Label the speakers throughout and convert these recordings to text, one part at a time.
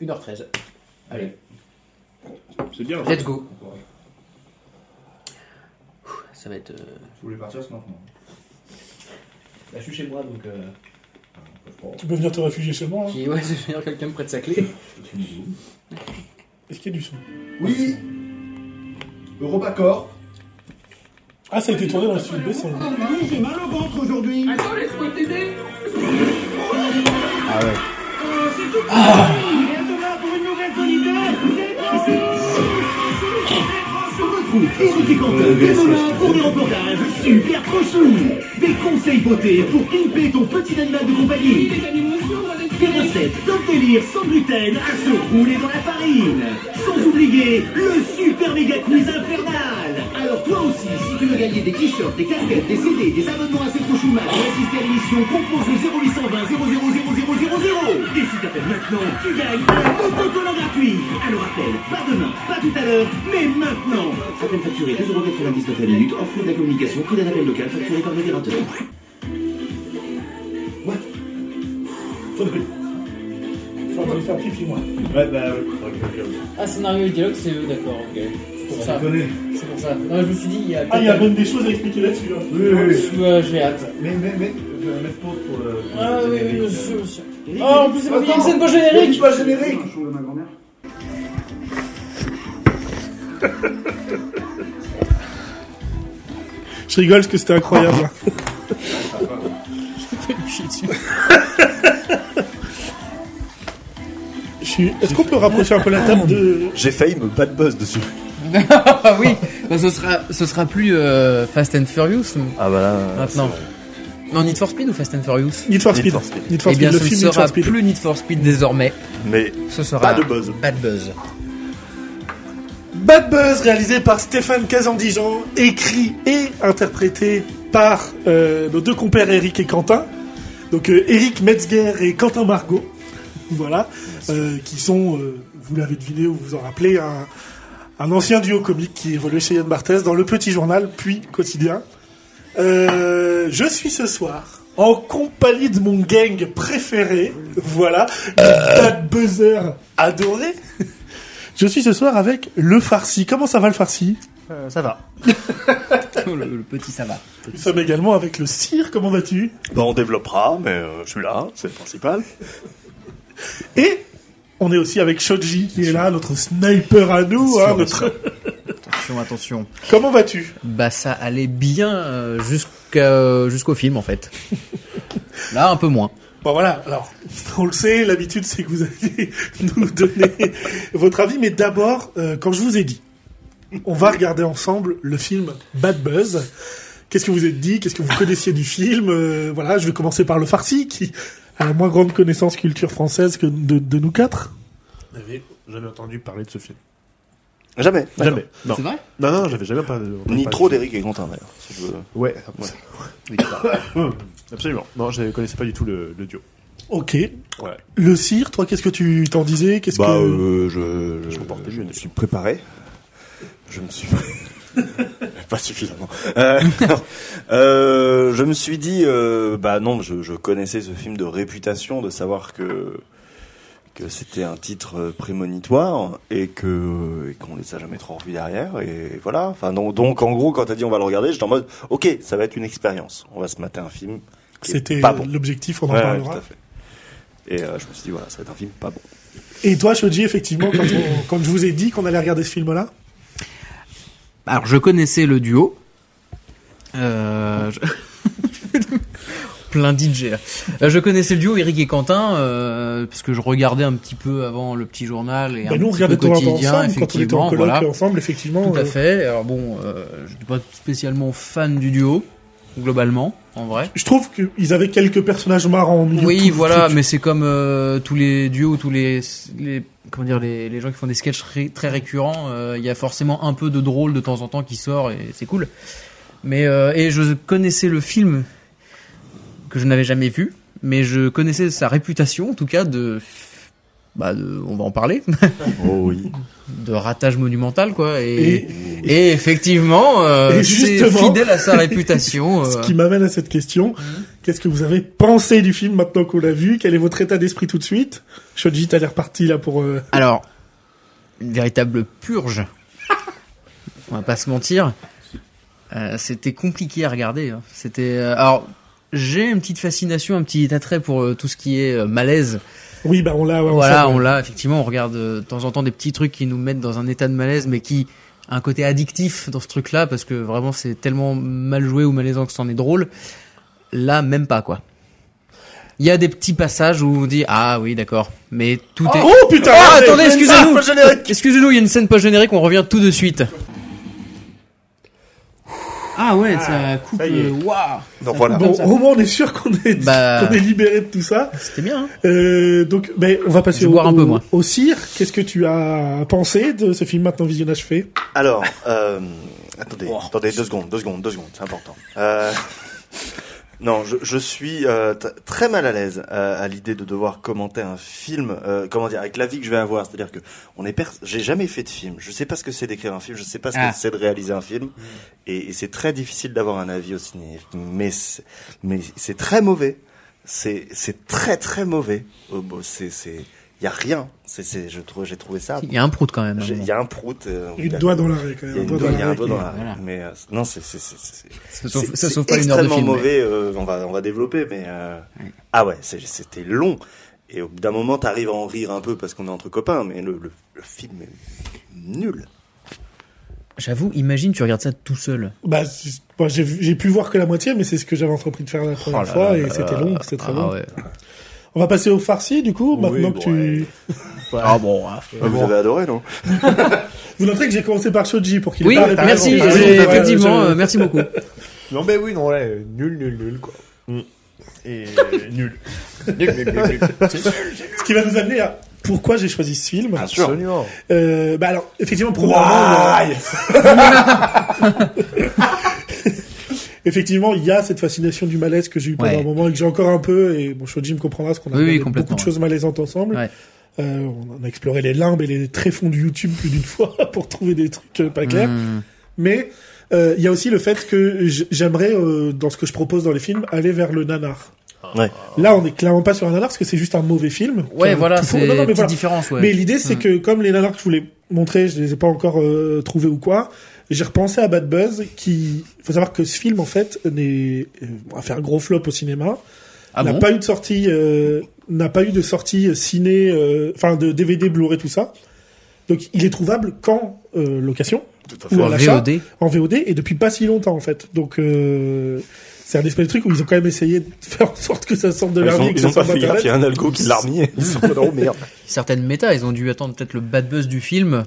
Speaker 1: 1h13. Allez,
Speaker 2: C'est bien.
Speaker 1: let's go. Ça va être. euh,
Speaker 3: Je voulais partir ce matin.
Speaker 4: Bah,
Speaker 1: Là, je suis chez moi donc. euh,
Speaker 4: Tu peux venir te réfugier chez moi. hein.
Speaker 1: Qui, ouais, c'est dire quelqu'un me prête sa clé.
Speaker 4: Est-ce qu'il y a du son
Speaker 3: Oui Europacor
Speaker 4: Ah, ça a été tourné dans le studio B, ça.
Speaker 3: J'ai mal au ventre aujourd'hui
Speaker 5: Attends, laisse-moi t'aider
Speaker 1: Ah ouais.
Speaker 6: Eric et Quentin, désolé pour des reportages super trop chelous. Des conseils beauté pour pimper ton petit animal de compagnie.
Speaker 5: Les animaux sourds avec
Speaker 6: Des recettes top délire sans gluten à se rouler dans la farine. Sans oublier le super méga quiz infernal. Alors toi aussi, si tu veux gagner des t-shirts, des casquettes, des CD, des abonnements à ce prochain match, et assister à l'émission, compose le 0820 000000. Et si t'appelles maintenant, tu gagnes un autocollant gratuit. Alors appelle, pas demain, pas tout à l'heure, mais maintenant. Appel facturé 2,99€ la minute, hors cours de la communication, prix d'un appel local facturé par modérateur.
Speaker 4: Faut aller faire pipi, moi.
Speaker 3: Ouais, bah oui.
Speaker 7: Ah, scénario et dialogue, c'est eux, d'accord, ok. C'est pour ça.
Speaker 3: connais.
Speaker 7: C'est pour ça. Non, je me suis dit, il y a.
Speaker 4: Ah, il y a même des choses à expliquer là-dessus. hein.
Speaker 3: Oui, oui, oui.
Speaker 7: Euh, J'ai hâte.
Speaker 3: Mais, mais, mais, euh, mettre pause pour le.
Speaker 7: Ah,
Speaker 3: le
Speaker 7: oui, oui,
Speaker 3: générique,
Speaker 7: monsieur,
Speaker 3: euh.
Speaker 7: monsieur. Ah, en plus, c'est pas fini, c'est pas
Speaker 3: Attends, il y a une
Speaker 7: générique.
Speaker 3: page générique
Speaker 4: Je rigole parce que c'était incroyable. Je suis... Est-ce qu'on peut rapprocher un peu la table de.
Speaker 8: J'ai failli me battre buzz dessus.
Speaker 7: Ah oui, bah, ce, sera, ce sera plus euh, Fast and Furious m-
Speaker 8: Ah bah là.
Speaker 7: maintenant. Non, Need for Speed ou Fast and Furious
Speaker 4: Need for
Speaker 8: Need
Speaker 4: Speed.
Speaker 8: for Speed.
Speaker 4: Need for
Speaker 7: Eh
Speaker 4: Speed,
Speaker 7: bien,
Speaker 4: le
Speaker 7: ce ne
Speaker 4: film Need
Speaker 7: sera
Speaker 4: for Speed.
Speaker 7: plus Need for Speed désormais.
Speaker 8: Mais
Speaker 7: Ce sera.
Speaker 8: pas de buzz.
Speaker 7: Bad Buzz.
Speaker 4: Bad Buzz, réalisé par Stéphane Cazandijan, écrit et interprété par euh, nos deux compères Eric et Quentin. Donc euh, Eric Metzger et Quentin Margot, voilà, euh, qui sont, euh, vous l'avez deviné ou vous vous en rappelez, un, un ancien duo comique qui évoluait chez Yann Barthès dans Le Petit Journal, puis Quotidien. Euh, je suis ce soir en compagnie de mon gang préféré, voilà, le Bad Buzzer adoré. Je suis ce soir avec le farci. Comment ça va le farci
Speaker 8: ça va.
Speaker 7: le, Oh le petit ça va.
Speaker 4: Nous sommes également avec le cire. Comment vas-tu
Speaker 8: Bah on développera, mais euh, je suis là, c'est le principal.
Speaker 4: Et on est aussi avec Shoji qui est là, notre sniper à nous. hein, notre...
Speaker 7: Attention, attention.
Speaker 4: Comment vas-tu
Speaker 7: Bah ça allait bien euh, jusqu'à euh, jusqu'au film en fait. Là un peu moins.
Speaker 4: Bon voilà, alors on le sait, l'habitude c'est que vous allez nous donner votre avis, mais d'abord, euh, quand je vous ai dit, on va regarder ensemble le film Bad Buzz. Qu'est-ce que vous êtes dit Qu'est-ce que vous connaissiez du film Euh, Voilà, je vais commencer par le farci qui a la moins grande connaissance culture française que de, de nous quatre.
Speaker 9: J'avais jamais entendu parler de ce film.
Speaker 8: Jamais.
Speaker 9: Jamais. Non.
Speaker 7: C'est vrai
Speaker 9: non, non, j'avais jamais parlé entendu parler
Speaker 8: Ni
Speaker 9: de
Speaker 8: trop
Speaker 9: ce film.
Speaker 8: d'Eric et Quentin d'ailleurs. si je veux.
Speaker 9: Ouais, ouais. absolument. Non, je ne connaissais pas du tout le, le duo.
Speaker 4: Ok.
Speaker 9: Ouais.
Speaker 4: Le cire, toi, qu'est-ce que tu t'en disais Qu'est-ce
Speaker 8: Bah
Speaker 4: que
Speaker 8: euh, je,
Speaker 9: Je me portais bien.
Speaker 8: me suis préparé. Je me suis pas suffisamment. Euh, non. Euh, je me suis dit euh, bah non, je, je connaissais ce film de réputation, de savoir que que c'était un titre euh, prémonitoire et que et qu'on les a jamais trop revus derrière et voilà. Enfin donc, donc en gros quand t'as dit on va le regarder, j'étais en mode ok ça va être une expérience. On va se mater un film. qui est
Speaker 4: c'était
Speaker 8: pas bon.
Speaker 4: l'objectif On en
Speaker 8: Ouais,
Speaker 4: parlera.
Speaker 8: tout à fait. Et euh, je me suis dit voilà ça va être un film pas bon.
Speaker 4: Et toi, Shoji, effectivement, quand, on- quand je vous ai dit qu'on allait regarder ce film-là,
Speaker 7: Alors je connaissais le duo. Euh, je- Plein DJ là. Euh, Je connaissais le duo Eric et Quentin euh, parce que je regardais un petit peu avant le petit journal et
Speaker 4: bah,
Speaker 7: un
Speaker 4: nous on
Speaker 7: petit peu
Speaker 4: regardait tout
Speaker 7: quotidien
Speaker 4: ensemble quand on était en
Speaker 7: effectivement.
Speaker 4: colloque
Speaker 7: voilà.
Speaker 4: ensemble, effectivement.
Speaker 7: Tout à
Speaker 4: euh,
Speaker 7: fait. Alors bon, euh, je suis pas spécialement fan du duo globalement en vrai.
Speaker 4: Je trouve qu'ils avaient quelques personnages marrants au milieu. de tout
Speaker 7: Oui,
Speaker 4: le
Speaker 7: voilà,
Speaker 4: truc.
Speaker 7: mais c'est comme euh, tous les duos, tous les, les comment dire, les, les gens qui font des sketchs ré- très récurrents. euh, Il y a forcément un peu de drôle de temps en temps qui sort et c'est cool. Mais euh, et je connaissais le film que je n'avais jamais vu, mais je connaissais sa réputation en tout cas de, bah, de, on va en parler,
Speaker 8: Oh oui.
Speaker 7: de ratage monumental quoi.
Speaker 4: Et-
Speaker 7: Et, et, effectivement, euh,
Speaker 4: Et
Speaker 7: c'est
Speaker 4: justement-
Speaker 7: fidèle à sa réputation.
Speaker 4: Ce
Speaker 7: euh, Mhm.
Speaker 4: qui m'amène à cette question Qu'est-ce que vous avez pensé du film maintenant qu'on l'a vu Quel est votre état d'esprit tout de suite Shoji, t'as l'air parti là pour... euh,
Speaker 7: Alors, une véritable purge. On va pas se mentir. Euh, c'était compliqué à regarder. hein. C'était. euh, alors, j'ai une petite fascination, un petit attrait pour euh, tout ce qui est euh, malaise.
Speaker 4: Oui, bah on l'a... ouais, on
Speaker 7: voilà,
Speaker 4: sait,
Speaker 7: on
Speaker 4: ouais.
Speaker 7: l'a. Effectivement, on regarde euh, de temps en temps des petits trucs qui nous mettent dans un état de malaise, mais qui a un côté addictif dans ce truc-là parce que vraiment c'est tellement mal joué ou malaisant que c'en est drôle. Là, même pas quoi. Il y a des petits passages où on dit ah oui d'accord, mais tout est.
Speaker 4: Oh putain
Speaker 7: Ah,
Speaker 4: merde.
Speaker 7: attendez, excusez-nous.
Speaker 4: Ah, générique.
Speaker 7: Excusez-nous, il y a une scène post générique, on revient tout de suite. Ah ouais, ça coupe.
Speaker 9: ça y est.
Speaker 7: euh, Waouh.
Speaker 10: Donc voilà.
Speaker 4: Ah, Bon, au moins on est sûr qu'on est,
Speaker 7: Bah.
Speaker 4: qu'on est libéré de tout ça.
Speaker 7: C'était bien. hein.
Speaker 4: Euh, donc, ben, on va
Speaker 7: Je
Speaker 4: passer
Speaker 7: vais
Speaker 4: au,
Speaker 7: boire un peu,
Speaker 4: au-
Speaker 7: moi.
Speaker 4: au cire. Qu'est-ce que tu as pensé de ce film maintenant visionnage fait
Speaker 10: Alors, euh, attendez, attendez deux secondes, deux secondes, deux secondes, c'est important. Euh, non, je, je suis euh, t- très mal à l'aise euh, à l'idée de devoir commenter un film, euh, comment dire, avec l'avis que je vais avoir. C'est-à-dire que on est, pers- j'ai jamais fait de film. Je sais pas ce que c'est d'écrire un film, je sais pas ce
Speaker 7: Ah.
Speaker 10: que c'est de réaliser un film, et, et c'est très difficile d'avoir un avis au ciné. Mais c'est- mais c'est très mauvais. C'est c'est très très mauvais. Oh, bon, c'est c'est y a rien. C'est c'est je trouve j'ai trouvé ça.
Speaker 7: Il y a un prout quand même.
Speaker 10: J'ai- Il y a un prout. euh,
Speaker 4: Une
Speaker 10: il a-
Speaker 4: doigt dans l'arrêt quand
Speaker 10: il y a
Speaker 4: même.
Speaker 10: une
Speaker 4: un doigt
Speaker 10: doigt- il y a un
Speaker 4: l'arrêt.
Speaker 10: doigt dans la
Speaker 7: Voilà.
Speaker 10: Mais euh, non, c'est c'est c'est c'est- c'est-
Speaker 7: Ça sauve,
Speaker 10: c'est-
Speaker 7: ça
Speaker 10: c'est
Speaker 7: sauve pas une heure de
Speaker 10: extrêmement
Speaker 7: film. mais-
Speaker 10: mauvais. euh, on va on va développer, mais euh, ah ouais, c'est- c'était long. Et au bout d'un moment, t'arrives à en rire un peu parce qu'on est entre copains, mais le, le, le film est nul.
Speaker 7: J'avoue, imagine tu regardes ça tout seul.
Speaker 4: Bah, c'est- moi, j'ai vu- j'ai pu voir que la moitié, mais c'est ce que j'avais entrepris de faire la première
Speaker 10: Oh
Speaker 4: fois et c'était long, c'était très
Speaker 7: ah,
Speaker 4: long.
Speaker 7: ouais.
Speaker 4: On va passer au farci du coup. maintenant que
Speaker 10: bon,
Speaker 4: tu,
Speaker 7: Ah bon. ah,
Speaker 10: Ah, vous avez adoré, non
Speaker 4: vous noterez que j'ai commencé par Shoji pour qu'il.
Speaker 7: Oui,
Speaker 4: ait pas répondu.
Speaker 7: merci.
Speaker 4: Ah,
Speaker 7: j'ai-
Speaker 4: ouais, ouais,
Speaker 7: effectivement,
Speaker 4: je-
Speaker 7: euh, merci beaucoup.
Speaker 9: Non, mais oui, non, là, euh, nul, nul, nul, quoi. Et nul. nul, nul, nul,
Speaker 4: Ce qui va nous amener à pourquoi j'ai choisi ce film.
Speaker 9: Absolument.
Speaker 4: Euh, bah alors, effectivement, premièrement, le- effectivement, il y a cette fascination du malaise que j'ai eu pendant
Speaker 7: Ouais.
Speaker 4: un moment et que j'ai encore un peu. Et bon, Shoji me comprendra parce qu'on a
Speaker 7: Oui, oui,
Speaker 4: regardé
Speaker 7: complètement,
Speaker 4: beaucoup de choses malaisantes ensemble.
Speaker 7: Ouais.
Speaker 4: Euh, on a exploré les limbes et les tréfonds du YouTube plus d'une fois pour trouver des trucs euh, pas clairs.
Speaker 7: Hmm.
Speaker 4: Mais euh, il y a aussi le fait que j- j'aimerais, euh, dans ce que je propose dans les films, aller vers le nanar.
Speaker 10: Ouais.
Speaker 4: Là, on est clairement pas sur un nanar parce que c'est juste un mauvais film.
Speaker 7: Ouais,
Speaker 4: Qui a-
Speaker 7: voilà,
Speaker 4: qui faut-
Speaker 7: c'est
Speaker 4: Non, non, mais
Speaker 7: petite
Speaker 4: voilà.
Speaker 7: différence. Ouais.
Speaker 4: Mais l'idée, c'est
Speaker 7: Mm.
Speaker 4: que comme les nanars que je voulais montrer, je les ai pas encore euh, trouvés ou quoi. J'ai repensé à Bad Buzz, qui, faut savoir que ce film en fait n'est euh, a fait un gros flop au cinéma,
Speaker 7: ah
Speaker 4: n'a
Speaker 7: bon
Speaker 4: pas eu de sortie, euh, n'a pas eu de sortie ciné, euh, enfin de DVD, Blu-ray, tout ça. Donc il est trouvable qu'en euh, location
Speaker 10: Tout à
Speaker 4: ou à
Speaker 7: En
Speaker 4: l'achat,
Speaker 7: VOD.
Speaker 4: en VOD, et depuis pas si longtemps en fait. Donc euh, c'est un espèce de truc où ils ont quand même essayé de faire en sorte que ça sorte de la
Speaker 10: Ils ont,
Speaker 4: vie, et que
Speaker 10: ils
Speaker 4: ça
Speaker 10: ont pas
Speaker 4: sorte
Speaker 10: fait gaffe,
Speaker 4: d'internet.
Speaker 10: il y a un algo qui l'a remis.
Speaker 9: Ils sont dans merde.
Speaker 7: Certaines méta, ils ont dû attendre peut-être le bad buzz du film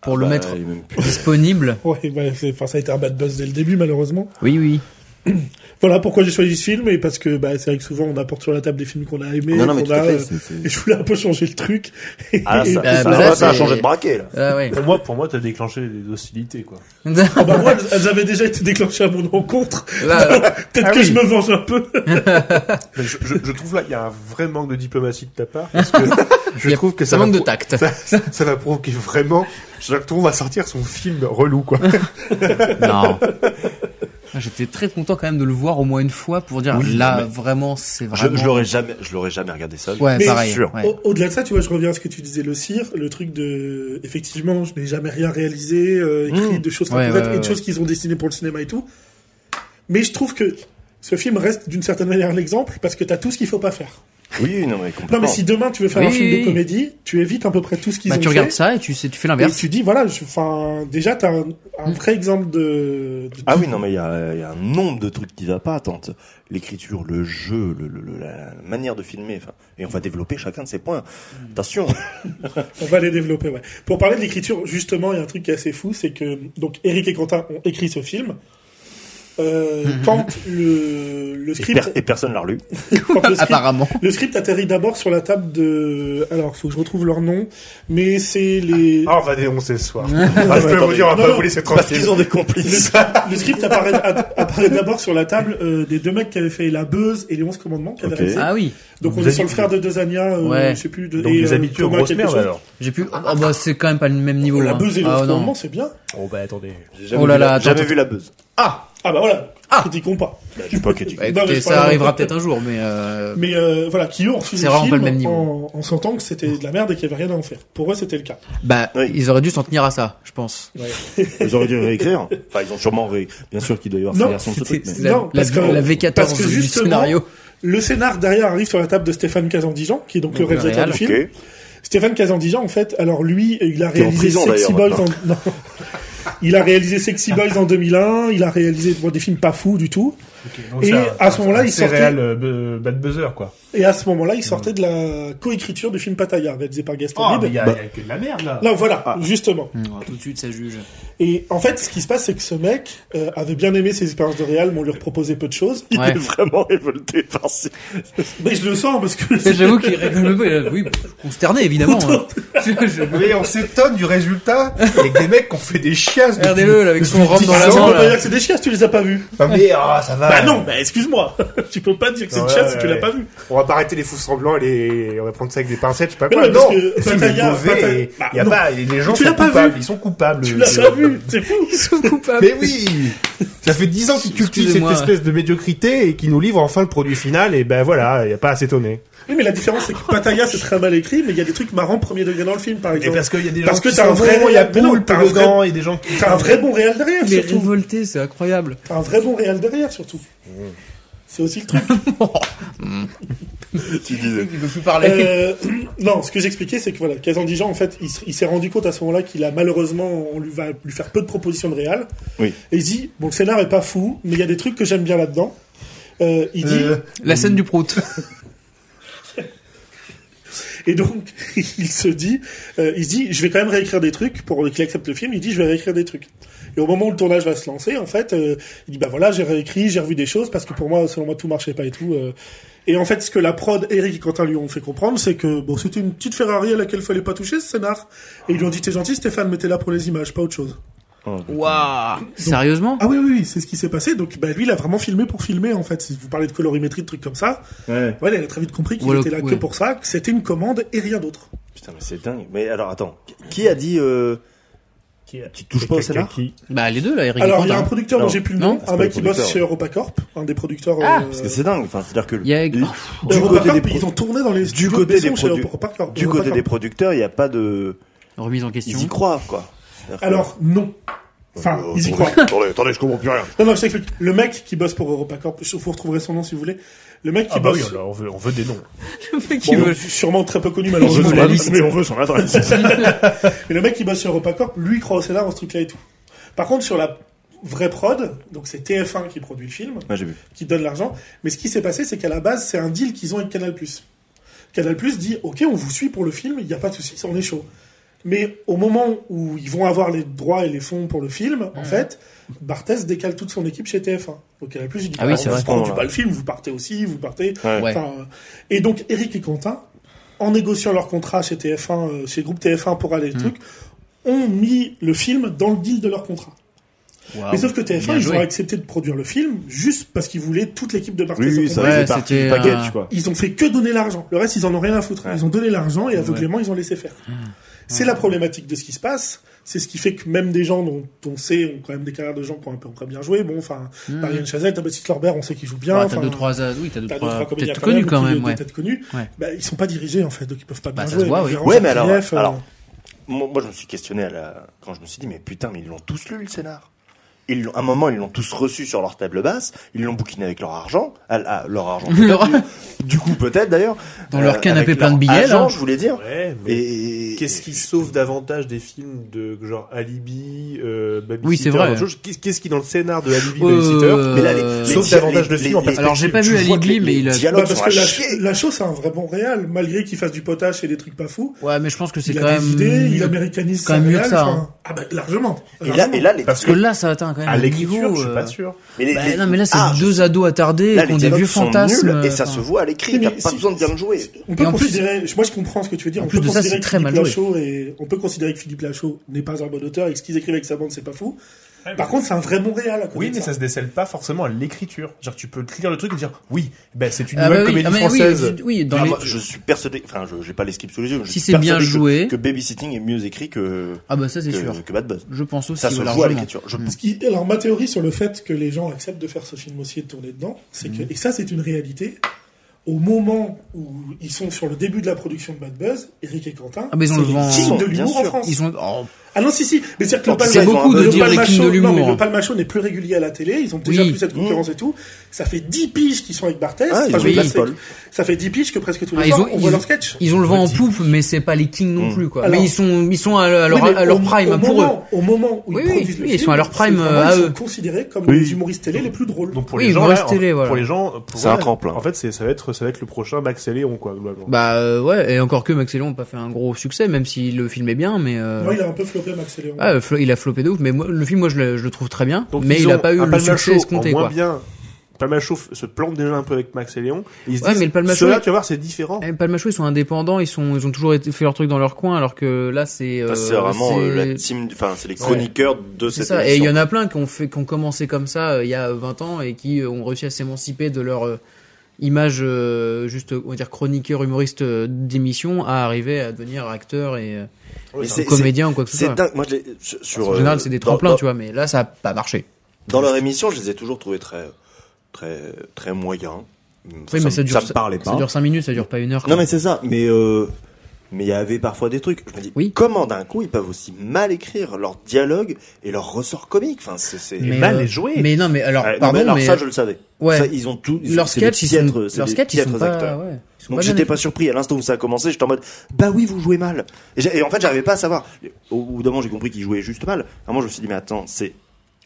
Speaker 7: pour
Speaker 4: Ah
Speaker 7: le
Speaker 10: Bah,
Speaker 7: mettre
Speaker 10: il est même plus-
Speaker 7: disponible.
Speaker 4: Ouais, bah, c'est- enfin, ça a été un bad buzz dès le début malheureusement.
Speaker 7: Oui, oui.
Speaker 4: Voilà pourquoi j'ai choisi ce film et parce que bah, c'est vrai que souvent on apporte sur la table des films qu'on a aimés,
Speaker 10: Non, non, mais
Speaker 4: qu'on
Speaker 10: tout à
Speaker 4: a,
Speaker 10: fait.
Speaker 4: euh,
Speaker 10: c'est- c'est-
Speaker 4: et je voulais un peu changer le truc.
Speaker 10: Ah,
Speaker 4: Et-
Speaker 10: ça,
Speaker 7: bah,
Speaker 10: ça,
Speaker 7: bah, là,
Speaker 10: ça a
Speaker 7: c'est-
Speaker 10: changé de braquet, là.
Speaker 7: Ah ouais.
Speaker 9: Pour moi, pour moi, t'as déclenché des hostilités, quoi.
Speaker 4: Ah bah, moi, elles- elles avaient déjà été déclenchées à mon encontre.
Speaker 7: Là, euh,
Speaker 4: Peut-être
Speaker 9: Ah
Speaker 4: que
Speaker 9: oui.
Speaker 4: je me venge un peu.
Speaker 9: Mais Je, je, je trouve là, il y a un vrai manque de diplomatie de ta part, parce que je
Speaker 7: y a-
Speaker 9: trouve que ça
Speaker 7: ça
Speaker 9: va,
Speaker 7: manque de
Speaker 9: pro-
Speaker 7: tact.
Speaker 9: ça, ça va provoquer vraiment. Jacques Tour va sortir son film relou, quoi.
Speaker 7: Non. Ah, J'étais très content quand même de le voir au moins une fois pour dire là vraiment c'est
Speaker 10: Je,
Speaker 7: vraiment.
Speaker 10: Ah, je l'aurais jamais, je l'aurais jamais regardé seul.
Speaker 7: Ouais,
Speaker 4: Mais
Speaker 7: pareil.
Speaker 10: sûr.
Speaker 7: ouais.
Speaker 4: Au- Au-delà de ça, tu vois, je reviens à ce que tu disais, le cire, le truc de, effectivement, je n'ai jamais rien réalisé, euh, écrit de choses
Speaker 7: Hmm. Ouais,
Speaker 4: concrètes
Speaker 7: ouais,
Speaker 4: et de
Speaker 7: ouais,
Speaker 4: choses qu'ils ont dessinées pour le cinéma et tout. Mais je trouve que ce film reste d'une certaine manière l'exemple parce que t'as tout ce qu'il faut pas faire.
Speaker 10: Oui, non, mais
Speaker 4: Non,
Speaker 10: complètement.
Speaker 4: mais si demain tu veux faire un
Speaker 7: Oui,
Speaker 4: film
Speaker 7: oui,
Speaker 4: de
Speaker 7: oui.
Speaker 4: comédie, tu évites à peu près tout ce qu'ils
Speaker 7: Bah,
Speaker 4: ont
Speaker 7: tu
Speaker 4: fait.
Speaker 7: regardes ça et tu, sais- tu fais
Speaker 4: Et
Speaker 7: l'inverse.
Speaker 4: tu dis, voilà, je, enfin, déjà, t'as un, un vrai exemple de, de-
Speaker 10: Ah oui, non, mais il y a, il y a un nombre de trucs qui va pas, tante. L'écriture, le jeu, le, le- le- la manière de filmer. enfin, Et on va développer chacun de ces points.
Speaker 4: Hmm.
Speaker 10: Attention.
Speaker 4: on va les développer, ouais. Pour parler de l'écriture, justement, il y a un truc qui est assez fou, c'est que, donc, Eric et Quentin ont écrit ce film. Euh,
Speaker 7: Mhm.
Speaker 4: quand le, le
Speaker 10: Et, per-
Speaker 4: script,
Speaker 10: et personne l'a relu.
Speaker 4: quand le script,
Speaker 7: Apparemment.
Speaker 4: le script atterrit d'abord sur la table de, alors, faut que je retrouve leur nom, mais c'est les,
Speaker 9: Ah, on va dénoncer ce soir.
Speaker 10: Ah,
Speaker 9: Ah, je peux vous
Speaker 10: attendez.
Speaker 9: dire, on
Speaker 4: Non,
Speaker 9: va pas
Speaker 4: non,
Speaker 9: vous laisser
Speaker 10: Parce
Speaker 9: tranquille.
Speaker 10: qu'ils ont des complices.
Speaker 4: le script apparaît, apparaît d'abord sur la table euh, des deux mecs qui avaient fait La Buzz et Les Onze Commandements, qui avaient
Speaker 10: Ok.
Speaker 4: réalisé.
Speaker 7: Ah oui.
Speaker 4: Donc
Speaker 9: Vous
Speaker 4: on est sur le
Speaker 9: habituez.
Speaker 4: frère de Dosania, euh,
Speaker 7: Ouais.
Speaker 4: je sais plus. De,
Speaker 9: Donc,
Speaker 4: et,
Speaker 9: les
Speaker 4: euh,
Speaker 9: habitués en
Speaker 4: Thomas
Speaker 9: grosse
Speaker 4: quelque
Speaker 9: merde,
Speaker 4: chose.
Speaker 9: alors.
Speaker 7: J'ai pu. Ah bah c'est quand même pas le même niveau.
Speaker 4: La
Speaker 7: hein.
Speaker 4: buzz et
Speaker 7: Ah, non.
Speaker 4: le commandement, c'est bien.
Speaker 9: Oh, bah, attendez.
Speaker 10: J'ai jamais
Speaker 7: Oh là
Speaker 10: vu la-
Speaker 7: là, attends,
Speaker 10: jamais
Speaker 7: attends.
Speaker 10: vu la buzz.
Speaker 9: Ah!
Speaker 4: Ah bah voilà,
Speaker 7: Ah
Speaker 4: critiquons pas.
Speaker 8: J'ai pas critiqué.
Speaker 7: Bah,
Speaker 4: Non, mais
Speaker 7: écoutez,
Speaker 4: je
Speaker 7: ça
Speaker 4: parlais
Speaker 7: arrivera
Speaker 4: de-
Speaker 7: peut-être un jour, mais euh,
Speaker 4: Mais euh, voilà, qui eux ont refusé
Speaker 7: C'est
Speaker 4: le
Speaker 7: vraiment
Speaker 4: film
Speaker 7: pas le même niveau.
Speaker 4: en, en sentant que c'était de la merde et qu'il n'y avait rien à en faire. Pour eux, c'était le cas.
Speaker 7: bah,
Speaker 8: Oui.
Speaker 7: ils auraient dû s'en tenir à ça, je pense.
Speaker 8: Ils auraient dû réécrire. Enfin, ils ont sûrement ré... Bien sûr qu'il doit y avoir
Speaker 4: Non,
Speaker 8: sa version de ce truc.
Speaker 7: C'est
Speaker 8: mais-
Speaker 7: la,
Speaker 4: Non,
Speaker 7: la-
Speaker 4: parce que-
Speaker 7: la V14
Speaker 4: parce que
Speaker 7: du
Speaker 4: justement,
Speaker 7: scénario.
Speaker 4: Le scénar derrière arrive sur la table de Stéphane Kazandijan, qui est donc,
Speaker 7: Donc
Speaker 4: le
Speaker 7: le
Speaker 4: réalisateur
Speaker 7: réal,
Speaker 4: du film.
Speaker 8: Ok.
Speaker 4: Stéphane Kazandijan, en fait, alors lui, il a
Speaker 8: Qui est en
Speaker 4: réalisé
Speaker 8: prison,
Speaker 4: Sexy
Speaker 8: d'ailleurs,
Speaker 4: Boys en... non. Il a réalisé Sexy Boys en 2001, il a réalisé bon, des films pas fous du tout. Et à ce moment-là, il
Speaker 9: C'est
Speaker 4: sortait-
Speaker 9: réel, euh, bu- Bad Buzzer, quoi.
Speaker 4: Et à ce moment-là, il sortait de la coécriture du film Pataya, réalisé par Gaston
Speaker 9: Oh, mais
Speaker 4: Bide.
Speaker 9: il y, a- il y a que de la merde, là.
Speaker 4: Là, voilà,
Speaker 8: Ah.
Speaker 4: justement.
Speaker 7: Tout de suite, ça juge.
Speaker 4: Et en fait, ce qui se passe, c'est que ce mec euh, avait bien aimé ses expériences de réal, mais on lui reproposait peu de choses.
Speaker 8: Il
Speaker 7: Ouais.
Speaker 8: est vraiment révolté par ça.
Speaker 4: Mais je le sens parce que
Speaker 7: Mais J'avoue qu'il rigole un peu. euh, Oui, consterné, évidemment. hein. Je- je-
Speaker 9: Mais on s'étonne du résultat avec des mecs qui ont fait des chiasses. depuis-
Speaker 7: Regardez-le, là, avec son
Speaker 9: depuis
Speaker 7: rhum
Speaker 9: 10
Speaker 7: dans la
Speaker 9: ans.
Speaker 4: Ça, on
Speaker 7: main,
Speaker 4: peut
Speaker 7: là.
Speaker 4: pas dire que c'est des chiasses, tu les as pas vus.
Speaker 9: Non, mais ah, ça va.
Speaker 4: Bah non, bah excuse-moi. tu peux pas dire que c'est une
Speaker 9: Ouais,
Speaker 4: chiasse si tu
Speaker 9: ouais.
Speaker 4: l'as pas vu.
Speaker 9: On va pas arrêter les fous semblants et les... on va prendre ça avec des pincettes, je sais pas
Speaker 4: Mais
Speaker 9: quoi.
Speaker 4: non,
Speaker 9: non,
Speaker 4: parce que
Speaker 9: c'est mauvais.
Speaker 4: Pattaya- Pattaya-
Speaker 9: et-
Speaker 4: Bah,
Speaker 9: y a
Speaker 4: non.
Speaker 9: pas, et les gens
Speaker 4: Tu
Speaker 9: sont
Speaker 4: l'as pas
Speaker 9: coupables,
Speaker 4: vu.
Speaker 9: ils sont coupables. euh,
Speaker 4: Tu l'as
Speaker 9: C'est-
Speaker 4: pas vu, c'est fou.
Speaker 7: Ils sont coupables.
Speaker 9: Mais oui Ça fait dix ans qu'ils cultivent cette
Speaker 7: Ah bah Excusez-moi.
Speaker 9: espèce de médiocrité et qu'ils nous livrent enfin le produit final, et ben voilà, y a pas à s'étonner.
Speaker 4: Oui, mais la différence c'est que Pattaya c'est très mal écrit, mais il y a des trucs marrants premier degré dans le film, par exemple.
Speaker 9: qu'il y a des
Speaker 4: Parce que t'as un vrai-
Speaker 9: il y a
Speaker 4: mais non,
Speaker 9: Paul
Speaker 4: t'as un vrai-
Speaker 9: dedans, et des gens qui...
Speaker 4: T'as un vrai bon réal derrière,
Speaker 7: Mais
Speaker 4: surtout.
Speaker 7: révolté, c'est incroyable.
Speaker 4: T'as un vrai bon réal derrière, surtout.
Speaker 9: Mm.
Speaker 4: C'est aussi le truc.
Speaker 8: Tu disais.
Speaker 7: Il veut plus parler.
Speaker 4: Euh, non, ce que j'expliquais, c'est que voilà, Kazandijan, en fait, il, s- il s'est rendu compte à ce moment-là qu'il a malheureusement, on lui va lui faire peu de propositions de réal.
Speaker 8: Oui.
Speaker 4: Et il dit, bon, le scénar est pas fou, mais il y a des trucs que j'aime bien là-dedans. Euh, il dit,
Speaker 9: Euh,
Speaker 7: La scène du prout.
Speaker 4: Et donc, il se dit, euh, il se dit, je vais quand même réécrire des trucs pour qu'il accepte le film. Il dit, je vais réécrire des trucs. Et au moment où le tournage va se lancer, en fait, euh, il dit, bah voilà, j'ai réécrit, j'ai revu des choses parce que pour moi, selon moi, tout marchait pas et tout. euh. Et en fait, ce que la prod, Eric et Quentin lui ont fait comprendre, c'est que bon, c'était une petite Ferrari à laquelle fallait pas toucher ce scénar. Et ils lui ont dit, t'es gentil, Stéphane, mettez là pour les images, pas autre chose.
Speaker 7: Waouh. Sérieusement
Speaker 4: Ah oui, oui, oui, c'est ce qui s'est passé. Donc, bah lui, il a vraiment filmé pour filmer, en fait. Si vous parlez de colorimétrie, de trucs comme ça,
Speaker 8: Ouais.
Speaker 4: voilà, il a très vite compris qu'il
Speaker 7: Ouais,
Speaker 4: était là que
Speaker 7: ouais.
Speaker 4: pour ça, que c'était une commande et rien d'autre.
Speaker 8: Putain, mais c'est dingue. Mais alors, attends. Qui a dit, euh, tu touches pas au scénar?
Speaker 9: Qui-
Speaker 7: Bah, les deux, là, Eric. et
Speaker 4: Alors, il y a
Speaker 7: Quentin.
Speaker 4: un producteur dont
Speaker 8: Non.
Speaker 4: j'ai plus le
Speaker 7: Non,
Speaker 4: nom, un
Speaker 8: c'est pas
Speaker 4: mec
Speaker 8: le
Speaker 4: qui bosse
Speaker 8: producteur.
Speaker 4: chez EuropaCorp, un des producteurs.
Speaker 7: Ah,
Speaker 4: euh,
Speaker 8: Parce que c'est dingue. Enfin, c'est-à-dire que le-
Speaker 7: Il y a-
Speaker 8: du, côté
Speaker 4: d'EuropaCorp,
Speaker 8: des pro-
Speaker 4: ils ont tourné dans les
Speaker 8: du
Speaker 4: studios
Speaker 8: côté
Speaker 4: de
Speaker 8: des
Speaker 4: Besson chez
Speaker 8: produ-
Speaker 4: EuropaCorp.
Speaker 8: du côté des
Speaker 4: EuropaCorp.
Speaker 8: producteurs, il n'y a pas de,
Speaker 7: Remise en
Speaker 8: ils y
Speaker 7: question.
Speaker 8: croient, quoi. C'est-à-dire que-
Speaker 4: Alors, non. Enfin,
Speaker 8: Euh,
Speaker 4: ils y
Speaker 8: attendez,
Speaker 4: croient.
Speaker 8: Attendez, attendez, je comprends plus rien.
Speaker 4: Non, non, je t'explique. Le mec qui bosse pour EuropaCorp, je- vous retrouverez son nom si vous voulez. Le mec qui
Speaker 9: Ah bah oui,
Speaker 4: bosse,
Speaker 9: alors on veut, on veut des noms.
Speaker 7: Le mec, il
Speaker 4: bon,
Speaker 7: veut-
Speaker 4: sûrement très peu connu
Speaker 8: On veut
Speaker 4: malheureusement,
Speaker 8: son
Speaker 7: la
Speaker 8: adresse,
Speaker 7: liste.
Speaker 8: mais on veut son adresse.
Speaker 4: mais le mec qui bosse chez EuropaCorp, lui croit au scénar, en ce truc-là et tout. Par contre, sur la vraie prod, donc c'est TF1 qui produit le film,
Speaker 8: Moi, j'ai vu.
Speaker 4: qui donne l'argent. Mais ce qui s'est passé, c'est qu'à la base, c'est un deal qu'ils ont avec Canal+. Canal+ dit OK, on vous suit pour le film, il n'y a pas de souci, on est chaud. Mais au moment où ils vont avoir les droits et les fonds pour le film, en fait, Barthès décale toute son équipe chez TF1. Donc Canal+ il dit
Speaker 7: Ah oui,
Speaker 4: bah,
Speaker 7: c'est
Speaker 4: on
Speaker 7: vrai.
Speaker 4: vous produit
Speaker 8: Oh là.
Speaker 4: pas le film, vous partez aussi, vous partez.
Speaker 7: Ouais.
Speaker 4: Enfin, euh, et donc Eric et Quentin, en négociant leur contrat chez TF1, euh, chez groupe TF1 pour
Speaker 7: Hmm.
Speaker 4: aller le truc, ont mis le film dans le deal de leur contrat.
Speaker 7: Waouh.
Speaker 4: Mais sauf que
Speaker 7: Ah Bien
Speaker 4: TF1, ils
Speaker 7: joué.
Speaker 4: ont accepté de produire le film juste parce qu'ils voulaient toute l'équipe de Barthes.
Speaker 8: Oui, oui, ça
Speaker 7: Ouais,
Speaker 8: faisait partie
Speaker 7: c'était
Speaker 8: du
Speaker 7: un-
Speaker 8: package, quoi.
Speaker 4: Ils ont fait que donner l'argent. Le reste, ils en ont rien à foutre.
Speaker 8: Ouais.
Speaker 4: Ils ont donné l'argent et aveuglément, ils ont laissé faire.
Speaker 7: Hum.
Speaker 4: C'est la problématique de ce qui se passe. C'est ce qui fait que même des gens dont on sait ont quand même des carrières de gens qui ont un peu ont très bien joué. Bon, enfin,
Speaker 7: Hmm.
Speaker 4: Marianne Chazelle, Baptiste Lorbert, on sait qu'ils jouent bien.
Speaker 7: Ouais, Ah, t'as
Speaker 4: enfin,
Speaker 7: deux, trois, as- oui, t'as deux,
Speaker 4: t'as deux,
Speaker 7: trois,
Speaker 4: trois comédiens
Speaker 7: peut-être connus quand
Speaker 4: qui-
Speaker 7: même, ouais.
Speaker 4: peut-être connus.
Speaker 7: Ouais.
Speaker 4: Bah, ils sont pas dirigés en fait, donc ils peuvent pas
Speaker 7: Bah,
Speaker 4: bien
Speaker 7: ça
Speaker 4: jouer.
Speaker 7: se voit, oui.
Speaker 4: Gérard
Speaker 8: Ouais, mais alors,
Speaker 4: Sarkiev, euh,
Speaker 8: alors moi, moi, je me suis questionné à la... quand je me suis dit, mais putain, mais ils l'ont tous lu le scénar. Ils l'ont- à un moment, ils l'ont tous reçu sur leur table basse. Ils l'ont bouquiné avec leur argent, ah, ah, leur argent.
Speaker 7: Leur-
Speaker 8: Du coup, peut-être d'ailleurs. euh,
Speaker 7: Dans leur canapé
Speaker 8: avec
Speaker 7: plein de
Speaker 8: leur
Speaker 7: billets,
Speaker 8: Agent,
Speaker 7: là.
Speaker 8: je voulais dire.
Speaker 9: Ouais,
Speaker 8: Et
Speaker 9: Qu'est-ce qui sauve davantage des films de genre Alibi, euh, Babysitter,
Speaker 7: Oui, c'est vrai.
Speaker 9: autre chose Qu'est- Qu'est-ce qui dans le scénar de Alibi,
Speaker 7: Ouais,
Speaker 9: Babysitter
Speaker 7: euh,
Speaker 8: Mais là, les,
Speaker 9: Sauf
Speaker 8: les-
Speaker 9: davantage de
Speaker 8: les-
Speaker 9: films en
Speaker 8: les-
Speaker 9: perspective.
Speaker 7: Alors, j'ai pas
Speaker 8: tu
Speaker 7: vu
Speaker 8: vois que
Speaker 7: Alibi,
Speaker 8: les-
Speaker 7: mais
Speaker 8: les
Speaker 7: il a-
Speaker 8: dialogues
Speaker 4: Bah,
Speaker 8: sont à
Speaker 4: parce que la,
Speaker 8: chier.
Speaker 4: la chose, c'est un vrai bon réel, malgré qu'il fasse du potage et des trucs pas fous.
Speaker 7: Ouais, mais je pense que c'est
Speaker 4: il a
Speaker 7: quand
Speaker 4: des
Speaker 7: même.
Speaker 4: idées, il américanise
Speaker 7: quand
Speaker 4: sa
Speaker 7: même mieux
Speaker 4: réal,
Speaker 7: que ça,
Speaker 4: enfin,
Speaker 7: hein.
Speaker 4: Ah bah, largement.
Speaker 8: Et là, et là, les,
Speaker 9: Parce
Speaker 7: Parce que là, ça atteint quand même
Speaker 9: à
Speaker 7: un
Speaker 9: l'écriture,
Speaker 7: niveau.
Speaker 9: je suis pas
Speaker 7: euh,
Speaker 9: sûr.
Speaker 8: mais les-
Speaker 7: bah,
Speaker 8: les-
Speaker 7: non, mais là, c'est
Speaker 8: ah,
Speaker 7: deux ados attardés
Speaker 8: là,
Speaker 7: qui
Speaker 8: les
Speaker 7: ont des
Speaker 8: dialogues
Speaker 7: vieux
Speaker 8: sont
Speaker 7: fantasmes.
Speaker 8: nuls et ça
Speaker 7: enfin.
Speaker 8: se voit à l'écrit.
Speaker 4: Oui,
Speaker 8: T'as
Speaker 4: mais
Speaker 8: pas
Speaker 4: c'est-
Speaker 8: besoin de bien le jouer.
Speaker 4: On peut
Speaker 7: Et en plus-
Speaker 4: considérer, moi je comprends ce que tu veux dire.
Speaker 7: en
Speaker 4: on
Speaker 7: plus
Speaker 4: peut
Speaker 7: de ça,
Speaker 4: considérer
Speaker 7: c'est très
Speaker 4: que
Speaker 7: mal
Speaker 4: Philippe Lachaud et on peut considérer que Philippe Lachaud n'est pas un bon auteur et que ce qu'ils écrivent avec sa bande, c'est pas fou. Par contre, c'est un vrai Montréal à côté
Speaker 9: Oui,
Speaker 4: de
Speaker 9: mais
Speaker 4: ça.
Speaker 9: ça se décèle pas forcément à l'écriture. Genre, tu peux te lire le truc et dire, oui, ben, c'est une
Speaker 7: Ah, bah
Speaker 9: nouvelle
Speaker 7: oui,
Speaker 9: comédie
Speaker 7: ah, mais oui,
Speaker 9: française.
Speaker 7: oui, oui, dans
Speaker 10: Ah,
Speaker 7: les-
Speaker 10: moi, je suis persuadé, enfin, je j'ai pas les skips sous les yeux. mais je
Speaker 7: Si
Speaker 10: suis
Speaker 7: c'est bien
Speaker 10: persuadé que-
Speaker 7: joué.
Speaker 10: que Babysitting est mieux écrit que
Speaker 7: Ah bah ça c'est sûr.
Speaker 10: que, que Bad Buzz.
Speaker 7: Je pense aussi
Speaker 10: Ça se
Speaker 7: ouais,
Speaker 10: joue à
Speaker 7: largement. Hmm.
Speaker 10: l'écriture. Je
Speaker 4: Ce qui- alors ma théorie sur le fait que les gens acceptent de faire ce film aussi et de tourner dedans, c'est
Speaker 9: Mhm.
Speaker 4: que et ça c'est une réalité. Au moment où ils sont sur le début de la production de Bad Buzz, Eric et Quentin,
Speaker 7: Ah, mais ils ont
Speaker 4: c'est
Speaker 7: le vent-
Speaker 4: les kings de
Speaker 10: Bien
Speaker 4: l'humour en
Speaker 10: sûr.
Speaker 4: France.
Speaker 7: Ils ont oh,
Speaker 4: Ah non si si, mais c'est que le
Speaker 10: C'est
Speaker 4: Palma-
Speaker 10: beaucoup
Speaker 4: le
Speaker 10: de
Speaker 7: dire les
Speaker 4: Palma
Speaker 7: kings de
Speaker 4: Show-
Speaker 7: l'humour. hein.
Speaker 4: Non mais le Palma Show n'est plus régulier à la télé, ils ont déjà
Speaker 7: Oui.
Speaker 4: plus cette concurrence et tout. Ça fait 10 piges qu'ils sont avec Barthès.
Speaker 10: Ah, ils
Speaker 4: Enfin,
Speaker 10: ont
Speaker 4: je veux
Speaker 10: de
Speaker 4: dire,
Speaker 10: la
Speaker 4: c'est-
Speaker 10: folle.
Speaker 4: ça fait 10 piges que presque tous
Speaker 7: Ah,
Speaker 4: les
Speaker 7: ils
Speaker 4: jours
Speaker 7: ont-
Speaker 4: on voit
Speaker 7: ils-
Speaker 4: leur sketch.
Speaker 7: ils ont le vent en poupe, mais c'est pas les kings non
Speaker 10: Mm.
Speaker 7: plus quoi.
Speaker 4: Alors-
Speaker 7: mais ils sont ils sont à, le- à leur
Speaker 4: Oui, mais
Speaker 7: à leur
Speaker 4: au-
Speaker 7: prime
Speaker 4: au
Speaker 7: hein, pour eux.
Speaker 4: moment- Au moment où
Speaker 7: Oui,
Speaker 4: ils
Speaker 7: oui,
Speaker 4: produisent le
Speaker 7: oui, ils
Speaker 4: film,
Speaker 7: sont à leur prime,
Speaker 4: c'est vraiment,
Speaker 7: euh, à
Speaker 4: ils
Speaker 7: eux.
Speaker 4: sont considérés comme
Speaker 10: Oui.
Speaker 4: les humoristes télé les plus drôles.
Speaker 9: Donc, pour
Speaker 7: Oui,
Speaker 9: les gens,
Speaker 7: Maurice
Speaker 9: là,
Speaker 7: Télé, voilà.
Speaker 9: pour les gens, pour
Speaker 10: C'est un
Speaker 9: moi,
Speaker 10: tremplin.
Speaker 9: En fait, c'est, ça va être, ça va être le prochain Max et Léon, quoi, globalement.
Speaker 7: Bah euh, ouais, et encore que Max et Léon ont pas fait un gros succès, même s'il le filmait bien, mais euh,
Speaker 4: Moi, il a un peu floppé Max et Léon.
Speaker 7: ah, flo- il a floppé de ouf. Mais moi, le film, moi, je le, je le trouve très bien,
Speaker 9: Donc,
Speaker 7: mais
Speaker 9: ils
Speaker 7: il a
Speaker 9: ont
Speaker 7: pas eu
Speaker 9: un
Speaker 7: le
Speaker 9: Palma Show
Speaker 7: succès escompté
Speaker 9: en moins
Speaker 7: quoi.
Speaker 9: bien. Palma Show f- se plante déjà un peu avec Max et Léon. Et ils se
Speaker 7: Ouais,
Speaker 9: disent,
Speaker 7: mais le Palma Show-
Speaker 9: ceux-là, tu vas voir, c'est différent.
Speaker 7: Eh, Palmacho, ils sont indépendants, ils sont, ils ont toujours été- fait leur truc dans leur coin, alors que là, c'est. euh,
Speaker 10: Ça, c'est vraiment euh,
Speaker 7: c'est-
Speaker 10: la team, enfin, c'est les chroniqueurs de
Speaker 7: C'est
Speaker 10: cette
Speaker 7: ça. Et il
Speaker 10: émission.
Speaker 7: y en a plein qui ont fait, qui ont commencé comme ça euh, il y a 20 ans et qui euh, ont réussi à s'émanciper de leur euh, image, euh, juste, euh, on va dire chroniqueur, humoriste euh, d'émission, à arriver à devenir acteur et euh,
Speaker 10: Mais
Speaker 7: ou
Speaker 10: c'est- c'est-
Speaker 7: comédien ou quoi que ce
Speaker 10: C'est
Speaker 7: soit.
Speaker 10: dingue. Moi, je les- sur, sur,
Speaker 7: en
Speaker 10: euh,
Speaker 7: général, c'est des
Speaker 10: dans-
Speaker 7: tremplins,
Speaker 10: dans-
Speaker 7: tu vois, mais là, ça a pas marché.
Speaker 10: Dans leur émission, je les ai toujours trouvés très, très, très moyens.
Speaker 7: Oui, mais ça dure.
Speaker 10: me parlait pas.
Speaker 7: Ça dure 5 minutes, ça dure pas une heure.
Speaker 10: Non,
Speaker 7: quoi.
Speaker 10: mais c'est ça. Mais, euh, mais il y avait parfois des trucs. Je me dis,
Speaker 7: Oui.
Speaker 10: comment d'un coup ils peuvent aussi mal écrire leur dialogue et leur ressort comique Enfin, c'est. c'est-
Speaker 7: Mais,
Speaker 9: mal
Speaker 7: euh,
Speaker 9: est joué.
Speaker 7: Mais non, mais alors,
Speaker 10: Ouais, non,
Speaker 7: pardon,
Speaker 10: mais
Speaker 7: mais,
Speaker 10: alors ça, je le savais.
Speaker 7: ouais.
Speaker 10: Ça, ils ont tout. ils
Speaker 7: leurs
Speaker 10: sont- c'est des
Speaker 7: sketchs, ils sont,
Speaker 10: piètres- c'est
Speaker 7: leurs
Speaker 10: des
Speaker 7: sketchs, ils sont
Speaker 10: piètres
Speaker 7: pas,
Speaker 10: acteurs.
Speaker 7: ouais, ils sont
Speaker 10: Donc
Speaker 7: pas bien
Speaker 10: j'étais pas surpris. À l'instant où ça a commencé, j'étais en mode bah oui, vous jouez mal. Et, j'ai- et en fait, j'arrivais pas à savoir. Au bout d'un moment, j'ai compris qu'ils jouaient juste mal. À moi, je me suis dit mais attends, c'est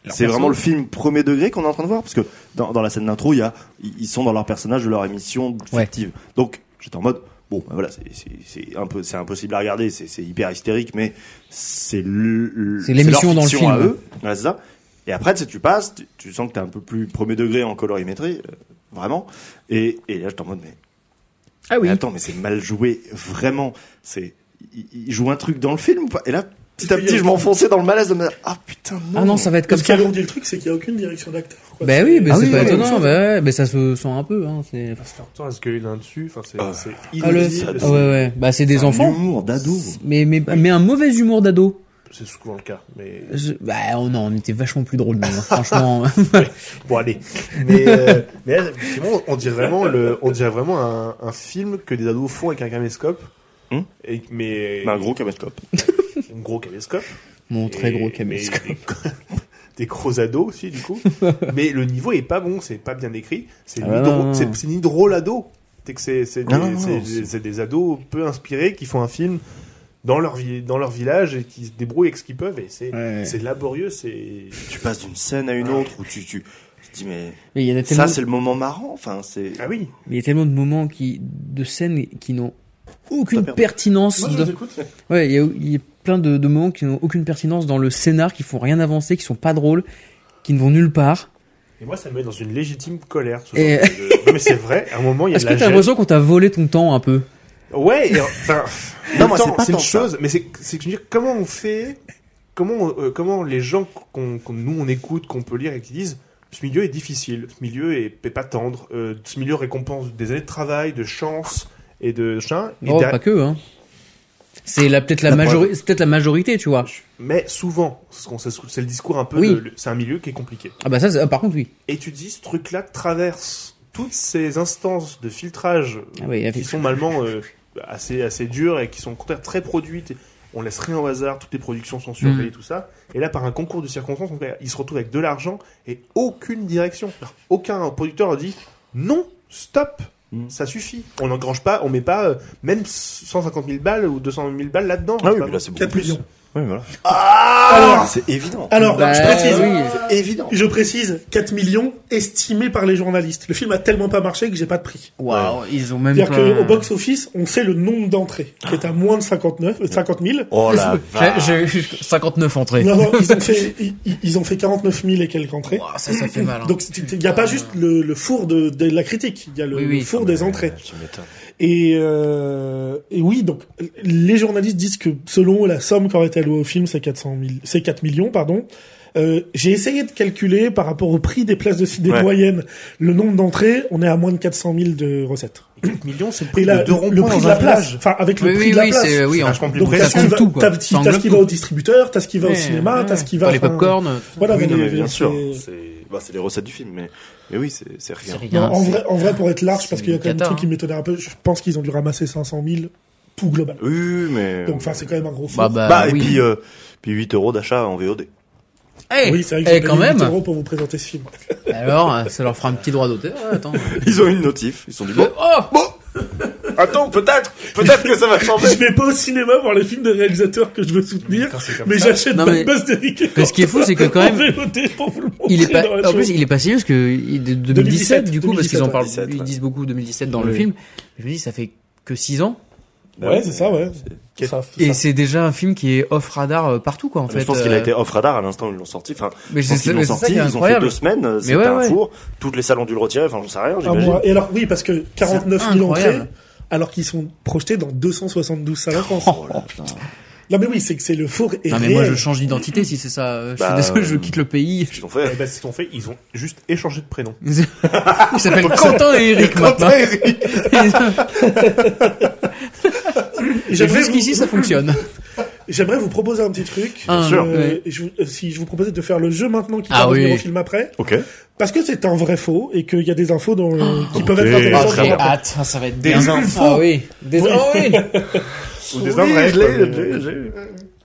Speaker 10: c'est vraiment le film premier degré qu'on est en train de voir parce que dans, dans la scène d'intro, il y a ils ils sont dans leur personnage de leur émission
Speaker 7: Ouais.
Speaker 10: fictive. Donc j'étais en mode bon, bah voilà, c'est- c'est c'est un peu c'est impossible à regarder, c'est c'est hyper hystérique, mais c'est le- le-
Speaker 7: C'est l'émission
Speaker 10: leur
Speaker 7: dans le
Speaker 10: fiction à
Speaker 7: film.
Speaker 10: eux. Voilà, c'est ça. Et après, tu sais, tu passes, tu, tu sens que t'es un peu plus premier degré en colorimétrie, euh, vraiment. Et, et là, j'étais en mode mais
Speaker 7: Ah oui.
Speaker 10: mais attends, mais c'est mal joué, vraiment. C'est, il, il joue un truc dans le film, ou pas Et là, petit à petit,
Speaker 8: euh,
Speaker 10: je m'enfonçais dans le malaise de me dire, ah putain, non.
Speaker 7: Ah non, ça va être
Speaker 4: Comme
Speaker 7: comme
Speaker 4: ce qui
Speaker 7: ça.
Speaker 4: alourdit le truc, c'est qu'il n'y a aucune direction d'acteur. quoi.
Speaker 7: Ben oui, mais
Speaker 10: Ah
Speaker 7: c'est
Speaker 10: oui,
Speaker 7: pas
Speaker 10: oui,
Speaker 7: étonnant,
Speaker 4: oui.
Speaker 7: bah ouais, mais ça se sent un peu, hein, c'est...
Speaker 9: Parce que, attends, est-ce qu'il y en a un dessus? Enfin, c'est,
Speaker 10: Ah.
Speaker 9: c'est
Speaker 7: Ah, le-
Speaker 9: illisible,
Speaker 7: ah ouais, ouais, bah c'est des
Speaker 10: Un
Speaker 7: enfants,
Speaker 10: Humour d'ado.
Speaker 7: mais, mais, mais un mauvais humour d'ado.
Speaker 9: c'est- c'est souvent le cas. Mais,
Speaker 7: Je- Bah oh non, on était vachement plus drôle, hein. franchement.
Speaker 9: Bon allez, mais, euh, mais là, effectivement, on dirait vraiment le, on dirait vraiment un, un film que des ados font avec un caméscope,
Speaker 10: Hum.
Speaker 9: et, mais
Speaker 10: Bah, Un gros caméscope.
Speaker 9: un gros caméscope,
Speaker 7: Mon très
Speaker 9: Et-
Speaker 7: gros
Speaker 9: mais
Speaker 7: caméscope.
Speaker 9: Des, des gros ados aussi du coup, mais le niveau est pas bon, c'est pas bien écrit, c'est
Speaker 7: Ah
Speaker 9: ni,
Speaker 7: bah non, Ah non.
Speaker 9: drôle- c'est- c'est ni drôle ado, c'est que c'est c'est
Speaker 10: Non, non,
Speaker 9: des, c'est
Speaker 10: non,
Speaker 9: des- c'est des ados peu inspirés qui font un film dans leur vi- dans leur village et qui se débrouillent avec ce qu'ils peuvent et c'est
Speaker 7: Ouais.
Speaker 9: c'est laborieux, c'est
Speaker 10: Tu passes d'une scène à une autre où tu, tu, tu te dis, mais
Speaker 7: Mais il y en a tellement,
Speaker 10: ça, c'est le moment marrant. Enfin, c'est.
Speaker 9: ah oui,
Speaker 7: il y a tellement de moments qui, de scènes qui n'ont aucune
Speaker 10: T'as perdu.
Speaker 7: pertinence.
Speaker 4: Moi, je
Speaker 7: dans-
Speaker 4: vous écoute.
Speaker 7: Ouais, il y a, il y a plein de, de moments qui n'ont aucune pertinence dans le scénar, qui font rien avancer, qui sont pas drôles, qui ne vont nulle part.
Speaker 9: Et moi, ça me met dans une légitime colère. Ce
Speaker 7: Et-
Speaker 9: genre de- Non, mais c'est vrai, à un moment, il y a
Speaker 7: Est-ce
Speaker 9: de
Speaker 7: que
Speaker 9: la
Speaker 7: t'as
Speaker 9: gêne.
Speaker 7: l'impression qu'on t'a volé ton temps un peu
Speaker 9: Ouais, et enfin,
Speaker 10: Non,
Speaker 9: non,
Speaker 10: moi, c'est pas
Speaker 9: c'est
Speaker 10: tant
Speaker 9: une
Speaker 10: ça.
Speaker 9: chose, mais c'est c'est que je veux dire, comment on fait, comment, euh, comment les gens qu'on, qu'on- nous, on écoute, qu'on peut lire et qui disent, ce milieu est difficile, ce milieu est, est pas tendre, euh, ce milieu récompense des années de travail, de chance et de chien. et
Speaker 7: Non,
Speaker 9: derrière-
Speaker 7: pas que, hein. C'est la, peut-être la,
Speaker 10: La
Speaker 7: majorité, c'est peut-être la majorité, tu vois.
Speaker 9: Mais souvent, c'est, ce qu'on- c'est- c'est le discours un peu,
Speaker 7: Oui.
Speaker 9: de- le- c'est un milieu qui est compliqué.
Speaker 7: Ah bah ça, c'est- ah, par contre, oui.
Speaker 9: Et tu te dis, ce truc-là traverse toutes ces instances de filtrage
Speaker 7: Ah oui,
Speaker 9: qui
Speaker 7: avec-
Speaker 9: sont malement euh, assez, assez dures et qui sont au contraire très produites. On laisse rien au hasard, toutes les productions sont surveillées,
Speaker 10: Mm.
Speaker 9: tout ça. Et là, par un concours de circonstances, en tout cas, ils se retrouvent avec de l'argent et aucune direction. Alors, Aucun producteur leur dit non, stop,
Speaker 10: Mm.
Speaker 9: ça suffit. On n'engrange pas, on met pas euh, même 150 000 balles ou 200 000 balles là-dedans.
Speaker 10: Ah
Speaker 9: C'est
Speaker 10: oui,
Speaker 9: pas
Speaker 10: mais là, c'est beaucoup
Speaker 4: 4
Speaker 10: plus.
Speaker 4: millions.
Speaker 10: Oui, voilà.
Speaker 8: Ah
Speaker 10: Ah
Speaker 4: Alors,
Speaker 10: C'est évident.
Speaker 4: alors
Speaker 7: Bah,
Speaker 4: je précise,
Speaker 7: oui.
Speaker 10: Évident.
Speaker 4: je précise, 4 millions estimés par les journalistes. Le film a tellement pas marché que j'ai pas de prix.
Speaker 7: Waouh, ils ont même
Speaker 4: C'est-à-dire
Speaker 7: pas-
Speaker 4: qu'au box-office, on sait le nombre d'entrées, qui est à moins de 59, euh, 50 000.
Speaker 10: Oh la
Speaker 7: J'ai-
Speaker 10: vache.
Speaker 7: j'ai- j'ai 59 entrées.
Speaker 4: Non, non, ils ont fait, ils, ils- ils ont fait 49 000 et quelques entrées.
Speaker 7: Waouh, ça, ça fait mal. hein.
Speaker 4: Donc, il n'y a pas juste le, le four de, de la critique, il y a le,
Speaker 7: Oui, oui.
Speaker 4: le four des entrées.
Speaker 10: Tu m'étonnes.
Speaker 4: Et, euh, et oui, donc les journalistes disent que selon la somme qui aurait été allouée au film, c'est 400 000, c'est 4 millions, pardon. Euh, J'ai essayé de calculer par rapport au prix des places de ciné
Speaker 8: Ouais.
Speaker 4: moyennes, le nombre d'entrées, on est à moins de 400 000 de recettes.
Speaker 9: 4 millions, c'est le
Speaker 4: Et
Speaker 9: prix
Speaker 4: là,
Speaker 9: de deux ronds
Speaker 4: le prix de la place, enfin avec le
Speaker 7: Oui,
Speaker 4: prix
Speaker 7: oui,
Speaker 4: de la
Speaker 7: oui,
Speaker 4: place.
Speaker 7: c'est, oui,
Speaker 9: C'est
Speaker 7: on-
Speaker 9: vachement plus
Speaker 4: Donc
Speaker 9: près.
Speaker 4: t'as
Speaker 7: ça
Speaker 4: ce qui
Speaker 7: compte
Speaker 4: va-
Speaker 7: tout, quoi.
Speaker 4: t'as- t'as
Speaker 7: Ça englobe
Speaker 4: ce qui va
Speaker 7: tout.
Speaker 4: au distributeur, t'as ce qui va au
Speaker 7: Ouais,
Speaker 4: cinéma,
Speaker 7: ouais.
Speaker 4: t'as ce qui va.
Speaker 7: Pour les euh,
Speaker 4: enfin,
Speaker 7: popcorn,
Speaker 4: Voilà,
Speaker 8: oui,
Speaker 4: dans
Speaker 8: non,
Speaker 4: les-
Speaker 8: mais bien
Speaker 4: c'est-
Speaker 8: sûr. C'est bah, c'est les recettes du film, mais, mais oui, c'est c'est rien.
Speaker 7: c'est
Speaker 4: Non,
Speaker 7: rien.
Speaker 4: en,
Speaker 7: c'est-
Speaker 4: vrai, en vrai, pour être large, parce
Speaker 7: c'est
Speaker 4: qu'il y a quand même un
Speaker 7: cata,
Speaker 4: truc qui
Speaker 7: hein.
Speaker 4: m'étonnait un peu, je pense qu'ils ont dû ramasser 500 000 tout global.
Speaker 8: Oui, oui, mais.
Speaker 4: Donc, enfin, c'est quand même un gros four.
Speaker 7: Bah, bah,
Speaker 8: Bah, et
Speaker 7: oui.
Speaker 8: puis, euh, puis 8 euros d'achat en VOD.
Speaker 7: Eh,
Speaker 4: oui, c'est vrai que
Speaker 7: eh,
Speaker 4: j'ai
Speaker 7: quand
Speaker 4: payé 8
Speaker 7: même.
Speaker 4: euros pour vous présenter ce film.
Speaker 7: Alors, euh, ça leur fera un petit droit d'auteur. ouais, Attends.
Speaker 8: Ils ont une notif, ils sont dit bon.
Speaker 7: Oh
Speaker 8: Attends, peut-être, peut-être que ça va changer.
Speaker 4: je vais pas au cinéma voir les films de réalisateurs que je veux soutenir, mais j'achète
Speaker 7: Non,
Speaker 4: Bad
Speaker 7: mais-
Speaker 4: Buzz d'Eric et
Speaker 7: Mais ce qui est fou, c'est que quand
Speaker 4: Quentin
Speaker 7: même,
Speaker 4: en VOD pour vous le
Speaker 7: il est
Speaker 4: montrer dans la
Speaker 7: pas. En
Speaker 4: chose.
Speaker 7: plus, il est pas si vieux parce que il- de 2017,
Speaker 4: 2017,
Speaker 7: du coup, parce qu'ils en
Speaker 4: 2017,
Speaker 7: parlent,
Speaker 8: ouais.
Speaker 7: ils disent beaucoup 2017 dans le
Speaker 4: Oui.
Speaker 7: film. Je me dis, ça fait que 6 ans.
Speaker 4: Ouais, c'est ça, ouais.
Speaker 8: C'est-
Speaker 4: Ça-
Speaker 7: Et
Speaker 4: ça-
Speaker 7: c'est déjà un film qui est off radar euh, partout, quoi. En
Speaker 8: Ah, Mais
Speaker 7: fait,
Speaker 8: je pense qu'il a
Speaker 7: euh,
Speaker 8: été off radar à l'instant où ils l'ont sorti. Enfin,
Speaker 7: Mais
Speaker 8: je
Speaker 7: c'est
Speaker 8: pense qu'ils
Speaker 7: ça,
Speaker 8: l'ont
Speaker 7: mais c'est ça
Speaker 8: sorti,
Speaker 7: qui est
Speaker 8: ils ont fait
Speaker 7: incroyable.
Speaker 8: deux semaines, c'était
Speaker 7: ouais,
Speaker 8: un
Speaker 7: ouais.
Speaker 8: four. Toutes les salons dû le retirer, enfin, j'en sais rien,
Speaker 4: un
Speaker 8: j'imagine.
Speaker 4: mois. Et alors, oui, parce que 49 000
Speaker 7: incroyable.
Speaker 4: entrées, alors qu'ils sont projetés dans 272 salles en France.
Speaker 8: Oh là, putain.
Speaker 4: Non, mais oui, c'est que c'est le four et
Speaker 7: Non mais moi je change d'identité si c'est ça. euh, Je suis
Speaker 8: Bah,
Speaker 7: désolé, je
Speaker 8: euh,
Speaker 7: quitte le pays.
Speaker 8: Qu'est-ce qu'ils ont fait
Speaker 9: Eh ben, c'est ce qu'on fait, ils ont juste échangé de prénom.
Speaker 7: Ils s'appellent Quentin et Eric maintenant.
Speaker 4: J'aimerais vous,
Speaker 7: Jusqu'ici ça fonctionne.
Speaker 4: j'aimerais vous proposer un petit truc.
Speaker 7: Un,
Speaker 8: sûr.
Speaker 4: Euh,
Speaker 7: Ah, ouais.
Speaker 4: je vous- euh, si je vous proposais de faire le jeu maintenant qui
Speaker 7: Ah
Speaker 4: va revenir
Speaker 7: oui.
Speaker 4: au film après,
Speaker 8: Ok.
Speaker 4: parce que c'est un vrai faux et qu'il y a des infos dont, euh, qui peuvent être
Speaker 8: ok.
Speaker 7: Ah,
Speaker 4: intéressantes.
Speaker 7: j'ai
Speaker 4: pour après.
Speaker 7: hâte, Ah, ça va être bien.
Speaker 9: infos.
Speaker 7: Ah oui, des
Speaker 4: Oui.
Speaker 7: oh, oui.
Speaker 9: Ou des invraies, quoi, mais-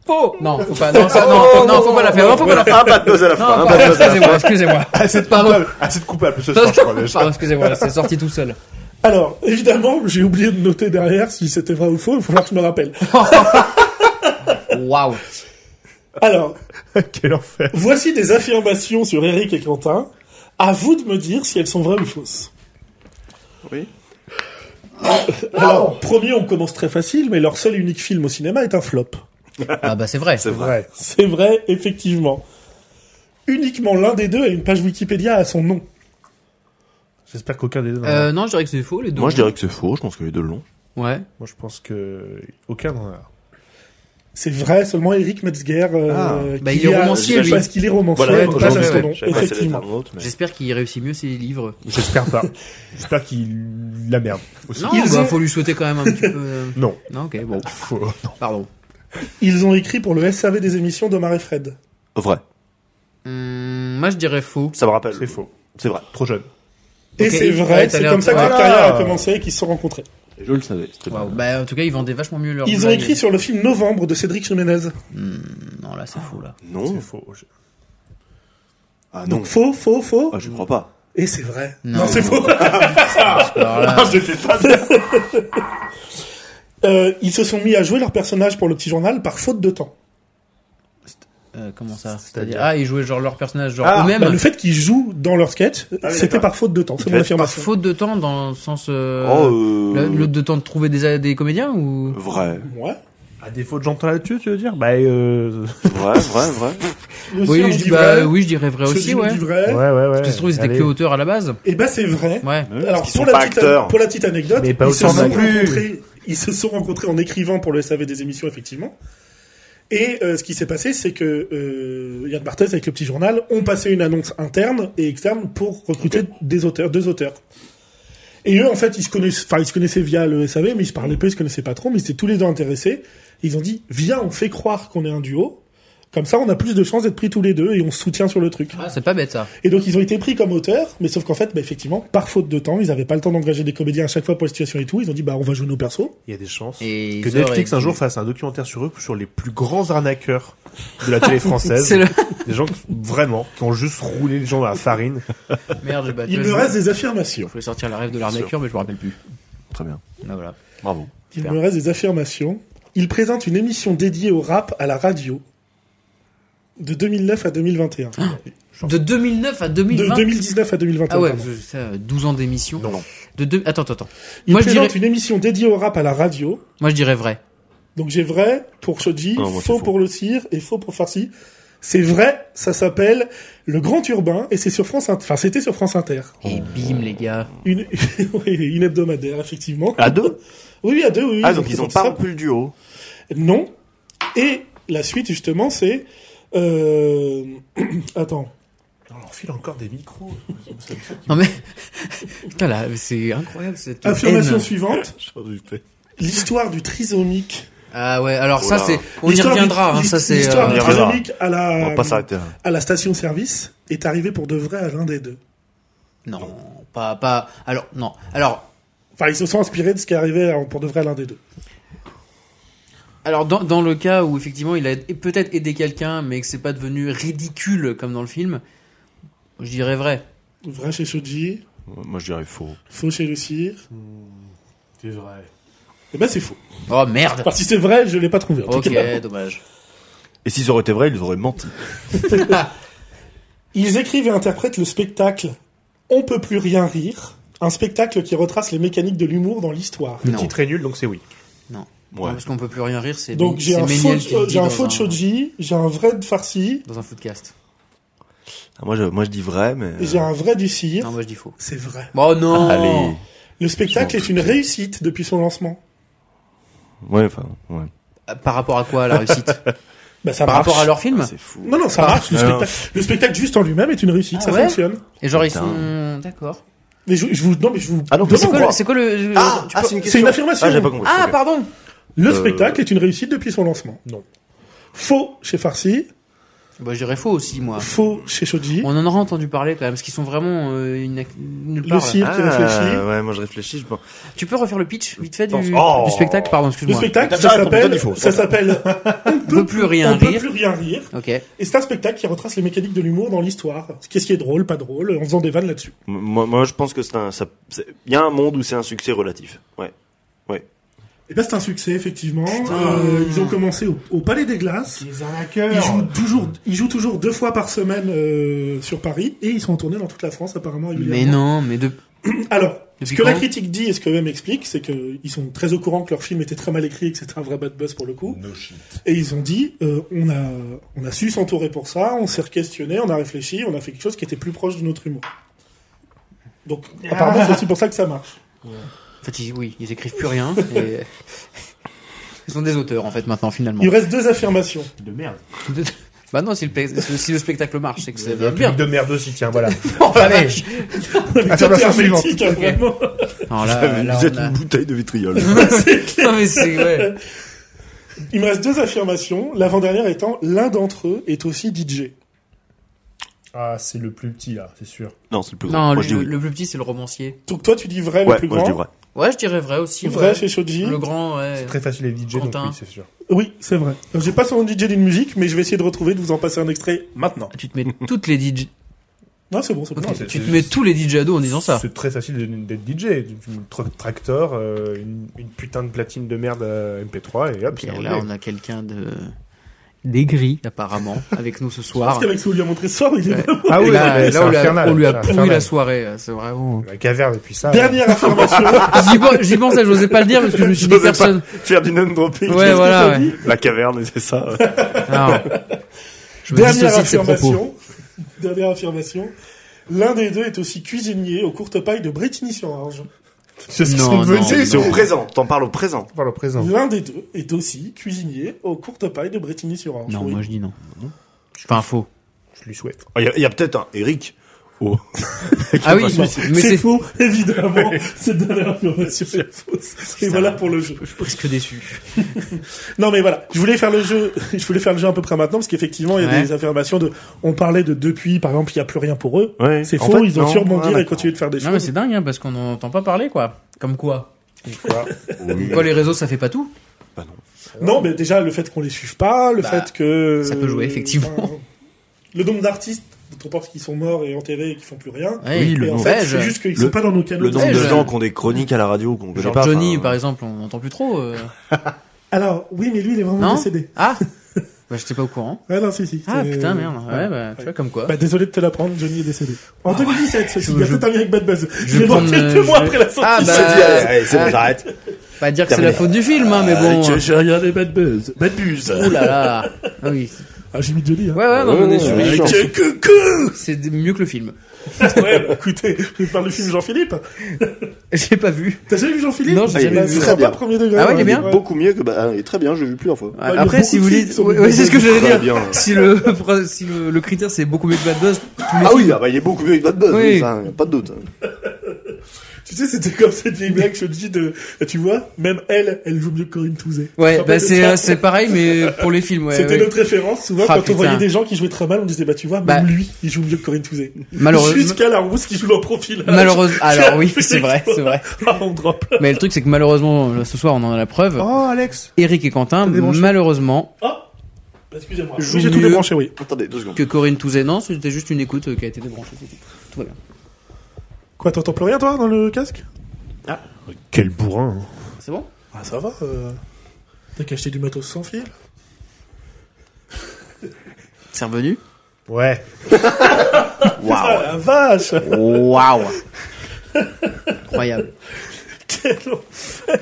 Speaker 7: Faux. Non, faut pas, non, ça, Ah non,
Speaker 10: Oh.
Speaker 7: faut, non, faut pas la faire, non, faut pas la faire.
Speaker 8: Oh, Un bad buzz à la
Speaker 7: Non,
Speaker 10: Ah,
Speaker 8: fin, un
Speaker 7: pardon,
Speaker 8: bad buzz à la fin.
Speaker 7: excusez-moi, excusez-moi.
Speaker 9: Assez de
Speaker 7: Pardon.
Speaker 9: coupable, assez de coupable ce soir, je crois. déjà.
Speaker 7: Pardon, excusez-moi, c'est sorti tout seul.
Speaker 4: Alors, évidemment, j'ai oublié de noter derrière si c'était vrai ou faux, il va falloir que je me rappelle.
Speaker 7: Waouh.
Speaker 4: Alors,
Speaker 9: Quel enfer.
Speaker 4: voici des affirmations sur Eric et Quentin. À vous de me dire si elles sont vraies ou fausses.
Speaker 8: Oui.
Speaker 4: Alors, premier, on commence très facile, mais leur seul et unique film au cinéma est un flop.
Speaker 7: Ah bah c'est vrai.
Speaker 8: C'est vrai.
Speaker 4: vrai. C'est vrai, effectivement. Uniquement l'un des deux a une page Wikipédia à son nom.
Speaker 9: J'espère qu'aucun des deux. n'en a.
Speaker 7: Euh, non, je dirais que c'est faux les deux.
Speaker 8: Moi, je dirais que c'est faux, je pense que les deux l'ont.
Speaker 7: Ouais.
Speaker 9: Moi, je pense que euh, aucun n'en a.
Speaker 4: C'est vrai, seulement Eric Metzger. euh,
Speaker 8: Ah.
Speaker 4: qui
Speaker 7: Bah, il est
Speaker 4: a-
Speaker 7: romancier, lui.
Speaker 4: Parce qu'il est romancier,
Speaker 8: Voilà,
Speaker 4: une
Speaker 7: aujourd'hui,
Speaker 4: page à son
Speaker 7: ouais,
Speaker 4: nom,
Speaker 8: J'avais passé les
Speaker 4: effectivement.
Speaker 8: termes autres, mais-
Speaker 7: J'espère qu'il réussit mieux ses livres.
Speaker 9: J'espère pas. J'espère qu'il la merde. Aussi.
Speaker 7: Non,
Speaker 4: Ils
Speaker 7: bah,
Speaker 4: ont-
Speaker 7: faut lui souhaiter quand même un petit peu. euh,
Speaker 9: Non.
Speaker 7: Non, ok, bon,
Speaker 9: Faut-
Speaker 7: pardon.
Speaker 4: Ils ont écrit pour le SAV des émissions d'Omar et Fred.
Speaker 8: Vrai.
Speaker 7: Hum, moi, je dirais faux.
Speaker 8: Ça me rappelle.
Speaker 9: C'est faux.
Speaker 8: C'est vrai.
Speaker 9: Trop jeune.
Speaker 4: Et
Speaker 7: Ok,
Speaker 4: c'est
Speaker 7: il-
Speaker 4: vrai,
Speaker 7: ouais, t'as
Speaker 4: c'est
Speaker 7: l'air-
Speaker 4: comme ça que leur
Speaker 8: voilà.
Speaker 4: carrière
Speaker 7: Ah.
Speaker 4: a commencé et qu'ils se sont rencontrés.
Speaker 8: Je le savais. C'était
Speaker 7: Waouh. Bah, en tout cas, ils vendaient vachement mieux leur.
Speaker 4: Ils ont écrit sur le film Novembre de Cédric Jiménez.
Speaker 7: Non, là, c'est faux, là.
Speaker 8: Non.
Speaker 10: Oh.
Speaker 9: C'est faux. Je-
Speaker 8: Ah non.
Speaker 4: Donc faux, faux, faux.
Speaker 8: Ah, je
Speaker 7: Euh,
Speaker 8: crois pas.
Speaker 4: Et c'est vrai.
Speaker 7: Non.
Speaker 4: Non, c'est faux.
Speaker 7: Alors là,
Speaker 8: Ah,
Speaker 4: Euh, ils se sont mis à jouer leur personnage pour le petit journal par faute de temps.
Speaker 7: euh, comment ça
Speaker 9: C'est-à-dire
Speaker 7: C'est-à-dire, ah, ils jouaient genre leur personnage, genre
Speaker 8: Ah,
Speaker 7: eux-mêmes.
Speaker 4: Bah, le fait qu'ils jouent dans leur sketch, c'était
Speaker 8: d'accord.
Speaker 4: par faute de temps. C'est
Speaker 8: Ils
Speaker 4: mon
Speaker 8: faisaient
Speaker 7: Par
Speaker 4: affirmation.
Speaker 7: faute de temps, dans le sens. euh,
Speaker 8: Oh, euh,
Speaker 7: le, le- de temps de trouver des, des comédiens ou.
Speaker 10: Euh,
Speaker 8: Vrai.
Speaker 4: Ouais.
Speaker 9: À défaut de j'entends là-dessus, tu veux dire Bah, euh...
Speaker 8: Vrai, vrai, vrai.
Speaker 4: Monsieur, on
Speaker 7: Oui, je,
Speaker 4: dit
Speaker 7: dis- bah,
Speaker 4: vrai.
Speaker 7: oui, je dirais vrai
Speaker 4: Ceux
Speaker 7: aussi,
Speaker 4: qui nous
Speaker 7: ouais.
Speaker 4: disent vrai.
Speaker 9: ouais, ouais, ouais.
Speaker 7: Ça se trouve, ils étaient
Speaker 9: Allez.
Speaker 7: que auteurs à la base.
Speaker 4: Et bah c'est vrai.
Speaker 7: Ouais.
Speaker 4: Alors
Speaker 8: qu'ils
Speaker 4: pour
Speaker 8: sont
Speaker 4: la,
Speaker 8: pas
Speaker 4: petite,
Speaker 8: acteurs.
Speaker 4: pour la petite anecdote,
Speaker 9: Mais pas
Speaker 4: ils, se
Speaker 9: autant
Speaker 4: sont
Speaker 9: non plus.
Speaker 4: rencontrés, ils se sont rencontrés en écrivant pour le SAV des émissions effectivement. Et euh, ce qui s'est passé, c'est que euh, Yann Barthès avec le petit journal ont passé une annonce interne et externe pour recruter des auteurs, deux auteurs. Et eux, en fait, ils se connaissaient, enfin, ils se connaissaient via le SAV, mais ils se parlaient peu, ils se connaissaient pas trop, mais ils étaient tous les deux intéressés. Ils ont dit, viens, on fait croire qu'on est un duo. Comme ça, on a plus de chances d'être pris tous les deux et on se soutient sur le truc.
Speaker 7: Ah, c'est pas bête, ça.
Speaker 4: Et donc ils ont été pris comme auteurs, mais sauf qu'en fait, bah, effectivement, par faute de temps, ils n'avaient pas le temps d'engager des comédiens à chaque fois pour la situation et tout. Ils ont dit bah on va jouer nos persos.
Speaker 9: Il y a des chances
Speaker 7: Et
Speaker 9: que
Speaker 7: ils auraient-
Speaker 9: Netflix un jour fasse un documentaire sur eux, sur les plus grands arnaqueurs de la télé française.
Speaker 7: C'est le.
Speaker 9: Des gens qui, vraiment qui ont juste roulé les gens dans la farine.
Speaker 7: Merde, j'ai battu.
Speaker 4: Il
Speaker 7: je-
Speaker 4: me reste des affirmations.
Speaker 7: Je voulais sortir la rêve de l'arnaqueur, mais je me rappelle plus.
Speaker 8: Très bien.
Speaker 7: Ah, voilà.
Speaker 8: Bravo.
Speaker 4: Il
Speaker 7: Super.
Speaker 4: me reste des affirmations. Il présente une émission dédiée au rap à la radio de 2009 à 2021.
Speaker 7: Ah, De 2009 à 2020.
Speaker 4: De 2019 à 2021.
Speaker 7: Ah ouais,
Speaker 4: pardon.
Speaker 7: parce que ça, euh, 12 ans d'émission.
Speaker 9: Non.
Speaker 7: De deux... Attends, attends, attends.
Speaker 4: Il
Speaker 7: Moi, je
Speaker 4: présente
Speaker 7: dirais-
Speaker 4: une émission dédiée au rap à la radio.
Speaker 7: Moi, je dirais vrai.
Speaker 4: Donc j'ai vrai pour Shoji,
Speaker 8: Ah, moi, c'est
Speaker 4: faux
Speaker 8: faux.
Speaker 4: pour le cire et faux pour Farsi. C'est vrai, ça s'appelle Le Grand Urbain et c'est sur France Inter. Enfin, c'était sur France Inter.
Speaker 7: Et bim, les gars.
Speaker 4: Une, une hebdomadaire, effectivement.
Speaker 8: À deux
Speaker 4: Oui, oui, à deux, oui.
Speaker 8: Ah,
Speaker 4: oui,
Speaker 8: donc
Speaker 4: c'est
Speaker 8: ils ont
Speaker 4: pour
Speaker 8: pas
Speaker 4: ça.
Speaker 8: rompu le duo.
Speaker 4: Non. Et la suite, justement, c'est... Euh... Attends.
Speaker 9: On leur file encore des micros.
Speaker 7: Non mais, putain là, c'est incroyable cette
Speaker 4: Affirmation
Speaker 7: haine.
Speaker 4: suivante. L'histoire du trisomique.
Speaker 7: Ah ouais, alors ça
Speaker 8: Oula.
Speaker 7: c'est, on y
Speaker 4: L'histoire du-
Speaker 7: reviendra. hein, ça c'est.
Speaker 4: L'histoire
Speaker 7: euh,
Speaker 4: du
Speaker 8: On y reviendra.
Speaker 4: trisomique à la...
Speaker 8: On va pas s'arrêter là.
Speaker 4: à la station-service est arrivée pour de vrai à l'un des deux.
Speaker 7: Non, pas pas. Alors non. Alors
Speaker 4: Enfin, ils se sont inspirés de ce qui est arrivé à- pour de vrai à l'un des deux.
Speaker 7: Alors dans, dans le cas où effectivement il a peut-être aidé quelqu'un mais que c'est pas devenu ridicule comme dans le film, je dirais vrai.
Speaker 4: Vrai chez Shoji,
Speaker 8: Moi, je dirais faux.
Speaker 4: faux chez le cire.
Speaker 9: C'est vrai.
Speaker 4: Eh ben, c'est faux.
Speaker 7: Oh merde.
Speaker 4: Enfin, si c'est vrai, je l'ai pas trouvé. en tout
Speaker 7: Ok,
Speaker 4: cas.
Speaker 7: dommage.
Speaker 8: Et s'ils auraient été vrais, ils auraient menti.
Speaker 4: Ils écrivent et interprètent le spectacle On peut plus rien rire, un spectacle qui retrace les mécaniques de l'humour dans l'histoire.
Speaker 9: Le
Speaker 7: Non.
Speaker 9: titre est nul, donc c'est oui.
Speaker 7: Non,
Speaker 8: Ouais.
Speaker 7: parce qu'on peut plus rien rire, c'est
Speaker 4: Donc j'ai
Speaker 7: c'est
Speaker 4: un faux,
Speaker 7: Méniel qui le
Speaker 4: euh,
Speaker 7: dit
Speaker 4: j'ai un
Speaker 7: dans
Speaker 4: faux de Shoji, j'ai un vrai de Farsi,
Speaker 7: dans un footcast.
Speaker 8: Ah, Moi, je, moi, je dis vrai, mais. euh,
Speaker 4: et j'ai un vrai du
Speaker 7: Non,
Speaker 4: cire.
Speaker 7: moi je dis faux.
Speaker 4: C'est vrai.
Speaker 7: Oh non.
Speaker 8: Allez.
Speaker 4: Le spectacle
Speaker 8: Je m'en
Speaker 4: est une réussite depuis son lancement.
Speaker 8: Ouais, enfin, ouais.
Speaker 7: Euh, Par rapport à quoi la réussite
Speaker 4: Bah ça
Speaker 7: Par
Speaker 4: marche.
Speaker 7: rapport à leur
Speaker 10: Ah,
Speaker 7: film
Speaker 8: C'est fou.
Speaker 4: Non non ça marche. Le,
Speaker 8: Ah, non.
Speaker 4: spectacle, le spectacle juste en lui-même est une réussite,
Speaker 7: Ah
Speaker 4: ça
Speaker 7: ouais
Speaker 4: fonctionne.
Speaker 7: Et genre ils
Speaker 8: Putain.
Speaker 7: sont d'accord.
Speaker 4: Mais je, je vous non mais je vous
Speaker 8: Ah non,
Speaker 4: demande.
Speaker 7: C'est quoi,
Speaker 8: Pourquoi
Speaker 7: le- c'est quoi le
Speaker 8: Ah,
Speaker 7: tu
Speaker 8: ah,
Speaker 7: peux-
Speaker 8: c'est une
Speaker 4: C'est
Speaker 8: question.
Speaker 4: une affirmation.
Speaker 8: Ah, j'ai pas compris.
Speaker 7: Ah,
Speaker 8: ok.
Speaker 7: pardon.
Speaker 4: le
Speaker 8: Euh,
Speaker 4: spectacle est une réussite depuis son lancement. Non. Faux chez Farsi,
Speaker 7: Bah je dirais faux aussi moi.
Speaker 4: faux chez Shoji.
Speaker 7: On en aura entendu parler quand même parce qu'ils sont vraiment euh, inac- nulle
Speaker 4: Le
Speaker 7: part. là.
Speaker 4: cire qui réfléchit.
Speaker 8: Ah, ouais, moi je réfléchis, je pense.
Speaker 7: Tu peux refaire le pitch vite fait du,
Speaker 8: Pense- Oh.
Speaker 7: du spectacle Pardon,
Speaker 4: Le
Speaker 7: excuse-moi.
Speaker 4: spectacle,
Speaker 8: T'as
Speaker 4: ça
Speaker 8: déjà répondu,
Speaker 4: s'appelle,
Speaker 8: t'as dit faux.
Speaker 4: ça s'appelle
Speaker 7: On peut plus rien
Speaker 4: On peut
Speaker 7: rire.
Speaker 4: plus rien rire.
Speaker 7: Ok.
Speaker 4: Et c'est un spectacle qui retrace les mécaniques de l'humour dans l'histoire. Qu'est-ce qui est drôle, pas drôle, en faisant des vannes là-dessus.
Speaker 8: M- Moi, moi je pense que c'est un. ça- c'est- Il y a un monde où c'est un succès relatif. Ouais.
Speaker 4: Et ben c'est un succès effectivement. Euh, ils ont commencé au, au Palais des Glaces.
Speaker 9: Ils
Speaker 4: Ils jouent toujours, ils jouent toujours deux fois par semaine euh, sur Paris et ils sont en tournée dans toute la France apparemment.
Speaker 7: Mais non,
Speaker 4: régulièrement.
Speaker 7: mais de.
Speaker 4: Alors, ce
Speaker 7: Depuis
Speaker 4: que la
Speaker 7: quand
Speaker 4: critique dit et ce que eux-mêmes expliquent, c'est qu'ils sont très au courant que leur film était très mal écrit et que c'était un vrai bad buzz pour le coup. Et ils ont dit, euh, on a, on a su s'entourer pour ça, on s'est questionné, on a réfléchi, on a fait quelque chose qui était plus proche de notre humour. Donc,
Speaker 7: Ah.
Speaker 4: apparemment, c'est aussi pour ça que ça marche.
Speaker 7: En fait, ils- oui, ils écrivent plus rien. et- Ils sont des auteurs en fait maintenant finalement.
Speaker 4: Il reste deux affirmations.
Speaker 9: De merde.
Speaker 7: Bah non, si le, pe- si le spectacle marche, c'est que ça va bien.
Speaker 9: de merde aussi, tiens, voilà.
Speaker 7: Oh, la vache.
Speaker 9: Affirmation suivante.
Speaker 4: Hermétique, hein, vraiment.
Speaker 7: Non, là, Ah, là, on a-
Speaker 8: bouteille de vitriol.
Speaker 7: Non, mais c'est ouais.
Speaker 4: Il me reste deux affirmations, l'avant-dernière étant, l'un d'entre eux est aussi DJ.
Speaker 9: Ah, c'est le plus petit, là, c'est sûr.
Speaker 8: non, c'est le plus grand.
Speaker 7: Non,
Speaker 8: Moi
Speaker 7: le,
Speaker 8: je dis oui.
Speaker 7: le plus petit c'est le romancier.
Speaker 4: Donc toi, tu dis vrai, le
Speaker 8: Ouais,
Speaker 4: plus
Speaker 8: moi je
Speaker 4: grand.
Speaker 8: dis vrai.
Speaker 7: Ouais, je dirais vrai aussi.
Speaker 4: Vrai
Speaker 7: ouais.
Speaker 4: chez Shoji.
Speaker 7: Le grand, ouais.
Speaker 9: Très facile à DJ, donc
Speaker 7: Quentin.
Speaker 9: oui, c'est sûr.
Speaker 4: Oui, c'est vrai. Alors, J'ai pas son nom de DJ d'une musique, mais je vais essayer de retrouver, de vous en passer un extrait maintenant.
Speaker 7: Ah, Tu te mets toutes les DJ.
Speaker 4: Non, c'est bon, c'est bon.
Speaker 7: Ok,
Speaker 9: Non, c'est-
Speaker 7: tu te
Speaker 9: c'est-
Speaker 7: mets tous les DJ à dos en disant ça.
Speaker 9: C'est très facile de- d'être DJ. Tu- tu- tra- Tracteur, euh, une, une putain de platine de merde euh, à MP3 et hop,
Speaker 7: Ok,
Speaker 9: c'est
Speaker 7: là,
Speaker 9: réglé.
Speaker 7: on a quelqu'un de d'aigri apparemment avec nous ce
Speaker 4: Parce
Speaker 7: soir.
Speaker 4: qu'avec ce qu'on lui a montré ce soir, il est
Speaker 7: Ah. Ouais.
Speaker 9: Ah oui,
Speaker 7: là,
Speaker 9: mais
Speaker 7: là,
Speaker 9: c'est
Speaker 7: on, lui a,
Speaker 9: infernal,
Speaker 7: on lui a
Speaker 9: c'est
Speaker 7: pourri
Speaker 9: infernal.
Speaker 7: la soirée. C'est vraiment.
Speaker 9: La caverne depuis
Speaker 7: Ah.
Speaker 9: ça.
Speaker 4: Dernière affirmation.
Speaker 7: J'y pense, j'y pensais, j'osais pas le dire parce que je me suis dit
Speaker 8: J'osais pas.
Speaker 7: personne.
Speaker 8: Faire du name dropping.
Speaker 7: Ouais, voilà. Ouais.
Speaker 8: La caverne, c'est ça. ouais.
Speaker 7: Alors, je me
Speaker 4: Dernière
Speaker 7: dissocie de ses propos.
Speaker 4: affirmation. Dernière affirmation. L'un des deux est aussi cuisinier aux courtes pailles de Bretigny-sur-Orge.
Speaker 9: C'est ce qu'ils
Speaker 7: Non,
Speaker 9: sont
Speaker 7: non,
Speaker 9: devenus.
Speaker 8: C'est
Speaker 7: non.
Speaker 8: au présent. T'en parles au présent.
Speaker 9: Par le présent.
Speaker 4: L'un des deux est aussi cuisinier aux courtes pailles de Bretigny-sur-Orge.
Speaker 7: Non,
Speaker 4: Oui. Bah,
Speaker 7: moi je dis non. Enfin, faux.
Speaker 9: Je lui souhaite.
Speaker 7: Oh,
Speaker 8: Il y a, il y a peut-être un Eric. Oh.
Speaker 7: Ah oui,
Speaker 4: Non,
Speaker 7: mais
Speaker 4: c'est
Speaker 7: c'est
Speaker 4: faux, évidemment. Cette dernière affirmation est fausse. Et voilà pour le jeu.
Speaker 7: presque déçu.
Speaker 4: Non mais voilà, je voulais faire le jeu, je voulais faire le jeu à peu près maintenant parce qu'effectivement il y a
Speaker 7: Ouais.
Speaker 4: des affirmations de, on parlait de depuis par exemple il y a plus rien pour eux,
Speaker 8: Ouais.
Speaker 4: c'est
Speaker 8: En
Speaker 4: faux,
Speaker 8: fait,
Speaker 4: ils ont
Speaker 8: non.
Speaker 4: su rebondir
Speaker 8: Ah,
Speaker 4: et continuer de faire des
Speaker 7: Non, mais
Speaker 4: choses.
Speaker 7: c'est dingue hein, parce qu'on n'entend pas parler quoi. Comme quoi.
Speaker 8: Oui.
Speaker 7: Comme quoi, les réseaux ça fait pas tout.
Speaker 4: Non mais déjà le fait qu'on les suive pas, le
Speaker 7: Bah,
Speaker 4: fait que
Speaker 7: ça peut jouer, effectivement.
Speaker 4: Enfin, le nombre d'artistes dont on pense qu'ils sont morts et enterrés et qu'ils font plus rien.
Speaker 7: Ouais.
Speaker 8: Oui, le
Speaker 4: et en
Speaker 8: nombre.
Speaker 4: fait,
Speaker 7: Ouais,
Speaker 4: c'est
Speaker 7: je-
Speaker 4: juste qu'ils
Speaker 8: le-
Speaker 4: sont pas dans nos canaux.
Speaker 8: Le nombre
Speaker 7: Ouais,
Speaker 8: de
Speaker 7: je-
Speaker 8: gens qui ont des chroniques à la radio qu'on connaît
Speaker 7: euh, Genre
Speaker 8: pas.
Speaker 7: Johnny
Speaker 10: euh.
Speaker 8: enfin,
Speaker 7: par exemple, on n'entend plus trop. euh.
Speaker 4: Alors oui mais lui il est vraiment
Speaker 7: Non
Speaker 4: décédé.
Speaker 7: Ah Bah j'étais pas au courant.
Speaker 4: Ouais non si si.
Speaker 7: Ah
Speaker 4: c'est-
Speaker 7: putain merde. Ouais, bah tu vois comme quoi.
Speaker 4: Bah désolé de te l'apprendre, Johnny est décédé. En 2017, ceci, il a
Speaker 7: je-
Speaker 4: tout terminé avec Bad Buzz. Je
Speaker 7: vais
Speaker 4: l'ai mort
Speaker 7: prendre,
Speaker 4: quelques
Speaker 7: euh,
Speaker 4: mois
Speaker 7: je-
Speaker 4: après la sortie.
Speaker 7: Ah,
Speaker 8: Il
Speaker 7: bah,
Speaker 8: s'est dit, allez, allez, c'est bon,
Speaker 7: ah,
Speaker 8: j'arrête.
Speaker 7: Pas dire que c'est la
Speaker 8: Terminé.
Speaker 7: faute du film, hein, mais bon.
Speaker 8: Euh,
Speaker 7: euh,
Speaker 8: J'ai regardé Bad Buzz. Bad Buzz.
Speaker 7: Ouh là là. Ah oui.
Speaker 4: Ah, j'ai mis Johnny. Hein.
Speaker 7: Ouais, ouais, non, on est
Speaker 10: ouais,
Speaker 7: sûr.
Speaker 10: ouais.
Speaker 4: Avec un coucou
Speaker 7: C'est mieux que le film.
Speaker 4: Ouais, bah, écoutez, je parle du film Jean-Philippe.
Speaker 7: J'ai pas vu.
Speaker 4: T'as jamais vu Jean-Philippe Eh bah,
Speaker 7: Non, j'ai
Speaker 10: Ah, il
Speaker 7: jamais
Speaker 10: est
Speaker 7: vu.
Speaker 10: très
Speaker 4: Pas
Speaker 10: bien.
Speaker 4: premier degré. hein.
Speaker 7: Ah ouais, il est bien
Speaker 10: Beaucoup mieux que. Bah, ah, il est très bien, j'ai vu plusieurs fois.
Speaker 4: il y a
Speaker 7: Après,
Speaker 4: beaucoup
Speaker 7: si
Speaker 4: de
Speaker 7: vous
Speaker 4: films
Speaker 7: dites,
Speaker 4: qui sont
Speaker 7: ouais,
Speaker 4: des
Speaker 7: ouais, c'est ce que j'allais
Speaker 10: Très
Speaker 7: Ah, dire.
Speaker 10: bien.
Speaker 7: Si le si le, le critère c'est beaucoup mieux que Bad Buzz. tous les
Speaker 10: Ah oui,
Speaker 7: films-
Speaker 10: ah bah, il est beaucoup mieux que Bad Buzz,
Speaker 7: Oui.
Speaker 10: mais ça, y a pas de doute.
Speaker 4: Tu sais, c'était comme cette vieille blague que je te dis de, bah, tu vois, même elle, elle joue mieux que Corinne Touzet. Tu
Speaker 7: Ouais,
Speaker 4: te rappelles
Speaker 7: bah
Speaker 4: de
Speaker 7: c'est
Speaker 4: ça
Speaker 7: euh, c'est pareil mais pour les films. Ouais,
Speaker 4: C'était
Speaker 7: ouais.
Speaker 4: notre référence. Souvent,
Speaker 7: Ah,
Speaker 4: quand
Speaker 7: putain.
Speaker 4: on voyait des gens qui jouaient très mal, on disait, bah, tu vois, même
Speaker 7: Bah.
Speaker 4: lui, il joue mieux que Corinne Touzet.
Speaker 7: Malheureusement.
Speaker 4: Jusqu'à la rousse qui joue leur profil.
Speaker 7: Malheureusement. Alors oui, c'est vrai, c'est vrai.
Speaker 4: Ah, on drop.
Speaker 7: Mais le truc c'est que malheureusement là, ce soir on en a la preuve.
Speaker 9: Oh, Alex
Speaker 7: Eric et Quentin,
Speaker 9: débranché.
Speaker 7: malheureusement
Speaker 4: Bah, Excusez-moi.
Speaker 9: Oui, j'ai tout
Speaker 7: mieux.
Speaker 9: débranché, oui.
Speaker 10: Attendez, deux secondes.
Speaker 7: que Corinne Touzet, non, c'était juste une écoute euh, qui a été débranchée. c'est tout. Tout va bien.
Speaker 4: Quoi, t'entends plus rien, toi, dans le casque?
Speaker 9: Quel bourrin.
Speaker 7: C'est bon.
Speaker 4: Ah, ça va, euh... T'as qu'à acheter du matos sans fil?
Speaker 7: C'est revenu.
Speaker 9: Ouais.
Speaker 4: Ah,
Speaker 10: Waouh.
Speaker 4: la vache!
Speaker 10: Waouh.
Speaker 7: Incroyable.
Speaker 4: Quel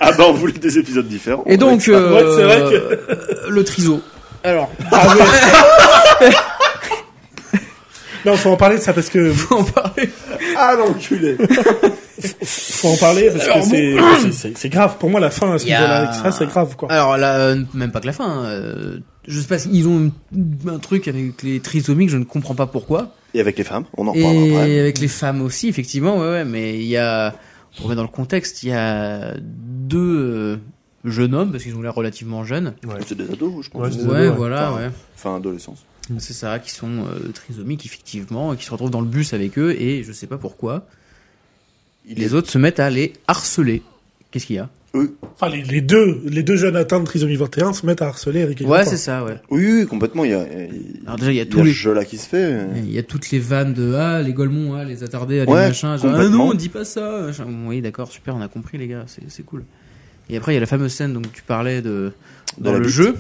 Speaker 10: Ah bah, on voulait des épisodes différents.
Speaker 7: Et donc euh,
Speaker 4: ouais, c'est vrai
Speaker 7: euh, le triso. Alors,
Speaker 4: Non, faut en parler de ça parce que
Speaker 7: on parlait.
Speaker 10: Ah l'enculé.
Speaker 4: faut en parler parce que c'est- c'est c'est- c'est grave. Pour moi, la fin à ce
Speaker 7: Il y a-
Speaker 4: niveau-là, avec ça, c'est grave quoi.
Speaker 7: Alors là, euh, même pas que la fin. euh, je sais pas, ils ont un- un truc avec les trisomiques, je ne comprends pas pourquoi.
Speaker 10: Et avec les femmes, on en reparle
Speaker 7: Et
Speaker 10: après.
Speaker 7: avec les femmes aussi, effectivement, ouais, ouais, mais il y a, pour remettre dans le contexte, il y a deux euh, jeunes hommes, parce qu'ils ont l'air relativement jeunes.
Speaker 10: C'est des ados, je pense.
Speaker 9: Ouais,
Speaker 7: Ouais,
Speaker 9: c'est des ados, ouais.
Speaker 7: voilà,
Speaker 10: Enfin,
Speaker 7: ouais.
Speaker 10: Enfin, adolescence.
Speaker 7: C'est ça, qui sont euh, trisomiques, effectivement, et qui se retrouvent dans le bus avec eux, et je sais pas pourquoi,
Speaker 10: Il
Speaker 7: les
Speaker 10: est-
Speaker 7: autres se mettent à les harceler. Qu'est-ce qu'il y a
Speaker 4: Enfin, les, les deux, les deux jeunes atteints de trisomie 21 se mettent à harceler Eric et
Speaker 7: Ouais,
Speaker 4: Quentin.
Speaker 7: c'est ça, ouais.
Speaker 10: Oui, oui, complètement. Il y a. il-
Speaker 7: Alors déjà, il y a
Speaker 10: Il y
Speaker 7: tous
Speaker 10: a ce
Speaker 7: les...
Speaker 10: jeu-là qui se fait.
Speaker 7: Il y a toutes les vannes de ah les Golemons, ah les attardés, ah, les
Speaker 10: Ouais,
Speaker 7: machins. genre, ah
Speaker 10: complètement.
Speaker 7: non, on dit pas ça. machin. Bon, oui, d'accord, super, on a compris les gars, c'est c'est cool. Et après il y a la fameuse scène donc tu parlais de
Speaker 10: De
Speaker 7: dans
Speaker 10: la
Speaker 7: le
Speaker 10: bite.
Speaker 7: jeu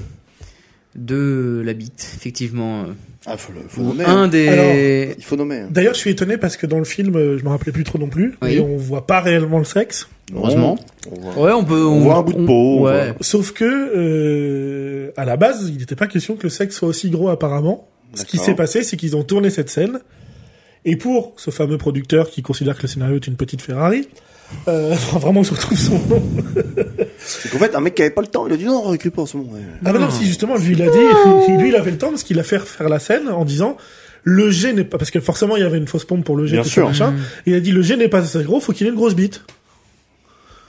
Speaker 7: de la bite, effectivement. euh,
Speaker 10: Ah, faut le, faut
Speaker 7: où
Speaker 10: nommer.
Speaker 7: un
Speaker 10: hein.
Speaker 7: des
Speaker 4: Alors,
Speaker 10: Il faut nommer. hein.
Speaker 4: D'ailleurs, je suis étonné parce que dans le film, euh, je me rappelais plus trop non plus,
Speaker 7: Oui.
Speaker 4: et on voit pas réellement le sexe.
Speaker 7: heureusement.
Speaker 10: On voit.
Speaker 7: Ouais, on peut.
Speaker 10: On voit un bout de
Speaker 7: on-
Speaker 10: peau, on
Speaker 7: Ouais.
Speaker 4: Sauf que euh, à la base, il n'était pas question que le sexe soit aussi gros apparemment. Ce qui
Speaker 10: D'accord.
Speaker 4: s'est passé, c'est qu'ils ont tourné cette scène. Et pour ce fameux producteur qui considère que le scénario est une petite Ferrari, euh, vraiment on se retrouve son nom.
Speaker 10: C'est qu'en fait, un mec qui avait pas le temps, il a dit non, on récupère en ce moment. ouais.
Speaker 4: Ah bah non,
Speaker 7: Non.
Speaker 4: si justement, lui il a dit, lui il avait le temps parce qu'il a fait faire la scène en disant le G n'est pas parce que forcément il y avait une fausse pompe pour le G
Speaker 10: Bien
Speaker 4: tout ça,
Speaker 10: sûr.
Speaker 7: Mm.
Speaker 4: machin. Et il a dit le G n'est pas assez gros, faut qu'il ait une grosse bite.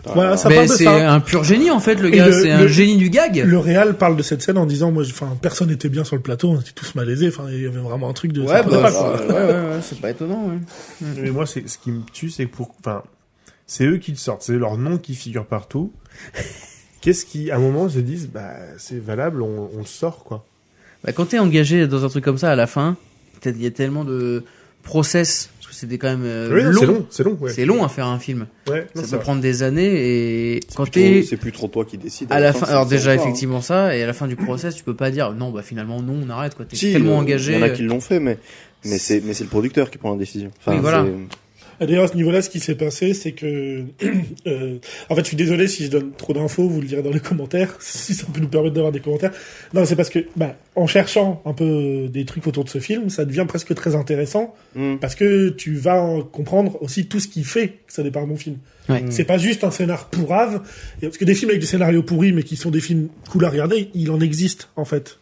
Speaker 7: Ah.
Speaker 4: Voilà, ça
Speaker 7: Mais
Speaker 4: parle de
Speaker 7: c'est
Speaker 4: ça.
Speaker 7: un pur génie en fait le
Speaker 4: Et
Speaker 7: gars,
Speaker 4: le-
Speaker 7: c'est un
Speaker 4: le-
Speaker 7: génie du gag.
Speaker 4: Le Real parle de cette scène en disant moi, je- enfin personne n'était bien sur le plateau, on était tous malaisés. Enfin, il y avait vraiment un truc de. ça
Speaker 7: Ouais, bah,
Speaker 4: prenait pas, quoi.
Speaker 7: ouais, ouais, ouais, c'est pas étonnant. Ouais.
Speaker 9: Mais moi, c'est ce qui me tue, c'est pour, enfin, c'est eux qui le sortent, c'est leur nom qui figure partout. Qu'est-ce qui, à un moment, se disent, bah, c'est valable, on, on le sort, quoi.
Speaker 7: Bah, quand t'es engagé dans un truc comme ça à la fin, t'as- il y a tellement de process parce que c'était quand même euh,
Speaker 9: Oui, non,
Speaker 7: long.
Speaker 9: c'est long, c'est long, ouais.
Speaker 7: C'est long à faire un film.
Speaker 9: Ouais, non,
Speaker 7: ça
Speaker 9: c'est
Speaker 7: peut
Speaker 9: vrai.
Speaker 7: prendre des années et quand
Speaker 10: Plutôt,
Speaker 7: t'es
Speaker 10: C'est plus trop toi qui décide.
Speaker 7: à la fin,
Speaker 10: c'est
Speaker 7: alors
Speaker 10: le
Speaker 7: déjà
Speaker 10: sort, hein.
Speaker 7: effectivement ça et à la fin du process, tu peux pas dire non bah finalement non on arrête quoi. T'es
Speaker 10: Si,
Speaker 7: tellement
Speaker 10: euh,
Speaker 7: engagé.
Speaker 10: Il y en a
Speaker 7: euh,
Speaker 10: qui l'ont fait, mais mais c'est mais c'est le producteur qui prend la décision.
Speaker 7: Oui, voilà.
Speaker 10: c'est-
Speaker 4: Et Ah, D'ailleurs, à ce niveau-là, ce qui s'est passé, c'est que, euh, en fait, je suis désolé si je donne trop d'infos, vous le direz dans les commentaires, si ça peut nous permettre d'avoir des commentaires. Non, c'est parce que, bah, en cherchant un peu des trucs autour de ce film, ça devient presque très intéressant
Speaker 10: Hmm.
Speaker 4: parce que tu vas en comprendre aussi tout ce qui fait que ça n'est pas un bon film.
Speaker 7: Ouais.
Speaker 4: C'est pas juste un scénar pourrave, et- parce que des films avec des scénarios pourris, mais qui sont des films cool à regarder, il en existe en fait.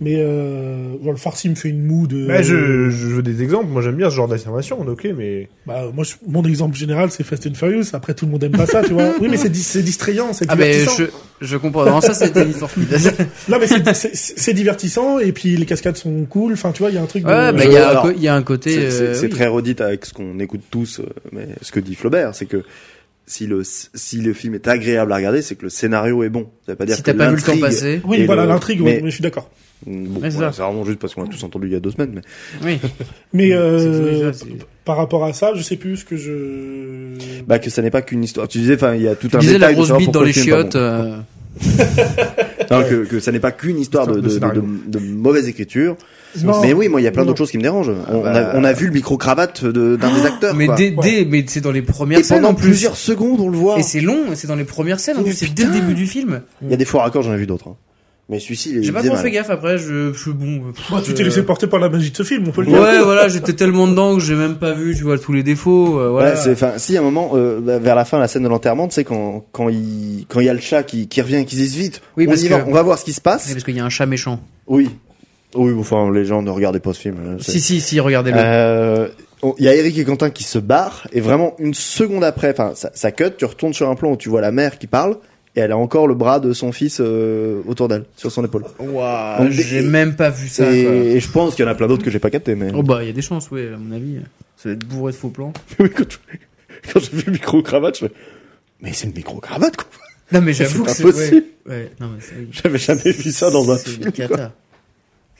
Speaker 4: Mais euh, genre, le farci me fait une moue de.
Speaker 9: Bah, je, je veux des exemples. Moi, j'aime bien ce genre d'affirmation, ok, mais.
Speaker 4: Bah, moi, je- mon exemple général, c'est Fast and Furious. Après, tout le monde aime pas ça, tu vois. Oui, mais c'est dis- c'est distrayant, c'est
Speaker 7: Ah mais
Speaker 4: divertissant.
Speaker 7: je je comprends. Non ça c'était une formidable.
Speaker 4: Non, mais c'est- c'est c'est divertissant, et puis les cascades sont cool. Enfin, tu vois, il y a un truc
Speaker 7: Ouais
Speaker 4: de...
Speaker 7: bah il y a un
Speaker 10: alors,
Speaker 7: co- il y a un côté.
Speaker 10: C'est c'est-
Speaker 7: euh,
Speaker 10: c'est
Speaker 7: oui.
Speaker 10: très redite avec ce qu'on écoute tous, euh, mais ce que dit Flaubert, c'est que si le si le film est agréable à regarder, c'est que le scénario est bon. Ça veut pas dire
Speaker 7: Si
Speaker 10: que
Speaker 7: t'as pas vu le temps
Speaker 10: l'intrigue-
Speaker 7: passer.
Speaker 4: Oui,
Speaker 10: Et
Speaker 4: voilà,
Speaker 10: le-
Speaker 4: l'intrigue, ouais,
Speaker 10: mais-
Speaker 4: mais je suis d'accord.
Speaker 10: Bon,
Speaker 7: Ouais, c'est
Speaker 10: voilà,
Speaker 7: ça.
Speaker 10: c'est vraiment juste parce qu'on a tous entendu il y a deux semaines. Mais...
Speaker 7: Oui.
Speaker 4: Mais euh,
Speaker 7: C'est- c'est- c'est-
Speaker 4: par rapport à ça, je sais plus ce que je...
Speaker 10: Bah que ça n'est pas qu'une histoire. Tu disais, enfin, il y a tout
Speaker 7: Tu
Speaker 10: un
Speaker 7: disais
Speaker 10: détail
Speaker 7: la
Speaker 10: de
Speaker 7: grosse
Speaker 10: savoir
Speaker 7: bite dans
Speaker 10: pourquoi
Speaker 7: les
Speaker 10: le film est pas bon.
Speaker 7: chiottes. euh,
Speaker 10: Non, que, que ça n'est pas qu'une histoire de, de, de,
Speaker 9: scénario.
Speaker 10: de- de mauvaise écriture.
Speaker 4: Non.
Speaker 10: Mais oui, moi, il y a plein
Speaker 4: Non.
Speaker 10: d'autres choses qui me dérangent. On,
Speaker 7: bah. Ah,
Speaker 10: on a, on a vu le micro-cravate de- d'un des acteurs.
Speaker 7: Mais
Speaker 10: quoi.
Speaker 7: dès dès mais c'est dans les
Speaker 10: Et
Speaker 7: premières scènes
Speaker 10: pendant
Speaker 7: en plus.
Speaker 10: plusieurs secondes, on le voit.
Speaker 8: hein.
Speaker 7: Et c'est long, et c'est dans les premières scènes en
Speaker 10: Mais
Speaker 7: plus, c'est dès le
Speaker 10: putain.
Speaker 7: début du film.
Speaker 10: Il y a des faux raccords, j'en ai vu d'autres. hein.
Speaker 8: Mais celui-ci, il est
Speaker 7: J'ai pas
Speaker 8: bien
Speaker 7: trop
Speaker 8: mal.
Speaker 7: fait gaffe après, je, je bon. pff,
Speaker 4: Bah, tu t'es
Speaker 7: je-
Speaker 4: laissé porter par la magie de ce film, on peut le dire.
Speaker 7: euh, Ouais, voilà, j'étais tellement dedans que j'ai même pas vu, tu vois, tous les défauts. euh, voilà.
Speaker 8: Ouais, c'est, enfin, si à un moment, euh, bah, vers la fin, la scène de l'enterrement, tu sais, quand, quand il, quand il y a le chat qui, qui revient et qui se dit vite,
Speaker 7: Oui,
Speaker 8: on
Speaker 7: parce
Speaker 8: y
Speaker 7: que-
Speaker 8: va, on va voir ce qui se
Speaker 7: Oui,
Speaker 8: passe.
Speaker 7: parce qu'il y a un chat méchant.
Speaker 8: Oui. Oui, enfin, les gens ne regardez pas ce film. hein, c'est-
Speaker 7: Si, si, si, regardez-le.
Speaker 8: Euh, on- il y a Eric et Quentin qui se barrent et vraiment une seconde après, enfin, ça, ça cut, tu retournes sur un plan où tu vois la mère qui parle et elle a encore le bras de son fils euh, autour d'elle, sur son épaule.
Speaker 7: Ouah,
Speaker 8: donc,
Speaker 7: Ah, j'ai
Speaker 8: et-
Speaker 7: même pas vu ça.
Speaker 8: et,
Speaker 7: quoi.
Speaker 8: et je pense qu'il y en a plein d'autres que j'ai pas capté, mais
Speaker 7: Oh bah, il y a des chances, oui, à mon avis. Ça va être bourré de faux plans.
Speaker 8: Oui, quand, quand j'ai vu le micro cravate, je fais, mais c'est le micro cravate quoi.
Speaker 7: Non, mais
Speaker 8: C'est
Speaker 7: j'avoue que
Speaker 8: pas
Speaker 7: c'est.
Speaker 8: possible.
Speaker 7: Ouais, ouais, non, mais c'est-
Speaker 8: J'avais jamais vu ça dans un
Speaker 7: c'est
Speaker 8: film.
Speaker 7: Une cata.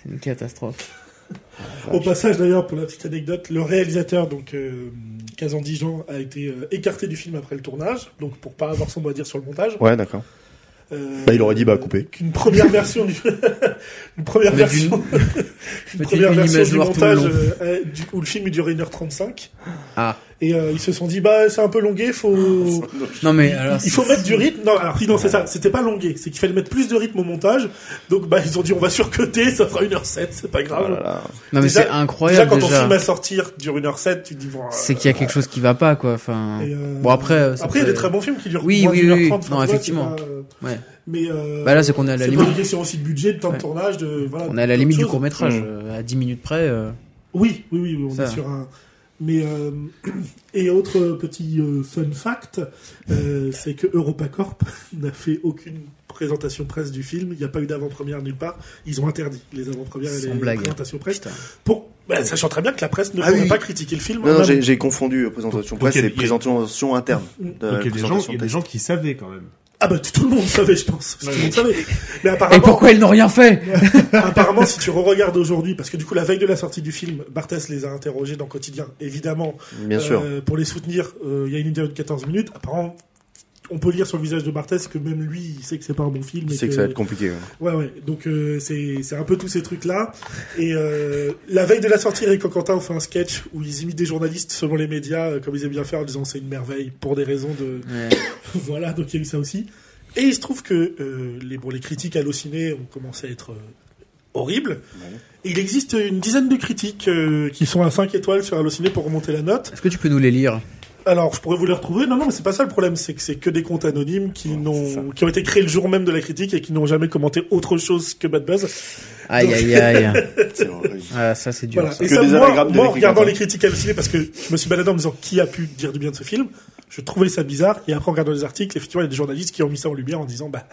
Speaker 7: C'est une catastrophe.
Speaker 4: Au passage d'ailleurs, pour la petite anecdote, le réalisateur, donc euh, Kazan Dijan, a été euh, écarté du film après le tournage, donc pour pas avoir son mot à dire sur le montage.
Speaker 8: Ouais, d'accord.
Speaker 4: Euh,
Speaker 8: Bah, il aurait dit, bah, coupez.
Speaker 4: Qu'une première version du, une première
Speaker 7: Mais
Speaker 4: version, une
Speaker 7: petite
Speaker 4: première version
Speaker 7: image
Speaker 4: du
Speaker 7: noire tout le
Speaker 4: montage
Speaker 7: long.
Speaker 4: euh, euh, du- où le film durait 1h35.
Speaker 7: Ah.
Speaker 4: Et euh, ils se sont dit, bah, c'est un peu longué, faut,
Speaker 7: Non, mais alors.
Speaker 4: il faut mettre du rythme. Non, alors, non, c'est ça. C'était pas longué. C'est qu'il fallait mettre plus de rythme au montage. Donc, bah, ils ont dit, on va surcoter, ça fera 1h07, c'est pas grave.
Speaker 8: Oh là là.
Speaker 7: Non, mais
Speaker 4: Déjà-
Speaker 7: c'est
Speaker 4: Déjà,
Speaker 7: incroyable
Speaker 4: quand
Speaker 7: déjà.
Speaker 4: ton film à sortir dure 1h07, tu te dis, bon. euh,
Speaker 7: C'est qu'il y a quelque chose qui va pas, quoi. Enfin.
Speaker 4: et, euh,
Speaker 7: Bon, après. euh, ça
Speaker 4: Après, il y a
Speaker 7: peut-
Speaker 4: des très bons films qui durent
Speaker 7: Oui,
Speaker 4: moins
Speaker 7: oui,
Speaker 4: d'une heure
Speaker 7: oui,
Speaker 4: trente,
Speaker 7: oui.
Speaker 4: enfin,
Speaker 7: Non,
Speaker 4: tu vois,
Speaker 7: effectivement.
Speaker 4: c'est pas, euh,
Speaker 7: Ouais.
Speaker 4: Mais euh,
Speaker 7: Bah là, c'est qu'on est à la
Speaker 4: c'est pas
Speaker 7: limite.
Speaker 4: une question aussi de budget, de temps
Speaker 7: Ouais.
Speaker 4: de tournage, de voilà.
Speaker 7: On est à la
Speaker 4: d'autres
Speaker 7: limite du
Speaker 4: choses.
Speaker 7: court métrage,
Speaker 8: Mmh.
Speaker 7: à 10 minutes près. euh,
Speaker 4: Oui, oui, oui, oui, on
Speaker 7: Ça.
Speaker 4: est sur un. Mais euh, et autre petit euh, fun fact, euh, c'est que EuropaCorp n'a fait aucune présentation presse du film. Il n'y a pas eu d'avant-première nulle part. Ils ont interdit les avant-premières et
Speaker 7: Sans
Speaker 4: les
Speaker 7: blague.
Speaker 4: présentations presse.
Speaker 7: putain.
Speaker 4: Pour bah, sachant très bien que la presse ne
Speaker 8: Ah
Speaker 4: pourrait
Speaker 8: oui.
Speaker 4: pas critiquer le film.
Speaker 8: Non, non,
Speaker 4: Même-
Speaker 8: j'ai, j'ai confondu euh, présentation
Speaker 9: Donc,
Speaker 8: presse
Speaker 9: il y a-
Speaker 8: et présentation interne. de
Speaker 7: Euh,
Speaker 9: Donc il y a des gens,
Speaker 8: présentation
Speaker 9: il y a des
Speaker 8: texte.
Speaker 9: gens qui savaient quand même.
Speaker 4: Ah bah tout le monde savait, je pense. Tout le monde savait. Mais
Speaker 7: Et
Speaker 4: apparemment,
Speaker 7: pourquoi ils n'ont rien fait
Speaker 4: Apparemment, si tu re-regardes aujourd'hui, parce que du coup, la veille de la sortie du film, Barthès les a interrogés dans Quotidien, évidemment,
Speaker 8: Bien
Speaker 4: euh,
Speaker 8: sûr.
Speaker 4: pour les soutenir, euh, il y a une interview de 14 minutes. Apparemment, on peut lire sur le visage de Barthès que même lui, il sait que c'est pas un bon film.
Speaker 8: Il
Speaker 4: et
Speaker 8: sait que ça va être compliqué. ouais.
Speaker 4: Ouais, ouais. Donc, euh, c'est c'est un peu tous ces trucs-là. Et euh, la veille de la sortie, Eric et Quentin ont fait un sketch où ils imitent des journalistes selon les médias, euh, comme ils aiment bien faire, en disant c'est une merveille pour des raisons de, voilà, donc il y a eu ça aussi. Et il se trouve que euh, les, bon, les critiques hallucinées ont commencé à être euh, horribles. Et il existe une dizaine de critiques euh, qui sont à 5 étoiles sur halluciné pour remonter la note.
Speaker 7: Est-ce que tu peux nous les lire
Speaker 4: Alors, je pourrais vous les retrouver. Non, non, mais c'est pas ça le problème. C'est que c'est que des comptes anonymes qui
Speaker 8: c'est ça.
Speaker 4: n'ont, qui ont été créés le jour même de la critique et qui n'ont jamais commenté autre chose que Bad Buzz.
Speaker 7: Aïe, aïe, aïe.
Speaker 8: C'est horrible.
Speaker 7: Ah, ça, c'est dur.
Speaker 4: Voilà.
Speaker 7: ça.
Speaker 4: Et
Speaker 8: Que
Speaker 4: ça,
Speaker 8: des
Speaker 4: moi,
Speaker 8: anagrammes
Speaker 4: moi, en
Speaker 8: d'Eric
Speaker 4: regardant
Speaker 8: Quentin.
Speaker 4: les critiques hallucinées, parce que je me suis baladé en me disant qui a pu dire du bien de ce film, je trouvais ça bizarre. Et après, en regardant les articles, effectivement, il y a des journalistes qui ont mis ça en lumière en disant, bah,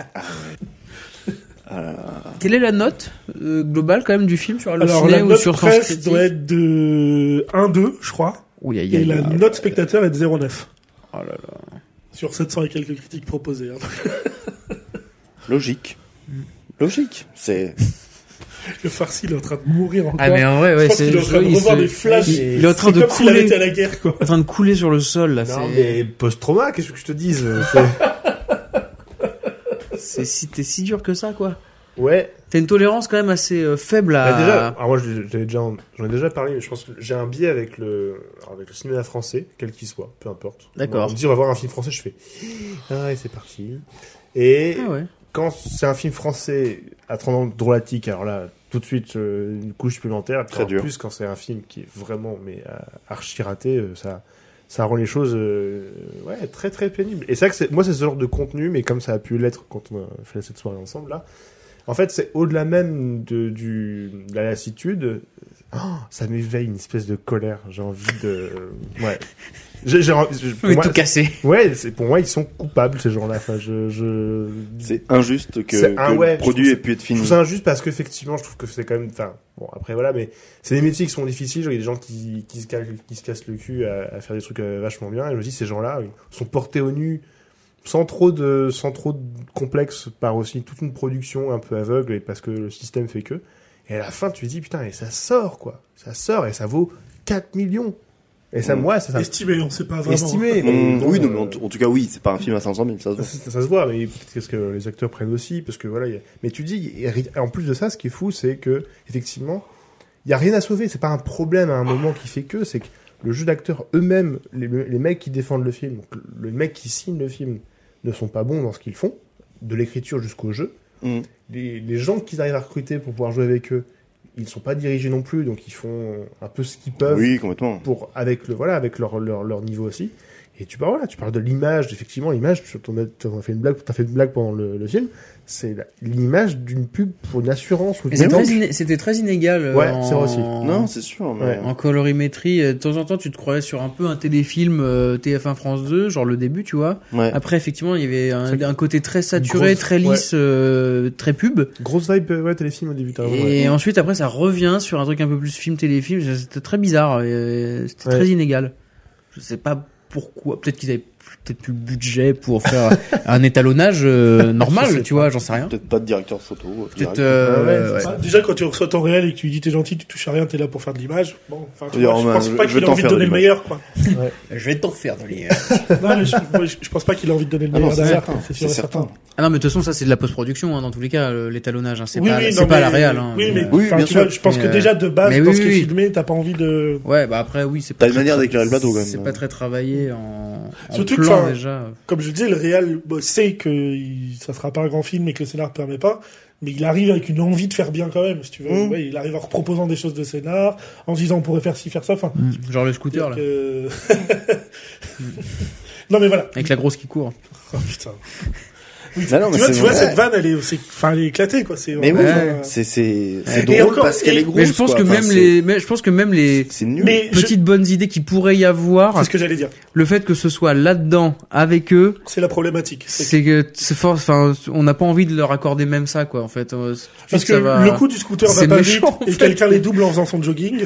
Speaker 7: Quelle est la note euh, globale quand même du film sur le
Speaker 4: Alors
Speaker 7: ciné
Speaker 4: la
Speaker 7: ou
Speaker 4: note
Speaker 7: sur Sens
Speaker 4: presse
Speaker 7: Critique
Speaker 4: doit être de 1,2 je crois,
Speaker 7: Ouh, aïe,
Speaker 4: et
Speaker 7: aïe,
Speaker 4: la
Speaker 7: aïe.
Speaker 4: note spectateur est de 0,9
Speaker 7: Oh là là.
Speaker 4: sur 700 et quelques critiques proposées. hein.
Speaker 8: Logique. Logique. C'est.
Speaker 4: Le farci il est en train de mourir encore.
Speaker 7: Ah mais en vrai,
Speaker 4: je
Speaker 7: ouais,
Speaker 4: pense
Speaker 7: c'est.
Speaker 4: qu'il est en train de
Speaker 7: il
Speaker 4: revoir
Speaker 7: se-
Speaker 4: des flashs.
Speaker 7: Il il est en train
Speaker 4: C'est
Speaker 7: de
Speaker 4: comme s'il avait été à
Speaker 7: couler.
Speaker 4: la guerre quoi.
Speaker 7: En train de couler sur le sol là.
Speaker 9: Non,
Speaker 7: c'est-
Speaker 9: mais post-trauma, qu'est-ce que je te dise euh, c'est-
Speaker 7: C'est si t'es si dur que ça quoi.
Speaker 9: Ouais.
Speaker 7: T'as une tolérance quand même assez euh, faible à.
Speaker 9: Bah, déjà, alors moi, je l'ai- je l'ai déjà, j'en ai déjà parlé, mais je pense que j'ai un biais avec le, alors, avec le cinéma français, quel qu'il soit, peu importe.
Speaker 7: D'accord.
Speaker 9: On me dit, on va voir un film français, je fais, ah, et c'est parti. Et
Speaker 7: Ah ouais.
Speaker 9: quand c'est un film français à tendance drôlatique, alors là, tout de suite, euh, une couche supplémentaire. Puis
Speaker 8: Très
Speaker 9: en
Speaker 8: dur.
Speaker 9: plus, quand c'est un film qui est vraiment mais euh, archi raté, euh, ça, ça rend les choses euh, ouais, très très pénibles. Et c'est vrai que c'est- moi, c'est ce genre de contenu, mais comme ça a pu l'être quand on a fait cette soirée ensemble, là, en fait, c'est au-delà même de, du, de la lassitude, oh, ça m'éveille une espèce de colère. J'ai envie de. euh, Ouais. J'ai, j'ai envie- je- pour
Speaker 7: Mais
Speaker 9: moi,
Speaker 7: tout cassé.
Speaker 9: ouais, c'est, pour moi, ils sont coupables, ces gens-là. Enfin, je, je...
Speaker 8: C'est injuste que,
Speaker 9: C'est- ah
Speaker 8: que
Speaker 9: ouais,
Speaker 8: le
Speaker 9: je
Speaker 8: produit
Speaker 9: trouve
Speaker 8: ait
Speaker 9: ça-
Speaker 8: pu être
Speaker 9: Je
Speaker 8: fini.
Speaker 9: trouve ça injuste parce qu'effectivement, je trouve que c'est quand même. Enfin, bon, après voilà, mais c'est des métiers qui sont difficiles. Il y a des gens qui, qui, se, ca- qui se cassent le cul à, à faire des trucs euh, vachement bien. Et je me dis, ces gens-là, ils sont portés au nu sans trop de sans trop de complexe par aussi toute une production un peu aveugle et parce que le système fait que. Et à la fin, tu te dis, putain, et ça sort quoi. Ça sort et ça vaut 4 millions. Et ça,
Speaker 8: Mm.
Speaker 9: moi, ça, ça
Speaker 4: Ah. Estimé, on sait pas vraiment.
Speaker 9: estimé. mais
Speaker 8: Hum,
Speaker 9: bon,
Speaker 8: oui, non,
Speaker 9: euh,
Speaker 8: mais en, en tout cas, oui, c'est pas un film à 500 000, ça se voit.
Speaker 9: ça, ça se voit, mais qu'est-ce que les acteurs prennent aussi, parce que voilà. il y a- Mais tu dis, il y a ri- en plus de ça, ce qui est fou, c'est que effectivement, il y a rien à sauver. C'est pas un problème à un moment qui fait que, c'est que le jeu d'acteurs eux-mêmes, les, les mecs qui défendent le film, donc le mec qui signe le film, ne sont pas bons dans ce qu'ils font, de l'écriture jusqu'au jeu.
Speaker 8: Mm.
Speaker 9: Les, les gens qu'ils arrivent à recruter pour pouvoir jouer avec eux, ils sont pas dirigés non plus, donc ils font un peu ce qu'ils peuvent
Speaker 8: Oui, complètement.
Speaker 9: pour avec le voilà avec leur leur, leur niveau aussi et tu parles voilà tu parles de l'image effectivement l'image tu t'en as- t'en as fait une blague t'as fait une blague pendant le, le film c'est la- l'image d'une pub pour une assurance ou
Speaker 7: Et
Speaker 9: d'une
Speaker 7: c'est très
Speaker 9: banque.
Speaker 7: iné- C'était très inégal euh,
Speaker 9: Ouais,
Speaker 7: en...
Speaker 9: c'est vrai aussi.
Speaker 8: Non, c'est sûr. Mais...
Speaker 7: en colorimétrie. Euh, De temps en temps, tu te croyais sur un peu un téléfilm euh, TF1 France 2, genre le début, tu vois.
Speaker 8: Ouais.
Speaker 7: Après, effectivement, il y avait un, un côté très saturé,
Speaker 9: Grosse-
Speaker 7: très lisse, euh, très pub.
Speaker 9: grosse vibe euh, ouais téléfilm au début t'as raison, ouais.
Speaker 7: Et ensuite, après, ça revient sur un truc un peu plus film téléfilm. C'était très bizarre. euh, C'était
Speaker 9: Ouais.
Speaker 7: très inégal. Je sais pas pourquoi. Peut-être qu'ils avaient plus- peut-être plus le budget pour faire un étalonnage euh,
Speaker 9: Je sais
Speaker 7: normal, tu vois. J'en sais rien.
Speaker 8: Peut-être pas de directeur photo.
Speaker 7: Peut-être.
Speaker 8: direct.
Speaker 7: euh,
Speaker 9: Ouais,
Speaker 7: ouais.
Speaker 4: Bah, déjà, quand tu reçois ton réel et que tu lui dis t'es gentil, tu touches à rien, t'es là pour faire de l'image. Bon, enfin, tu
Speaker 8: Oui,
Speaker 4: vois, je
Speaker 8: Romain,
Speaker 4: pense
Speaker 8: je-
Speaker 4: pas
Speaker 8: je
Speaker 4: qu'il
Speaker 8: vais
Speaker 4: a
Speaker 8: t'en
Speaker 4: envie de
Speaker 8: faire
Speaker 4: donner le
Speaker 8: de
Speaker 4: meilleur, quoi.
Speaker 1: Je vais t'en faire dans les.
Speaker 4: non, mais je, moi, je- je pense pas qu'il a envie de donner le
Speaker 8: Ah non,
Speaker 4: meilleur
Speaker 8: c'est
Speaker 4: derrière,
Speaker 8: certain,
Speaker 4: quoi, c'est sûr
Speaker 8: c'est
Speaker 4: et certain.
Speaker 7: Ah non, mais de toute façon, ça c'est de la post-production hein, dans tous les cas, le- l'étalonnage. Hein. C'est pas, c'est
Speaker 4: non,
Speaker 7: pas
Speaker 4: mais-
Speaker 7: la réelle. Hein,
Speaker 4: oui, mais,
Speaker 8: Oui,
Speaker 4: enfin,
Speaker 8: bien
Speaker 4: tu
Speaker 8: sûr.
Speaker 4: vois, je pense
Speaker 7: Mais,
Speaker 4: que
Speaker 7: euh,
Speaker 4: déjà de base,
Speaker 7: mais
Speaker 4: dans
Speaker 7: oui,
Speaker 4: ce qui
Speaker 7: oui,
Speaker 4: est
Speaker 7: oui.
Speaker 4: filmé, t'as pas envie de.
Speaker 7: Ouais, bah après, oui, c'est
Speaker 8: T'as
Speaker 7: pas.
Speaker 8: une
Speaker 7: très
Speaker 8: manière
Speaker 7: tra-
Speaker 8: d'éclairer le plateau, quand même.
Speaker 7: C'est pas très travaillé en, en
Speaker 4: Surtout que,
Speaker 7: plan
Speaker 4: enfin,
Speaker 7: déjà.
Speaker 4: Comme je disais, le réel bah, sait que il- ça sera pas un grand film et que le scénar permet pas, mais il arrive avec une envie de faire bien quand même, si tu veux.
Speaker 8: Mm.
Speaker 4: Ouais, il arrive en proposant des choses de scénar, en se disant on pourrait faire ci, faire ça. Enfin,
Speaker 7: Genre le scooter là,
Speaker 4: c'est-à-dire que- non mais voilà.
Speaker 7: avec la grosse qui court.
Speaker 4: Oh, putain.
Speaker 8: Non, non, mais
Speaker 4: euh, tu vois,
Speaker 8: c'est
Speaker 4: tu vois
Speaker 8: vrai.
Speaker 4: cette vanne, elle est, c'est- enfin, elle est éclatée quoi. C'est
Speaker 8: Mais oui,
Speaker 4: vraiment,
Speaker 7: ouais.
Speaker 4: euh,
Speaker 8: c'est c'est c'est
Speaker 4: Et
Speaker 8: drôle
Speaker 4: encore-
Speaker 8: parce qu'elle
Speaker 4: et-
Speaker 8: est grosse.
Speaker 7: mais je pense
Speaker 8: quoi.
Speaker 7: que
Speaker 8: Enfin,
Speaker 7: même
Speaker 8: c'est-
Speaker 7: les, mais je pense que même les
Speaker 8: c'est nul.
Speaker 4: Mais je-
Speaker 7: petites bonnes idées qui pourrait y avoir,
Speaker 4: c'est ce que j'allais dire.
Speaker 7: le fait que ce soit là-dedans avec eux,
Speaker 4: C'est la problématique. C'est
Speaker 7: c'est que c'est fort. Enfin, on n'a pas envie de leur accorder même ça quoi. En fait, Euh, c'est- tu
Speaker 4: Parce
Speaker 7: sais
Speaker 4: que
Speaker 7: ça va-
Speaker 4: le coup du scooter va
Speaker 7: C'est
Speaker 4: pas
Speaker 7: méchant, en
Speaker 4: vite et
Speaker 7: fait.
Speaker 4: quelqu'un les double en faisant son jogging,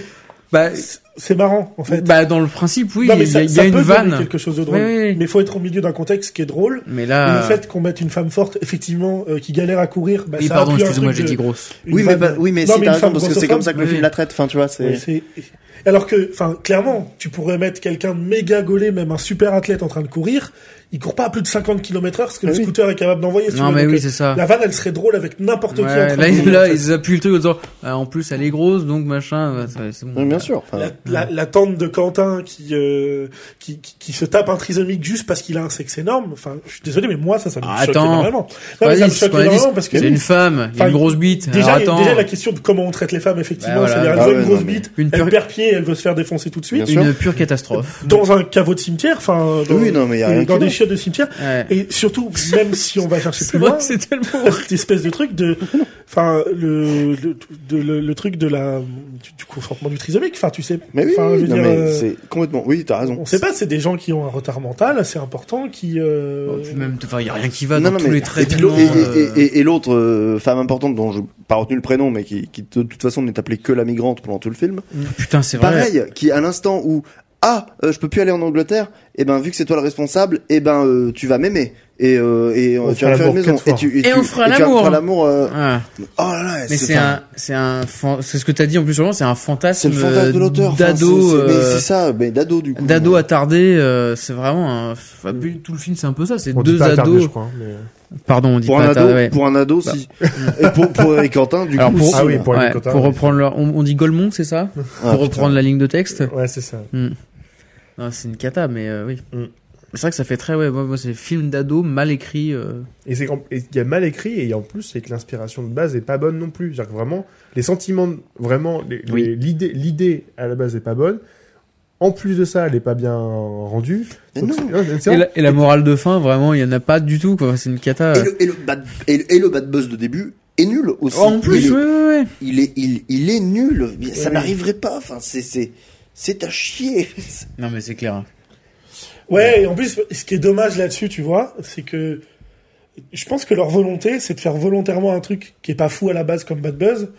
Speaker 7: bah,
Speaker 4: c'est marrant en fait.
Speaker 7: bah dans le principe, oui,
Speaker 4: Non,
Speaker 7: il
Speaker 4: mais
Speaker 7: y,
Speaker 4: ça-
Speaker 7: a- il y
Speaker 4: ça
Speaker 7: a
Speaker 4: peut
Speaker 7: une
Speaker 4: donner
Speaker 7: vanne.
Speaker 4: quelque chose de drôle.
Speaker 7: Oui, oui, oui.
Speaker 4: Mais faut être au milieu d'un contexte qui est drôle.
Speaker 7: Mais
Speaker 4: Et
Speaker 7: là,
Speaker 4: le fait qu'on mette une femme forte, effectivement, euh, qui galère à courir, bah,
Speaker 7: oui,
Speaker 4: ça
Speaker 7: pardon,
Speaker 4: appuie un
Speaker 7: excuse-moi,
Speaker 4: truc
Speaker 7: j'ai
Speaker 4: de-
Speaker 7: dit grosse.
Speaker 4: une
Speaker 8: Oui, mais
Speaker 4: vanne.
Speaker 8: pas- oui, mais
Speaker 4: Non,
Speaker 8: si
Speaker 4: mais
Speaker 8: t'as
Speaker 4: une
Speaker 8: raison
Speaker 4: femme
Speaker 8: parce que c'est comme ça que le
Speaker 7: grossophobe,
Speaker 8: film
Speaker 7: oui.
Speaker 8: la traite. Enfin, tu vois,
Speaker 4: Ouais,
Speaker 8: c'est.
Speaker 4: c'est- Alors que, enfin, clairement, tu pourrais mettre quelqu'un de méga gaulé, même un super athlète en train de courir, il court pas à plus de 50 km heure, ce que le
Speaker 8: Ah oui.
Speaker 4: scooter est capable d'envoyer. si tu
Speaker 7: Non,
Speaker 4: veux.
Speaker 7: mais
Speaker 4: Donc,
Speaker 7: oui,
Speaker 4: euh,
Speaker 7: c'est ça.
Speaker 4: La vanne, elle serait drôle avec n'importe qui. en
Speaker 7: Ouais,
Speaker 4: train
Speaker 7: là,
Speaker 4: de
Speaker 7: ils-
Speaker 4: courir, en
Speaker 7: là,
Speaker 4: fait.
Speaker 7: ils appuient le truc en disant, Ah, en plus, elle est grosse, donc machin. ouais, c'est- c'est bon.
Speaker 8: Oui, bien sûr. Enfin,
Speaker 4: La, la, la tante de Quentin qui, euh, qui, qui, qui se tape un trisomique juste parce qu'il a un sexe énorme. Enfin, je suis désolé, mais moi, ça, ça me
Speaker 7: Ah,
Speaker 4: choque
Speaker 7: attends.
Speaker 4: énormément. Non, mais
Speaker 7: Vas-y,
Speaker 4: ça me
Speaker 7: c'est ce
Speaker 4: choque
Speaker 7: qu'on a dit,
Speaker 4: énormément parce que
Speaker 7: c'est une femme, il y a
Speaker 4: Enfin,
Speaker 7: une grosse bite.
Speaker 4: déjà,
Speaker 7: Alors, attends.
Speaker 4: déjà, la question de comment on traite les femmes, effectivement,
Speaker 7: Bah, voilà.
Speaker 4: c'est-à-dire,
Speaker 8: Ah
Speaker 4: elles ont
Speaker 8: ouais,
Speaker 4: une grosse
Speaker 8: non, mais-
Speaker 4: bite,
Speaker 7: Une
Speaker 4: elle
Speaker 7: per-
Speaker 4: perd pied, elle veut se faire défoncer tout de suite.
Speaker 8: Bien sûr.
Speaker 7: Une pure catastrophe.
Speaker 4: Dans un caveau de cimetière, enfin, dans,
Speaker 8: Oui, non, mais y a rien
Speaker 4: dans
Speaker 8: qui
Speaker 4: des
Speaker 8: va.
Speaker 4: chiottes de cimetière.
Speaker 7: Ouais.
Speaker 4: Et surtout, même si on va chercher
Speaker 7: C'est
Speaker 4: plus
Speaker 7: vrai
Speaker 4: loin,
Speaker 7: que c'est tellement.
Speaker 4: cette espèce de truc de, enfin, le, le, de- le, le truc de la, du, du consentement du trisomique, enfin, tu sais,
Speaker 8: Mais oui,
Speaker 4: enfin,
Speaker 8: oui,
Speaker 4: je veux
Speaker 8: non,
Speaker 4: dire,
Speaker 8: mais
Speaker 4: euh,
Speaker 8: c'est complètement. Oui, t'as raison.
Speaker 4: on sait pas, c'est des gens qui ont un retard mental assez important, qui.
Speaker 7: Oh,
Speaker 4: Euh...
Speaker 7: puis même, enfin, il y a rien qui va
Speaker 8: Non,
Speaker 7: dans
Speaker 8: non,
Speaker 7: tous
Speaker 8: mais-
Speaker 7: les traits.
Speaker 8: et puis l'autre-
Speaker 7: tellement,
Speaker 8: et- et-
Speaker 7: euh,
Speaker 8: et- et l'autre euh, femme importante dont je pas retenu le prénom, mais qui, qui, de toute façon n'est appelée que la migrante pendant tout le film.
Speaker 7: Putain, c'est vrai.
Speaker 8: Pareil, qui à l'instant où ah euh, je peux plus aller en Angleterre, et ben vu que c'est toi le responsable, et ben euh, tu vas m'aimer et, euh, et euh,
Speaker 9: On
Speaker 8: tu vas
Speaker 9: fera
Speaker 8: me faire une
Speaker 9: l'amour
Speaker 8: maison
Speaker 9: quatre
Speaker 8: et
Speaker 9: fois.
Speaker 8: tu
Speaker 7: Et
Speaker 8: tu-
Speaker 7: on fera
Speaker 8: et tu vas me
Speaker 7: l'amour.
Speaker 8: faire l'amour. euh,
Speaker 7: Ah.
Speaker 8: Oh là là,
Speaker 7: Mais c'est
Speaker 8: enfin,
Speaker 7: un, c'est un, fan- c'est ce que t'as dit en plus sûrement, c'est un
Speaker 8: c'est
Speaker 7: fantasme,
Speaker 8: le fantasme de l'auteur. enfin,
Speaker 7: d'ado,
Speaker 8: c'est- c'est- mais
Speaker 7: euh,
Speaker 8: c'est hein. ça, mais d'ado du coup.
Speaker 7: d'ado attardé. euh, c'est vraiment un. enfin, puis tout le film, c'est un peu ça. C'est
Speaker 9: On dit
Speaker 7: deux
Speaker 9: pas attardé,
Speaker 7: ados.
Speaker 9: je crois hein, mais-
Speaker 7: Pardon, on dit
Speaker 8: Pour
Speaker 7: pas
Speaker 8: un ado,
Speaker 7: attardé, ouais. Bah.
Speaker 8: pour un ado, si. Et pour, pour et Quentin, du
Speaker 7: Alors,
Speaker 8: coup,
Speaker 7: pour-
Speaker 8: si,
Speaker 9: ah oui
Speaker 8: là.
Speaker 9: pour
Speaker 7: Ouais,
Speaker 9: les quotas,
Speaker 7: pour
Speaker 9: ouais.
Speaker 7: reprendre leur- on, on dit Golemont, c'est ça
Speaker 8: Ah,
Speaker 7: Pour reprendre la ligne de texte.
Speaker 9: ouais c'est ça
Speaker 7: Non, c'est une cata, mais euh, oui.
Speaker 9: Mm.
Speaker 7: C'est vrai que ça fait très ouais. Moi, moi, c'est film d'ado mal écrit. euh.
Speaker 9: Et c'est qu'en- et il y a mal écrit et en plus c'est que l'inspiration de base est pas bonne non plus. C'est-à-dire que vraiment les sentiments, vraiment les- les-
Speaker 7: Oui.
Speaker 9: l'idée, l'idée à la base est pas bonne. En plus de ça, elle est pas bien rendue.
Speaker 8: Mais
Speaker 9: Donc,
Speaker 8: non.
Speaker 9: c'est- c'est- c'est
Speaker 7: Et,
Speaker 9: vrai.
Speaker 7: la, et la morale de fin, vraiment, il y en a pas du tout. quoi. C'est une cata.
Speaker 8: Et le, et, le bad, et, le, et le bad buzz de début est nul aussi.
Speaker 7: Oh, en plus,
Speaker 8: il,
Speaker 7: ouais, ouais, ouais.
Speaker 8: est, il, est, il, il est nul. Ça
Speaker 4: Oui.
Speaker 8: n'arriverait pas. Enfin, c'est, c'est, c'est à chier.
Speaker 7: Non, mais c'est clair. hein.
Speaker 4: Ouais, et en plus, ce qui est dommage là-dessus, tu vois, c'est que je pense que leur volonté, c'est de faire volontairement un truc qui est pas fou à la base comme Bad Buzz.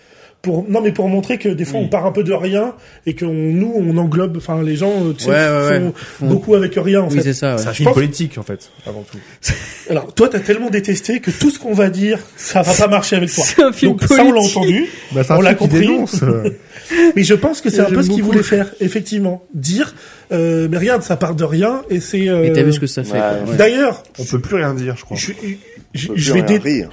Speaker 4: Pour, non mais pour montrer que des fois on part un peu de rien et que on- nous on englobe enfin les gens euh, tu sais,
Speaker 7: Ouais, ouais,
Speaker 4: font
Speaker 7: ouais. Font-
Speaker 4: beaucoup avec rien en
Speaker 7: oui,
Speaker 4: fait.
Speaker 7: c'est ça. ouais.
Speaker 9: C'est un
Speaker 4: je
Speaker 9: film
Speaker 4: pense-
Speaker 9: politique en fait, avant tout.
Speaker 4: Alors toi t'as tellement détesté que tout ce qu'on va dire ça va pas marcher avec toi.
Speaker 7: C'est un film
Speaker 4: Donc ça on l'a
Speaker 7: politique.
Speaker 4: entendu
Speaker 9: Bah, c'est un
Speaker 4: On l'a
Speaker 9: film qui
Speaker 4: compris.
Speaker 9: dénonce, euh.
Speaker 4: mais je pense que c'est un
Speaker 7: J'aime
Speaker 4: peu ce qu'ils
Speaker 7: beaucoup.
Speaker 4: voulaient faire effectivement dire euh, mais regarde ça part de rien et c'est euh,
Speaker 7: Mais t'as vu ce que ça fait.
Speaker 8: ouais,
Speaker 7: quoi,
Speaker 8: ouais.
Speaker 7: ouais.
Speaker 4: D'ailleurs
Speaker 9: On peut plus rien dire, je crois.
Speaker 4: je, je,
Speaker 8: On peut
Speaker 4: je
Speaker 8: plus
Speaker 4: vais
Speaker 8: rien
Speaker 4: dé-
Speaker 8: rire.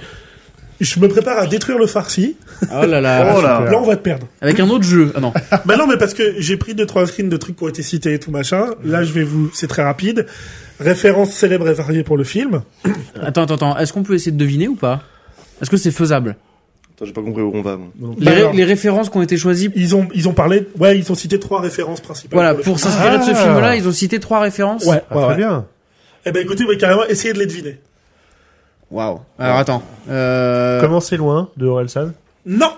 Speaker 4: je me prépare à détruire le farci.
Speaker 7: Oh là là.
Speaker 9: Oh là.
Speaker 4: Là, on va te perdre.
Speaker 7: Avec un autre jeu. Ah non.
Speaker 4: bah non, mais parce que j'ai pris deux, trois screens de trucs qui ont été cités et tout machin. Là, je vais vous, c'est très rapide. Référence célèbre et variée pour le film.
Speaker 7: Attends, attends, attends. Est-ce qu'on peut essayer de deviner ou pas Est-ce que c'est faisable
Speaker 8: Attends, j'ai pas compris où on va. moi.
Speaker 7: les, ré-
Speaker 4: Alors,
Speaker 7: les références qui ont été choisies,
Speaker 4: Ils ont, ils ont parlé, ouais, ils ont cité trois références principales.
Speaker 7: voilà,
Speaker 4: le
Speaker 7: pour
Speaker 4: film.
Speaker 7: s'inspirer de ce
Speaker 9: Ah.
Speaker 7: film-là, ils ont cité trois références.
Speaker 4: Ouais,
Speaker 9: Ah,
Speaker 4: ouais,
Speaker 9: très
Speaker 4: ouais.
Speaker 9: bien.
Speaker 4: Eh ben écoutez, ouais, carrément, essayez de les deviner.
Speaker 7: Waouh. Alors attends. Euh...
Speaker 9: Comment c'est loin de Orelsan
Speaker 4: Non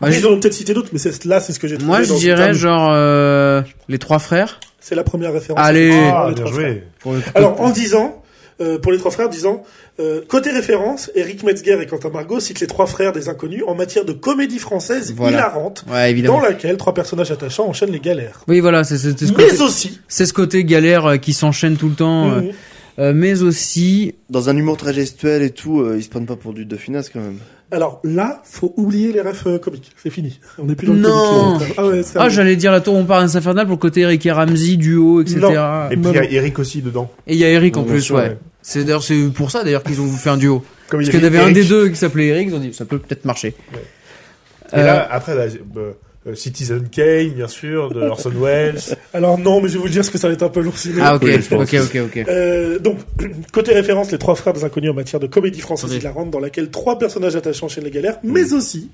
Speaker 7: bah,
Speaker 4: Ils
Speaker 7: je-
Speaker 4: en ont peut-être cité d'autres, mais c'est- là, c'est ce que j'ai trouvé.
Speaker 7: Moi, je
Speaker 4: dans ce
Speaker 7: dirais
Speaker 4: terme.
Speaker 7: genre euh, les trois frères.
Speaker 4: C'est la première référence.
Speaker 7: Allez.
Speaker 4: Ah, les
Speaker 9: bien
Speaker 4: trois frères.
Speaker 9: joué.
Speaker 7: Pour le-
Speaker 4: Alors, en disant, euh, pour les trois frères, disant, euh, côté référence, Eric Metzger et Quentin Margot citent les trois frères des inconnus en matière de comédie française
Speaker 7: Voilà.
Speaker 4: hilarante,
Speaker 7: Ouais,
Speaker 4: dans
Speaker 7: évidemment.
Speaker 4: laquelle trois personnages attachants enchaînent les galères.
Speaker 7: Oui, voilà, c'est c'est- c'est ce,
Speaker 4: Mais
Speaker 7: côté-
Speaker 4: aussi,
Speaker 7: c'est ce côté galère euh, qui s'enchaîne tout le temps, euh,
Speaker 4: Mhm.
Speaker 7: euh, mais aussi
Speaker 10: Dans un humour très gestuel et tout, euh, ils se prennent pas pour du de finesse quand même.
Speaker 4: alors là, faut oublier les refs euh, comiques. C'est fini. On n'est plus dans le
Speaker 7: Non.
Speaker 4: comique. Ah ouais, c'est
Speaker 7: ah j'allais dire la tour Montparnasse infernale pour le côté Eric et Ramsey duo etc.
Speaker 4: Non.
Speaker 9: Et puis il y a Eric aussi dedans.
Speaker 7: Et il y a Eric en
Speaker 9: Bien
Speaker 7: plus
Speaker 9: sûr,
Speaker 7: ouais.
Speaker 9: ouais.
Speaker 7: C'est d'ailleurs c'est pour ça d'ailleurs qu'ils ont fait un duo
Speaker 9: Comme
Speaker 7: parce
Speaker 9: il
Speaker 7: qu'il y en
Speaker 9: Eric-
Speaker 7: avait un des
Speaker 9: Eric.
Speaker 7: deux qui s'appelait Eric ils ont dit ça peut peut-être marcher.
Speaker 9: Et
Speaker 7: Euh,
Speaker 9: là, après, bah, euh, euh, Citizen Kane, bien sûr, de Orson Welles.
Speaker 4: Alors non, mais je vais vous dire ce que ça va être un peu lourd. sinon.
Speaker 7: ah ok
Speaker 8: Oui, je pense.
Speaker 7: ok ok ok.
Speaker 4: Euh, donc, côté référence, les trois frères des inconnus en matière de comédie française
Speaker 7: Oui.
Speaker 4: hilarante dans laquelle trois personnages attachants enchaînent les galères, mais aussi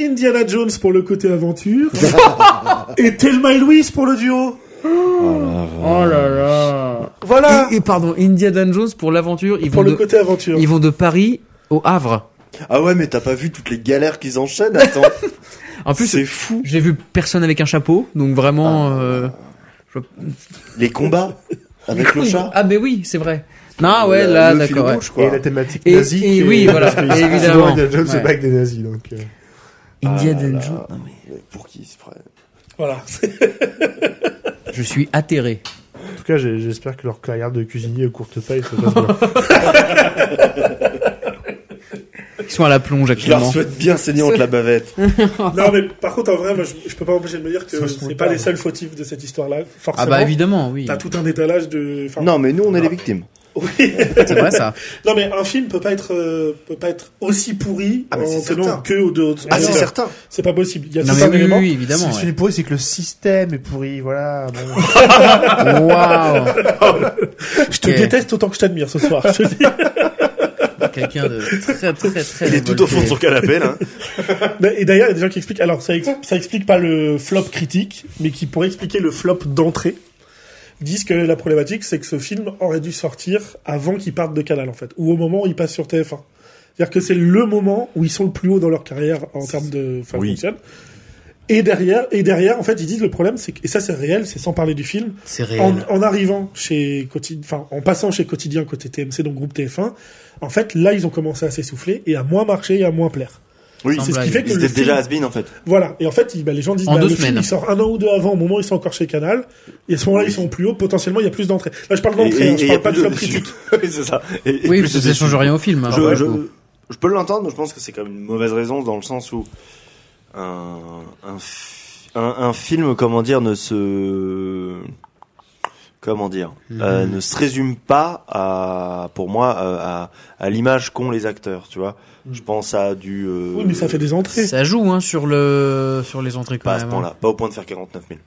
Speaker 4: Indiana Jones pour le côté aventure et Thelma et Louise pour le duo.
Speaker 7: Oh là là.
Speaker 4: Voilà
Speaker 7: Et, et pardon Indiana Jones pour l'aventure ils
Speaker 4: pour
Speaker 7: vont
Speaker 4: le
Speaker 7: de
Speaker 4: côté aventure.
Speaker 7: ils vont de Paris au Havre.
Speaker 10: Ah ouais, mais t'as pas vu toutes les galères qu'ils enchaînent Attends,
Speaker 7: En plus
Speaker 10: c'est fou.
Speaker 7: j'ai vu personne avec un chapeau donc vraiment euh,
Speaker 10: Les combats avec le chat.
Speaker 7: ah mais oui c'est vrai. Non ouais là
Speaker 10: Le fil
Speaker 7: d'accord. ouais.
Speaker 10: rouge, quoi.
Speaker 9: Et la thématique
Speaker 7: Et-
Speaker 9: nazie.
Speaker 7: et
Speaker 9: qui
Speaker 7: oui,
Speaker 9: est-
Speaker 7: voilà,
Speaker 9: parce que
Speaker 7: évidemment.
Speaker 9: souvent, Indiana Jones, c'est
Speaker 7: Ouais.
Speaker 9: pas avec des nazis, donc. euh,
Speaker 10: Ah là
Speaker 7: Indiana
Speaker 10: là.
Speaker 7: Jones. Non, mais
Speaker 10: Mais Pour qui ils se prennent
Speaker 4: Voilà.
Speaker 7: Je suis atterré.
Speaker 9: En tout cas, j'ai- j'espère que leur carrière de cuisinier courte paille se passe bien.
Speaker 7: Ils sont à la plonge
Speaker 10: Je leur
Speaker 7: actuellement.
Speaker 10: souhaite bien saigner entre la bavette.
Speaker 4: non, mais par contre, en vrai, moi, je, je peux pas m'empêcher de me dire que
Speaker 9: Ça se
Speaker 4: c'est
Speaker 9: compte
Speaker 4: pas
Speaker 9: pas,
Speaker 4: les
Speaker 9: ouais.
Speaker 4: seuls fautifs de cette histoire-là.
Speaker 7: Ah
Speaker 4: Forcément,
Speaker 7: bah évidemment, oui.
Speaker 4: t'as tout un étalage de... enfin,
Speaker 10: Non, mais nous, on est les victimes.
Speaker 4: oui.
Speaker 7: C'est vrai ça.
Speaker 4: non, mais un film peut pas être, euh, peut pas être aussi pourri
Speaker 10: Ah, mais
Speaker 4: en
Speaker 10: c'est
Speaker 4: tenant
Speaker 10: certain.
Speaker 4: que aux deux autres.
Speaker 10: Ah, c'est
Speaker 4: Non,
Speaker 10: certain.
Speaker 4: C'est pas possible. Il y a
Speaker 7: Non
Speaker 4: tout
Speaker 7: mais
Speaker 4: un
Speaker 7: oui, oui,
Speaker 4: élément.
Speaker 7: oui, évidemment.
Speaker 9: Ce qui est pourri, c'est que le système est pourri, voilà. bon.
Speaker 7: ouais. Waouh.
Speaker 4: Je te
Speaker 7: Ok.
Speaker 4: déteste autant que je t'admire ce soir. Je te dis.
Speaker 7: Quelqu'un de très très très.
Speaker 8: Il est tout au fond de son canapé, là.
Speaker 4: Et d'ailleurs, il y a des gens qui expliquent. Alors, ça, ex- ça explique pas le flop critique, mais qui pourrait expliquer le flop d'entrée. Ils Disent que la problématique, c'est que ce film aurait dû sortir avant qu'ils partent de Canal, en fait, ou au moment où ils passent sur TF1. C'est-à-dire que c'est le moment où ils sont le plus haut dans leur carrière en termes de enfin,
Speaker 8: Oui.
Speaker 4: fonctionne. Et derrière, et derrière, en fait, ils disent le problème, c'est que, et ça c'est réel, c'est sans parler du film,
Speaker 7: C'est
Speaker 4: en,
Speaker 7: réel.
Speaker 4: en arrivant chez quotidien, enfin en passant chez quotidien côté TMC donc groupe TF1, en fait là ils ont commencé à s'essouffler et à moins marcher et à moins plaire.
Speaker 8: Oui,
Speaker 4: C'est ce
Speaker 7: blague.
Speaker 4: qui fait que
Speaker 8: ils
Speaker 4: le
Speaker 8: étaient déjà
Speaker 4: film-
Speaker 8: has en fait.
Speaker 4: voilà et en fait ils- bah, les gens disent
Speaker 7: En
Speaker 4: bah,
Speaker 7: deux
Speaker 4: le film,
Speaker 7: semaines.
Speaker 4: il sort un an ou deux avant au moment où ils sont encore chez Canal et à ce moment-là ils sont au plus haut potentiellement il y a plus d'entrées. Là je parle
Speaker 8: Et-
Speaker 4: d'entrées,
Speaker 8: et-
Speaker 4: hein,
Speaker 8: et
Speaker 4: je
Speaker 8: y a
Speaker 4: parle pas de
Speaker 8: plus
Speaker 4: flop
Speaker 8: de-
Speaker 4: critique.
Speaker 8: oui, c'est ça. Et- et
Speaker 7: Oui,
Speaker 8: plus
Speaker 7: parce que
Speaker 8: c'est
Speaker 7: ça change
Speaker 8: déçu.
Speaker 7: rien au film. hein.
Speaker 8: je,
Speaker 7: Ouais,
Speaker 8: je,
Speaker 7: bon.
Speaker 8: je peux l'entendre, mais je pense que c'est quand même une mauvaise raison dans le sens où un, un, fi- un, un film, comment dire, ne se. Comment dire euh, Ne se résume pas à, pour moi, euh, à, à, à l'image qu'ont les acteurs, tu vois. Je pense à du. euh,
Speaker 4: Oui mais ça fait des entrées.
Speaker 7: Ça joue hein, sur le sur les entrées quand
Speaker 8: Pas à ce
Speaker 7: même. hein.
Speaker 8: point-là, pas au point de faire 49 000.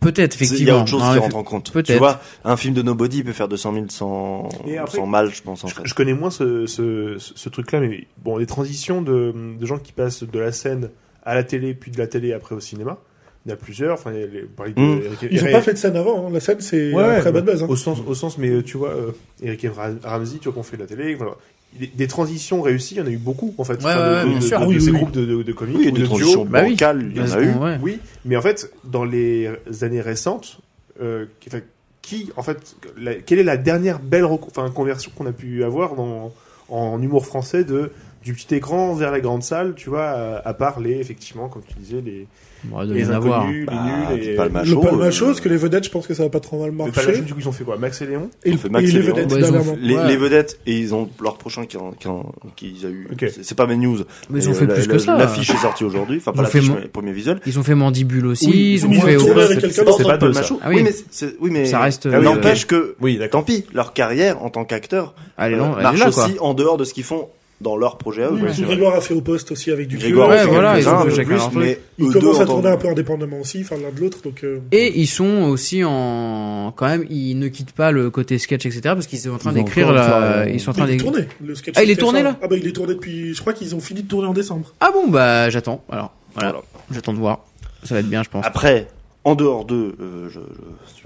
Speaker 7: Peut-être
Speaker 8: C'est- Il y a
Speaker 7: effectivement.
Speaker 8: autre chose
Speaker 7: Non,
Speaker 8: qui
Speaker 7: mais-
Speaker 8: rentre en compte.
Speaker 7: peut-être.
Speaker 8: Tu vois, un film de Nobody peut faire 200 000 sans,
Speaker 9: Et après-
Speaker 8: sans mal, je pense, en
Speaker 9: Je,
Speaker 8: fait.
Speaker 9: je connais moins ce, ce, ce- ce truc-là, mais bon, les transitions de, de gens qui passent de la scène à la télé, puis de la télé après au cinéma, il y en a plusieurs. Enfin, les, les- par-
Speaker 8: Mm.
Speaker 9: Eric-
Speaker 4: Ils ont
Speaker 9: Eric-
Speaker 4: pas fait de scène avant. hein. La scène c'est
Speaker 9: Ouais,
Speaker 4: après
Speaker 9: ouais,
Speaker 4: Bad Buzz. hein.
Speaker 9: Au sens, au sens, mais euh, tu vois, euh, Eric et Ra- Ramsey, tu vois qu'on fait de la télé, voilà. Des, des transitions réussies, il y en a eu beaucoup en fait.
Speaker 7: Ouais, ouais, ouais,
Speaker 9: de,
Speaker 7: bien
Speaker 9: de-
Speaker 7: sûr.
Speaker 9: de- de
Speaker 4: Oui,
Speaker 9: ces
Speaker 4: oui,
Speaker 9: groupes de, de, de comiques
Speaker 8: Oui,
Speaker 9: ou de
Speaker 8: des
Speaker 9: duos.
Speaker 8: transitions
Speaker 7: Bah oui.
Speaker 8: bancales, il y en a
Speaker 7: Parce
Speaker 8: eu.
Speaker 7: qu'on- ouais.
Speaker 9: Oui, mais en fait, dans les années récentes, euh, qui, enfin, qui, en fait, la- quelle est la dernière belle reco- enfin, conversion qu'on a pu avoir dans, en humour français de du petit écran vers la grande salle, tu vois, à, à part les, effectivement, comme tu disais, les,
Speaker 7: Bon, il doit y
Speaker 9: les
Speaker 7: en avoir.
Speaker 9: inconnus,
Speaker 8: Bah,
Speaker 9: les nuls,
Speaker 8: puis
Speaker 9: et
Speaker 8: pas le
Speaker 4: Le
Speaker 8: macho.
Speaker 4: Palma
Speaker 8: euh,
Speaker 4: chose que les vedettes je pense que ça va pas trop mal
Speaker 9: le Palmachon,
Speaker 4: marcher.
Speaker 9: du coup, ils ont fait quoi Max et Léon
Speaker 4: Et,
Speaker 8: On fait Max
Speaker 4: et
Speaker 8: et
Speaker 4: les
Speaker 8: Léon.
Speaker 4: vedettes
Speaker 7: Ouais, ils ont
Speaker 4: dernièrement.
Speaker 8: Les,
Speaker 7: Ouais.
Speaker 8: les vedettes, et ils ont leur prochain qui, en- qui, en- qu'ils a eu.
Speaker 9: Ok.
Speaker 8: C'est- C'est pas mes news.
Speaker 7: Mais ils
Speaker 8: Mais
Speaker 7: ont fait
Speaker 10: euh,
Speaker 8: la-
Speaker 7: plus
Speaker 8: la-
Speaker 7: que ça.
Speaker 8: L'affiche est sortie aujourd'hui, enfin
Speaker 7: Ils ont
Speaker 8: pas l'affiche,
Speaker 7: fait
Speaker 8: mais le premier visuel.
Speaker 7: Ils ont fait Mandibule aussi.
Speaker 4: Oui,
Speaker 7: ils
Speaker 4: mais
Speaker 7: ont
Speaker 4: ils ont
Speaker 7: fait.
Speaker 4: tourné
Speaker 7: Oprah,
Speaker 4: avec
Speaker 7: c'est-
Speaker 4: quelqu'un
Speaker 9: c'est
Speaker 4: d'autre.
Speaker 9: pas
Speaker 8: Antoine
Speaker 9: de ça.
Speaker 8: Macho.
Speaker 7: Ah oui.
Speaker 8: mais, c'est- c'est- oui, mais
Speaker 7: Ça reste.
Speaker 9: Ah oui,
Speaker 7: euh,
Speaker 8: n'empêche que,
Speaker 9: Oui, d'accord.
Speaker 8: tant pis, leur carrière en tant qu'acteur
Speaker 7: Allez,
Speaker 8: euh,
Speaker 7: non, elle est
Speaker 8: marche
Speaker 7: là quoi.
Speaker 8: aussi en dehors de ce qu'ils font
Speaker 10: dans leur projet à eux.
Speaker 4: Oui,
Speaker 10: quoi.
Speaker 4: parce que Grégoire a fait au poste aussi avec du
Speaker 10: Grégoire,
Speaker 7: Ouais,
Speaker 10: on sait
Speaker 7: voilà,
Speaker 10: quelques-uns,
Speaker 7: ils ont
Speaker 10: un peu
Speaker 7: chacun
Speaker 10: plus,
Speaker 7: leur truc.
Speaker 10: mais
Speaker 4: Ils
Speaker 10: eux deux
Speaker 4: commencent à
Speaker 10: en tant
Speaker 4: tourner
Speaker 10: que-
Speaker 4: un peu indépendamment aussi, enfin l'un de l'autre, donc euh,
Speaker 7: Et ils sont aussi en quand même ils ne quittent pas le côté sketch etc parce qu'ils sont en train
Speaker 11: Ils ont
Speaker 7: d'écrire
Speaker 11: encore
Speaker 7: la-
Speaker 11: faire, euh,
Speaker 7: ils sont en train
Speaker 4: il est
Speaker 7: d'écrire
Speaker 4: tourné. Le sketch
Speaker 7: Ah, il est
Speaker 4: était
Speaker 7: tourné,
Speaker 4: fin.
Speaker 7: là
Speaker 4: Ah bah il est tourné depuis. Je crois qu'ils ont fini de tourner en décembre.
Speaker 7: Ah bon bah j'attends alors voilà
Speaker 10: Voilà.
Speaker 7: j'attends de voir ça va être bien je pense
Speaker 10: Après, en dehors d'eux, euh, je,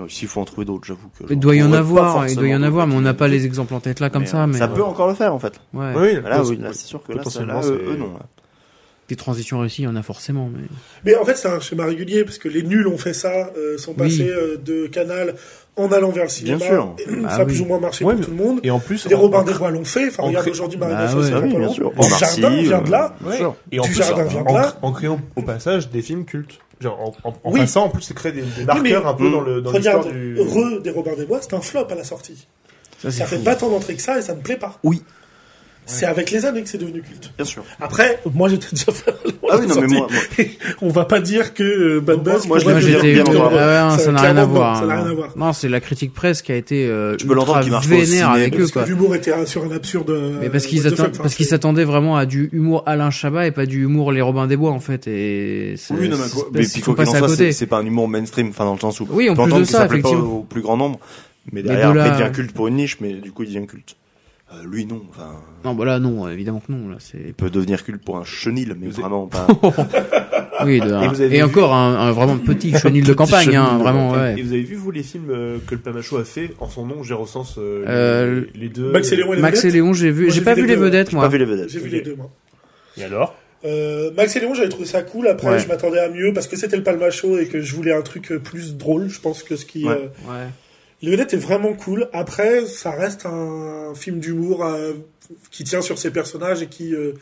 Speaker 10: je- s'il faut en trouver d'autres, j'avoue que.
Speaker 7: il doit y
Speaker 10: j'en
Speaker 7: en
Speaker 10: trouverai pas
Speaker 7: avoir hein. il
Speaker 10: forcément
Speaker 7: doit y en
Speaker 10: d'autres
Speaker 7: avoir mais on n'a pas
Speaker 10: qui-
Speaker 7: les exemples en tête là comme ça mais
Speaker 10: euh,
Speaker 7: euh,
Speaker 10: Ça peut encore le faire en fait.
Speaker 7: ouais. euh,
Speaker 9: Oui,
Speaker 10: Là,
Speaker 9: oui,
Speaker 10: oui, là, c'est sûr que là, ça,
Speaker 9: potentiellement,
Speaker 10: là,
Speaker 9: c'est-
Speaker 10: eux, eux, non. là.
Speaker 7: des transitions réussies il y en a forcément mais
Speaker 4: Mais en fait, c'est un schéma régulier parce que les nuls ont fait ça, euh, sont passés
Speaker 7: Oui.
Speaker 4: euh, de Canal en allant vers le cinéma.
Speaker 10: Bien sûr.
Speaker 4: Et
Speaker 7: Bah
Speaker 4: ça a
Speaker 7: oui.
Speaker 4: plus ou moins marché
Speaker 9: Ouais,
Speaker 4: pour
Speaker 9: mais-
Speaker 4: tout le monde.
Speaker 9: Et en plus,
Speaker 4: Les
Speaker 9: en-
Speaker 4: Robin des Bois l'ont fait. Enfin,
Speaker 9: en
Speaker 4: regarde
Speaker 9: cré-
Speaker 4: aujourd'hui
Speaker 7: Bah
Speaker 4: Marina
Speaker 7: ouais.
Speaker 4: Foïs,
Speaker 7: Ah
Speaker 10: oui,
Speaker 4: pas
Speaker 10: bien
Speaker 4: longtemps.
Speaker 10: sûr.
Speaker 4: Du
Speaker 10: Marcy,
Speaker 4: Jardin vient
Speaker 10: euh,
Speaker 4: de là.
Speaker 9: Ouais. Et en
Speaker 4: Du
Speaker 9: plus,
Speaker 4: jardin
Speaker 9: en-
Speaker 4: viendra.
Speaker 9: en, en créant au passage des films cultes. Genre, en, en, en
Speaker 4: Oui.
Speaker 9: passant, en plus, c'est créer des, des
Speaker 4: mais- Hmm.
Speaker 9: marqueurs un peu dans le dans l'histoire
Speaker 4: Regarde,
Speaker 9: du.
Speaker 4: Re des Robin des Bois, c'est un flop à la sortie.
Speaker 7: ça c'est
Speaker 4: Ça fait
Speaker 7: fou.
Speaker 4: pas tant d'entrées que ça et ça ne plaît pas.
Speaker 10: Oui.
Speaker 4: C'est avec les années que c'est devenu culte.
Speaker 10: Bien sûr.
Speaker 4: Après, moi j'étais déjà fait
Speaker 10: Ah oui, non, mais moi,
Speaker 4: On va pas dire que euh, Bad
Speaker 10: Moi,
Speaker 4: Buzz.
Speaker 10: moi, je
Speaker 4: pourrait
Speaker 7: Moi,
Speaker 10: l'ai
Speaker 4: devenir
Speaker 7: j'étais
Speaker 10: bien
Speaker 4: culte.
Speaker 10: entendu.
Speaker 7: Ah ouais, non,
Speaker 4: Ça-
Speaker 7: ça n'a rien à
Speaker 4: clairement,
Speaker 7: voir. hein.
Speaker 4: ça n'a
Speaker 7: non.
Speaker 4: rien à voir.
Speaker 7: Non, c'est la critique presse qui a été euh,
Speaker 10: Tu peux l'entendre
Speaker 7: ultra
Speaker 10: qui marche pas au
Speaker 7: vénère
Speaker 10: ciné,
Speaker 7: avec eux
Speaker 4: Parce que
Speaker 7: quoi.
Speaker 4: l'humour était un- sur un absurde. euh,
Speaker 7: Mais parce qu'ils
Speaker 4: what the
Speaker 7: atten-
Speaker 4: fuck, enfin,
Speaker 7: parce qu'ils
Speaker 4: c'est-
Speaker 7: s'attendaient vraiment à du humour Alain Chabat et pas du humour les Robins des Bois en fait et c'est-
Speaker 10: Oui, non, mais,
Speaker 7: c'est-
Speaker 10: quoi-
Speaker 7: c'est-
Speaker 10: mais
Speaker 7: c'est-
Speaker 10: puis
Speaker 7: ils sont
Speaker 10: quoi qu'il en
Speaker 7: passés à
Speaker 10: soit,
Speaker 7: côté.
Speaker 10: c'est- c'est pas un humour mainstream, enfin dans le sens où
Speaker 7: Oui, en
Speaker 10: on peut
Speaker 7: plus de
Speaker 10: entendre que
Speaker 7: ça,
Speaker 10: ça plaît pas
Speaker 7: effectivement.
Speaker 10: au plus grand nombre, mais
Speaker 7: de
Speaker 10: derrière
Speaker 7: là-
Speaker 10: après il devient culte pour une niche, mais du coup il devient culte. Euh, lui non, enfin
Speaker 7: Non, bah là non, évidemment que non là c'est
Speaker 10: il peut devenir culte pour un chenil, mais vraiment pas.
Speaker 7: oui de-
Speaker 9: Et vous avez
Speaker 7: et
Speaker 9: vu-
Speaker 7: encore un, un vraiment petit chenil de campagne
Speaker 10: chenil
Speaker 7: hein,
Speaker 10: de
Speaker 7: vraiment
Speaker 9: Et
Speaker 7: ouais.
Speaker 9: vous avez vu, vous, les films euh, que le Pamacho a fait en son nom, j'ai ressens euh,
Speaker 7: Euh,
Speaker 9: les, les deux.
Speaker 4: Max et Léon et les
Speaker 7: Max et
Speaker 4: vedettes
Speaker 7: Léon, j'ai vu,
Speaker 4: Moi,
Speaker 7: j'ai
Speaker 4: j'ai
Speaker 7: pas
Speaker 4: vu
Speaker 7: vu
Speaker 4: les
Speaker 7: les
Speaker 4: deux.
Speaker 7: vedettes
Speaker 10: J'ai pas
Speaker 7: moi.
Speaker 10: vu les vedettes.
Speaker 4: J'ai vu
Speaker 9: Ok.
Speaker 4: les deux, moi.
Speaker 9: Et alors
Speaker 4: Euh, Max et Léon, j'avais trouvé ça cool. Après,
Speaker 7: Ouais.
Speaker 4: je m'attendais à mieux parce que c'était le palmacho et que je voulais un truc euh, plus drôle, je pense, que ce qui.
Speaker 10: Ouais.
Speaker 4: euh,
Speaker 7: Ouais.
Speaker 4: Les vedettes est vraiment cool. Après, ça reste un film d'humour euh, qui tient sur ses personnages et qui. euh,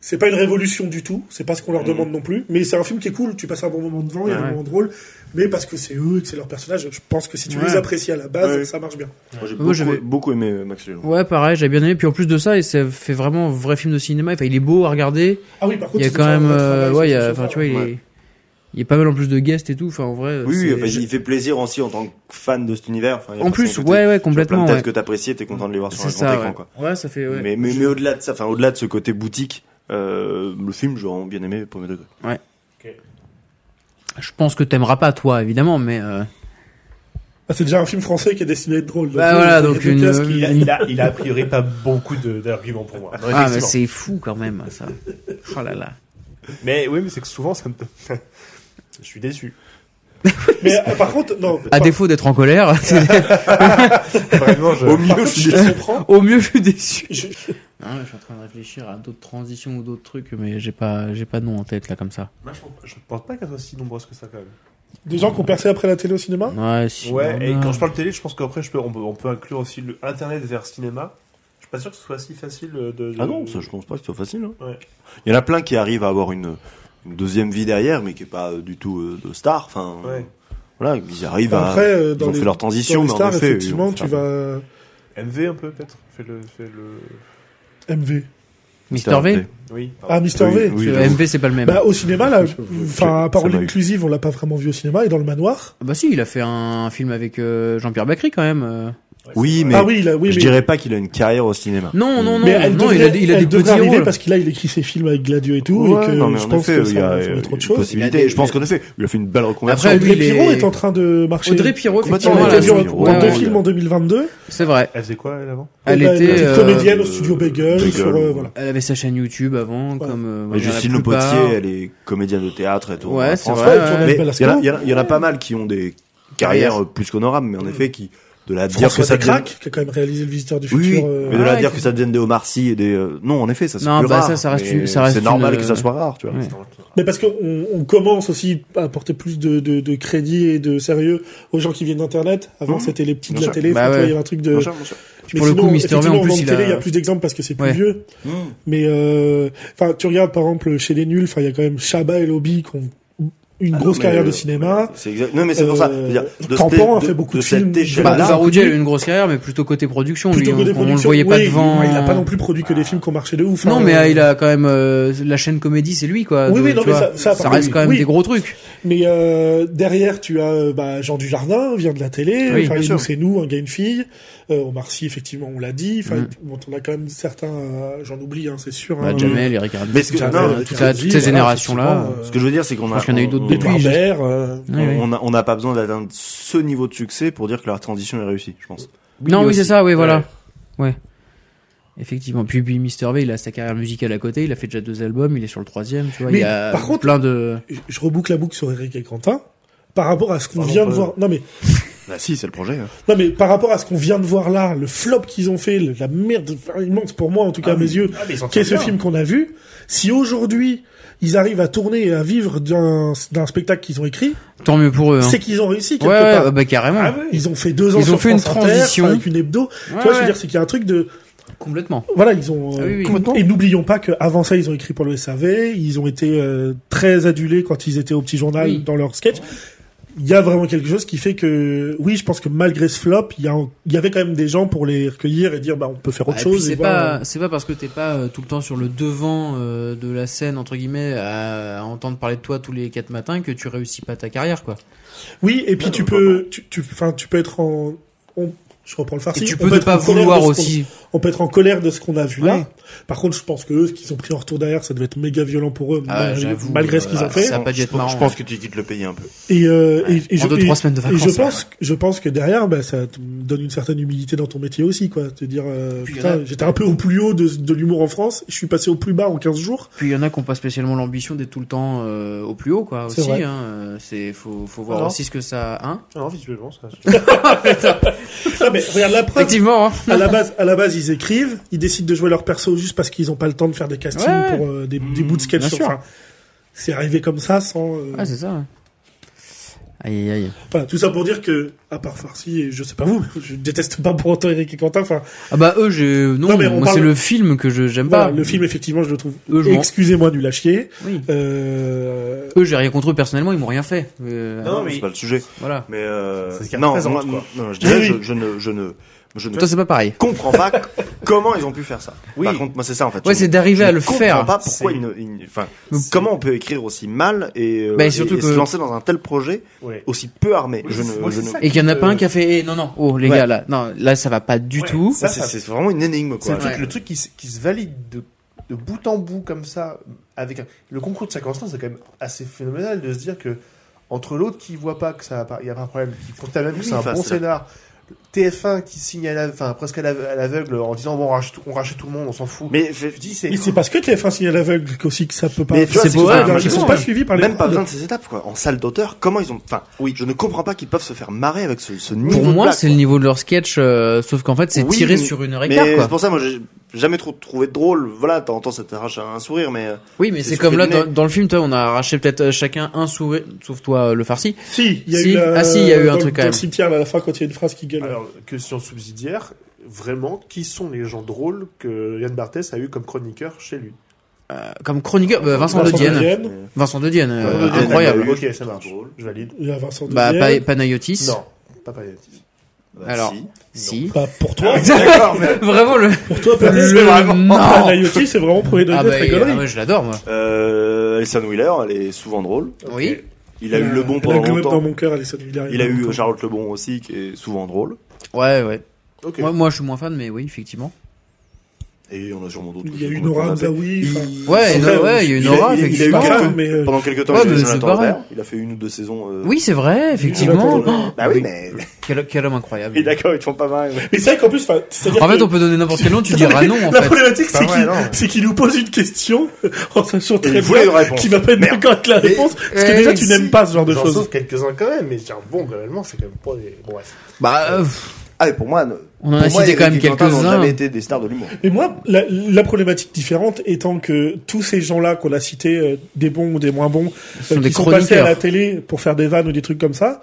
Speaker 4: C'est pas une révolution du tout, c'est pas ce qu'on leur demande non plus, mais c'est un film qui est cool, tu passes un bon moment devant, il y a
Speaker 7: Ouais.
Speaker 4: un moment drôle, mais parce que c'est eux, et que c'est leurs personnages, je pense que si tu
Speaker 7: Ouais.
Speaker 4: les apprécies à la base,
Speaker 10: Ouais.
Speaker 4: ça marche bien.
Speaker 10: Moi, J'ai
Speaker 7: Moi,
Speaker 10: beaucoup,
Speaker 7: j'avais-
Speaker 10: beaucoup aimé euh, Max Léon.
Speaker 7: Ouais, pareil, j'ai bien aimé. Puis en plus de ça, et ça fait vraiment un vrai film de cinéma. Enfin, il est beau à regarder.
Speaker 4: Ah oui, par
Speaker 7: Il
Speaker 4: contre,
Speaker 7: y a
Speaker 4: ils ont
Speaker 7: quand
Speaker 4: fait un
Speaker 7: même,
Speaker 4: vrai
Speaker 7: euh,
Speaker 4: travail
Speaker 7: ouais, il y
Speaker 4: sur
Speaker 7: a,
Speaker 4: ce
Speaker 7: enfin,
Speaker 4: sofa.
Speaker 7: tu vois, il est, il y a pas mal en plus de guests et tout. Enfin, en vrai.
Speaker 10: Oui, oui,
Speaker 7: c'est-
Speaker 10: enfin, il fait plaisir aussi en tant que fan de cet univers. Enfin, il y a
Speaker 7: En
Speaker 10: pas
Speaker 7: plus,
Speaker 10: son côté-
Speaker 7: ouais, ouais,
Speaker 10: tu vois plein
Speaker 7: complètement.
Speaker 10: de têtes
Speaker 7: ouais.
Speaker 10: que t'apprécies, et t'es content de les voir sur un
Speaker 7: C'est
Speaker 10: grand
Speaker 7: ça.
Speaker 10: écran
Speaker 7: ouais.
Speaker 10: quoi.
Speaker 7: Ouais, ça fait. ouais.
Speaker 10: Mais, mais, mais au-delà de ça, enfin au-delà de ce côté boutique, euh, le film j'ai vraiment bien aimé premier degré.
Speaker 7: Je pense que t'aimeras pas toi, évidemment, mais. euh,
Speaker 4: Ah, c'est déjà un film français qui est destiné à être drôle.
Speaker 7: Bah
Speaker 4: euh,
Speaker 7: voilà,
Speaker 4: il y a
Speaker 7: donc
Speaker 4: deux
Speaker 7: une-
Speaker 4: cases qui-
Speaker 9: il a, il, a, il a a priori pas beaucoup de- d'arguments pour moi.
Speaker 7: Ah,
Speaker 9: Non,
Speaker 7: mais
Speaker 9: effectivement.
Speaker 7: c'est fou quand même, ça. Oh là là.
Speaker 9: mais oui, mais c'est que souvent, ça me. Je suis déçu.
Speaker 4: Mais euh, par contre, non.
Speaker 7: À
Speaker 4: par-
Speaker 7: défaut d'être en colère, c'est-
Speaker 9: Vraiment, je.
Speaker 4: par contre, je te comprends.
Speaker 7: au mieux, je suis déçu.
Speaker 4: Je-
Speaker 7: Non, mais je suis en train de réfléchir à d'autres transitions ou d'autres trucs, mais j'ai pas, j'ai pas de nom en tête là comme ça.
Speaker 9: Moi, je pense- je pense pas qu'elle soit si nombreuse que ça quand même.
Speaker 4: Des gens qui ont percé après la télé au cinéma
Speaker 7: Ouais, si.
Speaker 9: Ouais,
Speaker 7: non,
Speaker 9: et
Speaker 7: non.
Speaker 9: quand je parle télé, je pense qu'après, je peux, on, peut, on peut inclure aussi le internet vers cinéma. Je suis pas sûr que ce soit si facile de. de-
Speaker 10: Ah
Speaker 4: Euh,
Speaker 10: non, ça je pense pas que ce soit facile. hein.
Speaker 9: Ouais.
Speaker 10: Il y en a plein qui arrivent à avoir une, une deuxième vie derrière, mais qui est pas euh, du tout euh, de star. Enfin,
Speaker 9: Ouais.
Speaker 10: voilà, ils arrivent
Speaker 4: Après,
Speaker 10: à.
Speaker 4: euh,
Speaker 10: Ils
Speaker 4: dans
Speaker 10: ont
Speaker 4: les
Speaker 10: fait leur transition,
Speaker 4: dans les
Speaker 10: mais en
Speaker 4: stars,
Speaker 10: effet, euh, ils
Speaker 4: effectivement,
Speaker 10: ont
Speaker 4: tu
Speaker 10: fait-
Speaker 4: vas
Speaker 9: MV un peu peut-être. Fais le, fais le.
Speaker 4: MV.
Speaker 7: Mister V.
Speaker 9: Oui. pardon.
Speaker 4: Ah, Mister V.
Speaker 10: Oui,
Speaker 7: Parce que
Speaker 10: j'avoue.
Speaker 7: MV, c'est pas le même.
Speaker 4: Bah au cinéma là, enfin à part
Speaker 10: Ça m'a eu.
Speaker 4: l'inclusive, on l'a pas vraiment vu au cinéma et dans le manoir.
Speaker 7: Bah si, il a fait un film avec euh, Jean-Pierre Bacry quand même. euh.
Speaker 10: Oui, mais
Speaker 4: ah oui, là, oui,
Speaker 10: je
Speaker 4: mais,
Speaker 10: dirais pas qu'il a une carrière au cinéma.
Speaker 7: Non, non, non,
Speaker 4: mais elle
Speaker 7: non,
Speaker 4: devrait,
Speaker 7: il a, des- il a
Speaker 4: elle
Speaker 7: des
Speaker 4: devrait
Speaker 7: petits
Speaker 4: arriver
Speaker 7: rôles.
Speaker 4: parce qu'il a il écrit ses films avec Gladieux et tout
Speaker 10: Ouais,
Speaker 4: et que
Speaker 10: non, mais
Speaker 4: je
Speaker 10: en
Speaker 4: pense
Speaker 10: effet,
Speaker 4: que
Speaker 10: il y
Speaker 4: ça
Speaker 10: a
Speaker 4: va faire
Speaker 10: euh,
Speaker 4: trop de
Speaker 10: une
Speaker 4: choses.
Speaker 10: possibilité.
Speaker 7: Il a des-
Speaker 10: Et je pense qu'en effet, il a fait une belle reconversion.
Speaker 7: Après, lui,
Speaker 4: Audrey
Speaker 7: il est-
Speaker 4: Pirot est en train de marcher.
Speaker 7: Audrey Pirot,
Speaker 4: Elle
Speaker 10: Complètement,
Speaker 7: effectivement,
Speaker 4: était
Speaker 7: là,
Speaker 10: elle
Speaker 4: dans
Speaker 10: a-
Speaker 7: ouais,
Speaker 4: dans deux
Speaker 7: ouais,
Speaker 4: films en 2022.
Speaker 7: C'est vrai.
Speaker 9: Elle faisait quoi elle avant
Speaker 7: Elle
Speaker 4: Bah,
Speaker 7: était,
Speaker 4: petite
Speaker 7: euh,
Speaker 4: comédienne au studio Bagel.
Speaker 10: Bagel,
Speaker 4: sur, euh, voilà.
Speaker 7: Elle avait sa chaîne YouTube avant,
Speaker 4: Ouais.
Speaker 7: comme. euh,
Speaker 10: Mais
Speaker 7: voilà, la
Speaker 10: Justine Le
Speaker 7: plupart.
Speaker 10: Potier, elle est comédienne de théâtre et tout.
Speaker 7: Ouais,
Speaker 10: en
Speaker 7: c'est
Speaker 10: France.
Speaker 7: vrai.
Speaker 4: Ouais, tournait
Speaker 10: Mais
Speaker 4: avec
Speaker 10: il y en a-
Speaker 4: Belasco.
Speaker 10: il y en a- il y en a pas mal qui ont des carrières euh, plus qu'honorables, mais en
Speaker 7: Mm.
Speaker 10: effet, qui de la dire que
Speaker 4: François
Speaker 10: ça
Speaker 4: ça
Speaker 10: devient-
Speaker 4: qui a quand même réalisé le visiteur du
Speaker 10: Oui,
Speaker 4: futur.
Speaker 10: oui,
Speaker 4: euh,
Speaker 10: mais de là
Speaker 7: Ah,
Speaker 10: à dire
Speaker 7: et
Speaker 10: que ça devienne des Omar Sy et des. euh, Non, en effet, ça c'est
Speaker 7: Non,
Speaker 10: plus
Speaker 7: bah,
Speaker 10: rare,
Speaker 7: ça, ça reste
Speaker 10: mais
Speaker 7: une- ça reste
Speaker 10: C'est normal
Speaker 7: une,
Speaker 10: que
Speaker 7: euh,
Speaker 10: ça soit rare, tu vois.
Speaker 7: ouais.
Speaker 4: Mais parce qu'on on commence aussi à apporter plus de, de, de crédit et de sérieux aux gens qui viennent d'Internet. Avant,
Speaker 10: Mhm.
Speaker 4: c'était les petits de
Speaker 10: Bien
Speaker 4: la
Speaker 10: sûr.
Speaker 4: télé.
Speaker 7: Bah
Speaker 4: enfin, tu vois,
Speaker 7: ouais.
Speaker 4: Il y avait un truc de...
Speaker 10: Bien sûr, bien sûr.
Speaker 7: Puis pour le coup, Mister V, en
Speaker 4: effectivement,
Speaker 7: plus,
Speaker 4: dans le
Speaker 7: il
Speaker 4: télé,
Speaker 7: a-
Speaker 4: y a plus d'exemples parce que c'est plus
Speaker 7: Ouais.
Speaker 4: vieux.
Speaker 10: Hmm.
Speaker 4: Mais, euh, enfin, tu regardes, par exemple, chez les nuls, enfin, il y a quand même Chabat et Lobby qui ont une
Speaker 10: Ah non,
Speaker 4: grosse
Speaker 10: mais,
Speaker 4: carrière de
Speaker 10: euh,
Speaker 4: cinéma.
Speaker 10: C'est exact. Non, mais c'est pour ça.
Speaker 4: Euh,
Speaker 10: C'est-à-dire, de
Speaker 4: Campan
Speaker 10: cette-
Speaker 4: a fait
Speaker 10: de-
Speaker 4: beaucoup
Speaker 10: de
Speaker 4: de films.
Speaker 10: cette échelle.
Speaker 4: Bah,
Speaker 7: Bah,
Speaker 4: Zarroudy-
Speaker 7: Zarroudy, elle a eu une grosse carrière, mais plutôt côté production.
Speaker 4: Plutôt
Speaker 7: lui, on,
Speaker 4: que des
Speaker 7: on le
Speaker 4: productions,
Speaker 7: voyait pas
Speaker 4: oui,
Speaker 7: devant. euh, ah.
Speaker 4: Il a pas non plus produit que des films qui ont marché de ouf.
Speaker 7: Non,
Speaker 4: hein.
Speaker 7: mais euh, il a quand même euh, la chaîne comédie, c'est lui quoi.
Speaker 4: Oui, oui, non,
Speaker 7: tu
Speaker 4: mais
Speaker 7: vois.
Speaker 4: ça- ça, par
Speaker 7: reste
Speaker 4: contre,
Speaker 7: quand même
Speaker 4: oui.
Speaker 7: des gros trucs.
Speaker 4: Mais euh, derrière, tu as euh, bah, Jean Dujardin, vient de la télé,
Speaker 7: Oui,
Speaker 4: enfin,
Speaker 7: bien
Speaker 4: il
Speaker 7: sûr.
Speaker 4: nous, c'est nous, un gars, une fille. Euh, Omar Sy, effectivement, on l'a dit. Enfin,
Speaker 7: Mm.
Speaker 4: bon, on a quand même certains, euh, j'en oublie, hein, c'est sûr.
Speaker 7: Bah,
Speaker 4: hein,
Speaker 7: Jamel, Eric Arden,
Speaker 10: Mais ce que-
Speaker 7: toute
Speaker 10: non,
Speaker 7: toute euh, la- toutes ces générations-là.
Speaker 10: Ce que je veux dire, c'est qu'on
Speaker 7: Je
Speaker 10: a.
Speaker 7: pense qu'il y en a eu d'autres
Speaker 10: on-
Speaker 4: Les
Speaker 7: depuis.
Speaker 10: on-
Speaker 4: Barbères, euh,
Speaker 7: Oui, oui.
Speaker 10: On n'a on n'a pas besoin d'atteindre ce niveau de succès pour dire que la transition est réussie, je pense.
Speaker 7: non, oui,
Speaker 10: aussi.
Speaker 7: c'est ça, oui, voilà. Ouais. Effectivement. Puis, puis Mr. V, il a sa carrière musicale à côté, il a fait déjà deux albums, il est sur le troisième, tu vois.
Speaker 4: Mais
Speaker 7: il y a
Speaker 4: par contre-
Speaker 7: plein de.
Speaker 4: je- je reboucle la boucle sur Eric et Quentin. Par rapport à ce qu'on vient de voir, non mais
Speaker 10: Bah si, c'est le projet.
Speaker 4: non mais par rapport à ce qu'on vient de voir là, le flop qu'ils ont fait, le- la merde enfin, immense pour moi en
Speaker 7: Ah
Speaker 4: tout cas à mes yeux, qui est ce film qu'on a vu. Si aujourd'hui ils arrivent à tourner et à vivre d'un d'un spectacle qu'ils ont écrit,
Speaker 7: Tant mieux pour eux. Hein.
Speaker 4: c'est qu'ils ont réussi
Speaker 7: Ouais,
Speaker 4: quelque
Speaker 7: ouais,
Speaker 4: part.
Speaker 7: bah, bah carrément.
Speaker 4: Ils ont fait deux ans
Speaker 7: Ils ont
Speaker 4: sur
Speaker 7: fait une
Speaker 4: France Inter,
Speaker 7: transition.
Speaker 4: avec une hebdo. tu
Speaker 7: Ouais,
Speaker 4: vois, je veux
Speaker 7: ouais.
Speaker 4: dire, c'est qu'il y a un truc de,
Speaker 7: Complètement.
Speaker 4: voilà, ils ont.
Speaker 7: Ah
Speaker 4: euh,
Speaker 7: oui, oui.
Speaker 4: complètement- Et n'oublions pas qu'avant ça, ils ont écrit pour le SAV. Ils ont été euh, très adulés quand ils étaient au petit journal
Speaker 7: Oui.
Speaker 4: dans leur sketch. Il y a vraiment quelque chose qui fait que, oui, je pense que malgré ce flop, il y, a un- il y avait quand même des gens pour les recueillir et dire, bah, on peut faire autre
Speaker 7: Ah, et puis,
Speaker 4: chose. et
Speaker 7: C'est
Speaker 4: voilà.
Speaker 7: pas, c'est pas parce que t'es pas euh, tout le temps sur le devant euh, de la scène entre guillemets à, à entendre parler de toi tous les quatre matins que tu réussis pas ta carrière quoi.
Speaker 4: Oui, et puis
Speaker 7: Bah, euh,
Speaker 4: tu peux, tu, tu, enfin, tu peux être en, on- je reprends le farci.
Speaker 7: Et tu
Speaker 4: Ah, on
Speaker 7: peux
Speaker 4: peut
Speaker 7: ne
Speaker 4: être
Speaker 7: pas
Speaker 4: en colère
Speaker 7: vouloir
Speaker 4: de ce qu'on-
Speaker 7: aussi.
Speaker 4: On peut être en colère de ce qu'on a vu
Speaker 7: Ouais.
Speaker 4: là. Par contre, je pense que eux, ce qu'ils ont pris en retour derrière, ça devait être méga violent pour eux,
Speaker 7: Ah,
Speaker 4: mal-
Speaker 7: j'avoue,
Speaker 4: malgré ce qu'ils
Speaker 7: euh,
Speaker 4: ont fait.
Speaker 7: Ça a pas dû
Speaker 10: je,
Speaker 7: être
Speaker 10: pense-
Speaker 7: marrant,
Speaker 10: je pense
Speaker 7: ouais.
Speaker 10: que tu quittes le pays un peu.
Speaker 4: Et, euh, et, et
Speaker 7: en
Speaker 4: je,
Speaker 7: deux
Speaker 4: et-
Speaker 7: trois semaines de vacances.
Speaker 4: Et je
Speaker 7: ça,
Speaker 4: pense, je pense que derrière, bah, ça te donne une certaine humilité dans ton métier aussi, quoi. Te dire, euh,
Speaker 7: Puis
Speaker 4: putain,
Speaker 7: y en a-
Speaker 4: j'étais un peu au plus haut de, de l'humour en France, je suis passé au plus bas en 15 jours.
Speaker 7: Puis il y en a qui n'ont pas spécialement l'ambition d'être tout le temps euh, au plus haut, quoi.
Speaker 4: C'est
Speaker 7: Aussi,
Speaker 4: vrai.
Speaker 7: hein, euh, c'est faut, faut voir
Speaker 9: Alors
Speaker 7: aussi ce que ça. Hein
Speaker 9: Alors, visuellement, ça.
Speaker 4: Ah, mais regarde la preuve.
Speaker 7: Effectivement. Hein.
Speaker 4: À la base, à la base, ils écrivent, ils décident de jouer leur perso juste parce qu'ils n'ont pas le temps de faire des castings
Speaker 7: Ouais, ouais.
Speaker 4: pour euh, des, des bouts de sketch.
Speaker 7: Mmh, bien sûr.
Speaker 4: Enfin, c'est arrivé comme ça, sans. euh,
Speaker 7: Ah c'est ça. ouais. Aïe aïe aïe.
Speaker 4: voilà, tout ça pour dire que, à part Farsi, et je sais pas vous, mais je déteste pas pour autant Eric et Quentin. Enfin,
Speaker 7: Ah bah eux j'ai non,
Speaker 4: Non, mais on
Speaker 7: moi
Speaker 4: parle-
Speaker 7: c'est le film que je j'aime
Speaker 4: voilà,
Speaker 7: pas.
Speaker 4: le film, effectivement, je le trouve.
Speaker 7: Eux, je m'en-
Speaker 4: Excusez-moi, nul à chier.
Speaker 7: Oui.
Speaker 4: Euh,
Speaker 7: Eux j'ai rien contre eux personnellement ils m'ont rien fait. Euh,
Speaker 10: Non, mais c'est pas le sujet.
Speaker 7: Voilà.
Speaker 10: Mais euh,
Speaker 9: C'est ce qu'il
Speaker 10: non,
Speaker 9: représente,
Speaker 10: moi,
Speaker 9: quoi.
Speaker 10: non, je dirais,
Speaker 4: Oui,
Speaker 10: je,
Speaker 4: oui.
Speaker 10: je ne, je ne, je ne
Speaker 7: Toi c'est pas pareil.
Speaker 10: comprends pas comment ils ont pu faire ça.
Speaker 9: Oui.
Speaker 10: Par contre, moi, c'est ça en fait.
Speaker 7: Ouais
Speaker 10: Je-
Speaker 7: c'est d'arriver
Speaker 10: je
Speaker 7: à
Speaker 10: ne
Speaker 7: le
Speaker 10: comprends
Speaker 7: faire.
Speaker 10: pas pourquoi
Speaker 9: C'est-
Speaker 10: ils ne- ils- enfin,
Speaker 7: Mais-
Speaker 10: comment on peut écrire aussi mal et, euh,
Speaker 7: Bah, et
Speaker 10: et-
Speaker 7: surtout
Speaker 10: et
Speaker 7: que-
Speaker 10: se lancer dans un tel projet
Speaker 9: Ouais.
Speaker 10: aussi peu armé.
Speaker 9: Oui,
Speaker 10: je ne,
Speaker 9: c'est- moi,
Speaker 10: je
Speaker 9: c'est
Speaker 10: ne-
Speaker 9: ça
Speaker 7: Et qu'il y en a
Speaker 9: Euh,
Speaker 7: pas un qui a fait eh, non non oh les
Speaker 10: Ouais.
Speaker 7: gars là non là ça va pas du
Speaker 9: Ouais,
Speaker 7: tout.
Speaker 9: ça,
Speaker 10: c'est- c'est vraiment une énigme
Speaker 9: C'est
Speaker 10: quoi.
Speaker 9: le, truc, le truc qui, se- qui se valide de, de bout en bout comme ça, avec un- le concours de circonstances, c'est quand même assez phénoménal de se dire que entre l'autre qui voit pas que ça va pas- il y a pas un problème, qui constate même que
Speaker 10: Oui,
Speaker 9: c'est un
Speaker 10: enfin,
Speaker 9: bon
Speaker 10: c'est la-
Speaker 9: scénar, TF1 qui signe à la- enfin, presque à la- à l'aveugle en disant bon on rachète, tout- on rachète tout le monde, on s'en fout.
Speaker 10: Mais fait-
Speaker 9: tu dis c'est
Speaker 4: Mais c'est parce que TF1 signale aveugle qu'aussi que ça peut pas.
Speaker 10: Mais tu vois,
Speaker 7: c'est
Speaker 10: c'est
Speaker 7: beau,
Speaker 10: ça,
Speaker 7: ouais,
Speaker 10: moi,
Speaker 4: Alors,
Speaker 7: mais
Speaker 10: je
Speaker 4: ils
Speaker 7: c'est
Speaker 4: sont
Speaker 7: bon,
Speaker 4: pas
Speaker 7: ouais.
Speaker 4: suivis par les.
Speaker 10: même pas besoin de ces étapes quoi. En salle d'auteur, comment ils ont Enfin, oui, je ne comprends pas qu'ils peuvent se faire marrer avec ce, ce niveau.
Speaker 7: Pour
Speaker 10: de
Speaker 7: moi
Speaker 10: blague,
Speaker 7: c'est
Speaker 10: quoi.
Speaker 7: le niveau de leur sketch euh, sauf qu'en fait c'est
Speaker 10: Oui,
Speaker 7: tiré
Speaker 10: mais-
Speaker 7: sur une heure et
Speaker 10: Mais
Speaker 7: quart quoi.
Speaker 10: c'est pour ça, moi, j'ai jamais trop trouvé de drôle. Voilà, t'entends, ça t'arrache un sourire, mais euh,
Speaker 7: Oui, mais
Speaker 10: C'est
Speaker 7: c'est
Speaker 10: ce
Speaker 7: comme
Speaker 10: que
Speaker 7: là,
Speaker 10: donnait.
Speaker 7: dans, dans le film, toi, on a arraché peut-être euh, chacun un sourire, sauf toi, euh, le farci.
Speaker 4: Si, il y a
Speaker 7: Si.
Speaker 4: eu. la-
Speaker 7: Ah, si, il y a eu un
Speaker 4: dans le-
Speaker 7: truc quand
Speaker 4: dans le
Speaker 7: même.
Speaker 4: cimetière, là, à la fin, quand il y a une phrase qui gueule.
Speaker 9: alors question subsidiaire, vraiment qui sont les gens drôles que Yann Barthès a eu comme chroniqueur chez lui
Speaker 7: Euh, comme chroniqueur, bah, Vincent,
Speaker 4: Vincent
Speaker 7: Dedienne.
Speaker 4: Dedienne,
Speaker 7: Vincent Dedienne, euh,
Speaker 10: Vincent Dedienne,
Speaker 7: incroyable.
Speaker 10: il y a eu.
Speaker 9: Ok ça marche, je valide.
Speaker 4: Il y a Vincent
Speaker 7: Bah,
Speaker 4: Dedienne.
Speaker 7: Pa- Panayotis.
Speaker 9: Non, pas Panayotis.
Speaker 10: bah,
Speaker 7: Alors.
Speaker 10: si.
Speaker 7: Si.
Speaker 4: Bah, pour toi,
Speaker 7: Ah, Vraiment le.
Speaker 4: pour toi,
Speaker 7: Le- Ah.
Speaker 4: peut-être.
Speaker 7: non.
Speaker 4: Panayotis, c'est vraiment premier degré
Speaker 7: Ah,
Speaker 4: de
Speaker 7: bah,
Speaker 4: rigolerie.
Speaker 7: ah ouais, je l'adore, moi.
Speaker 10: Euh, Alison Wheeler, elle est souvent drôle.
Speaker 7: Oui.
Speaker 10: Il a eu le bon
Speaker 4: Elle a
Speaker 10: pendant
Speaker 4: glow up dans
Speaker 10: longtemps.
Speaker 4: mon cœur, Alison Miller.
Speaker 10: Il a eu Charlotte Le Bon aussi, qui est souvent drôle.
Speaker 7: Ouais, ouais.
Speaker 9: Ok.
Speaker 7: Moi, moi, je suis moins fan, mais oui, effectivement.
Speaker 10: Et on a sûrement d'autres.
Speaker 4: Il y a
Speaker 10: trucs
Speaker 4: eu
Speaker 10: qu'on peut
Speaker 4: Nora
Speaker 10: taper.
Speaker 4: Mzaoui. enfin,
Speaker 10: Il-
Speaker 7: Ouais, il
Speaker 4: C'est
Speaker 7: y a-
Speaker 4: vrai,
Speaker 7: ouais, il y a une
Speaker 10: il a-
Speaker 7: aura,
Speaker 10: il a- il a eu
Speaker 4: c'est
Speaker 7: effectivement.
Speaker 4: pas
Speaker 10: quelques-
Speaker 4: grave, mais. euh,
Speaker 10: Pendant quelques temps,
Speaker 7: Ouais,
Speaker 10: il y
Speaker 7: mais
Speaker 10: a eu
Speaker 7: c'est
Speaker 10: Jonathan
Speaker 7: pareil.
Speaker 10: Robert. Il a fait une ou deux saisons. euh,
Speaker 7: Oui, c'est vrai, effectivement. Oh,
Speaker 10: Bah oui, mais.
Speaker 7: Quel, quel homme incroyable.
Speaker 10: Oui, d'accord, ils te font pas mal.
Speaker 4: Mais c'est vrai qu'en plus, enfin, c'est-à-dire
Speaker 7: En fait,
Speaker 4: que-
Speaker 7: on peut donner n'importe quel nom, tu diras non, en
Speaker 4: La
Speaker 7: fait.
Speaker 4: problématique,
Speaker 9: Pas
Speaker 4: c'est
Speaker 9: vrai,
Speaker 4: qu'il
Speaker 9: non.
Speaker 4: c'est qu'il nous pose une question en sachant
Speaker 10: il
Speaker 4: très
Speaker 10: voulait une
Speaker 4: bien
Speaker 10: réponse.
Speaker 4: qu'il va pas être
Speaker 10: Merde.
Speaker 4: d'accord avec la réponse. Parce que
Speaker 7: eh,
Speaker 4: déjà, tu
Speaker 7: si.
Speaker 4: n'aimes pas ce genre de
Speaker 9: J'en
Speaker 4: choses.
Speaker 9: sauve quelques-uns quand même, mais je veux dire, bon, globalement, c'est quand même pas des. Bon, bref.
Speaker 7: Bah, euh, pff,
Speaker 10: Ah, mais pour moi. ne-
Speaker 7: on en
Speaker 10: pour
Speaker 7: a
Speaker 10: moi,
Speaker 7: cité quand même
Speaker 10: Eric et Quentin n'ont jamais
Speaker 7: quelques-uns.
Speaker 10: été des stars de l'humour.
Speaker 4: Mais moi, la, la problématique différente étant que tous ces gens-là qu'on a cités, euh, des bons ou des moins bons,
Speaker 7: sont
Speaker 4: euh,
Speaker 7: des
Speaker 4: qui sont passés à
Speaker 7: chroniqueurs.
Speaker 4: la télé pour faire des vannes ou des trucs comme ça,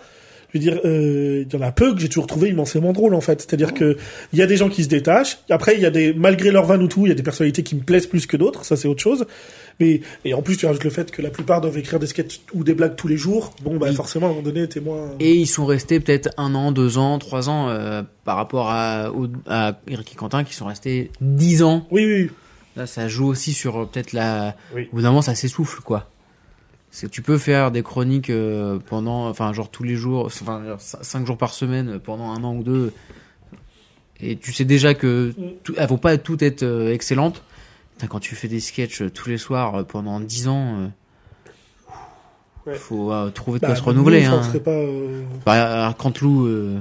Speaker 4: je veux dire, euh, il y en a peu que j'ai toujours trouvé immensément drôle en fait. C'est-à-dire que il y a des gens qui se détachent. Après, il y a des, malgré leur van ou tout, il y a des personnalités qui me plaisent plus que d'autres. Ça, c'est autre chose. Mais et en plus, tu rajoutes le fait que la plupart doivent écrire des sketchs ou des blagues tous les jours. Bon, bah
Speaker 7: Oui.
Speaker 4: forcément, à un moment donné, t'es moins.
Speaker 7: Et ils sont restés peut-être un an, deux ans, trois ans euh, par rapport à, au- à Eric et Quentin qui sont restés dix ans.
Speaker 4: Oui, oui.
Speaker 7: Là, ça joue aussi sur euh, peut-être la.
Speaker 9: Oui.
Speaker 7: Au bout d'un moment, ça s'essouffle, quoi. C'est que tu peux faire des chroniques euh, pendant, enfin, genre tous les jours, enfin, genre, cin- cinq jours par semaine euh, pendant un an ou deux. Et tu sais déjà que tout, elles vont pas toutes être euh, excellentes. Putain, quand tu fais des sketchs euh, tous les soirs euh, pendant dix ans. euh,
Speaker 9: Ouais.
Speaker 7: Faut euh, trouver de
Speaker 4: Bah,
Speaker 7: quoi se renouveler.
Speaker 4: nous, ça
Speaker 7: hein.
Speaker 4: serait pas. euh,
Speaker 7: Bah, Cantelou, euh,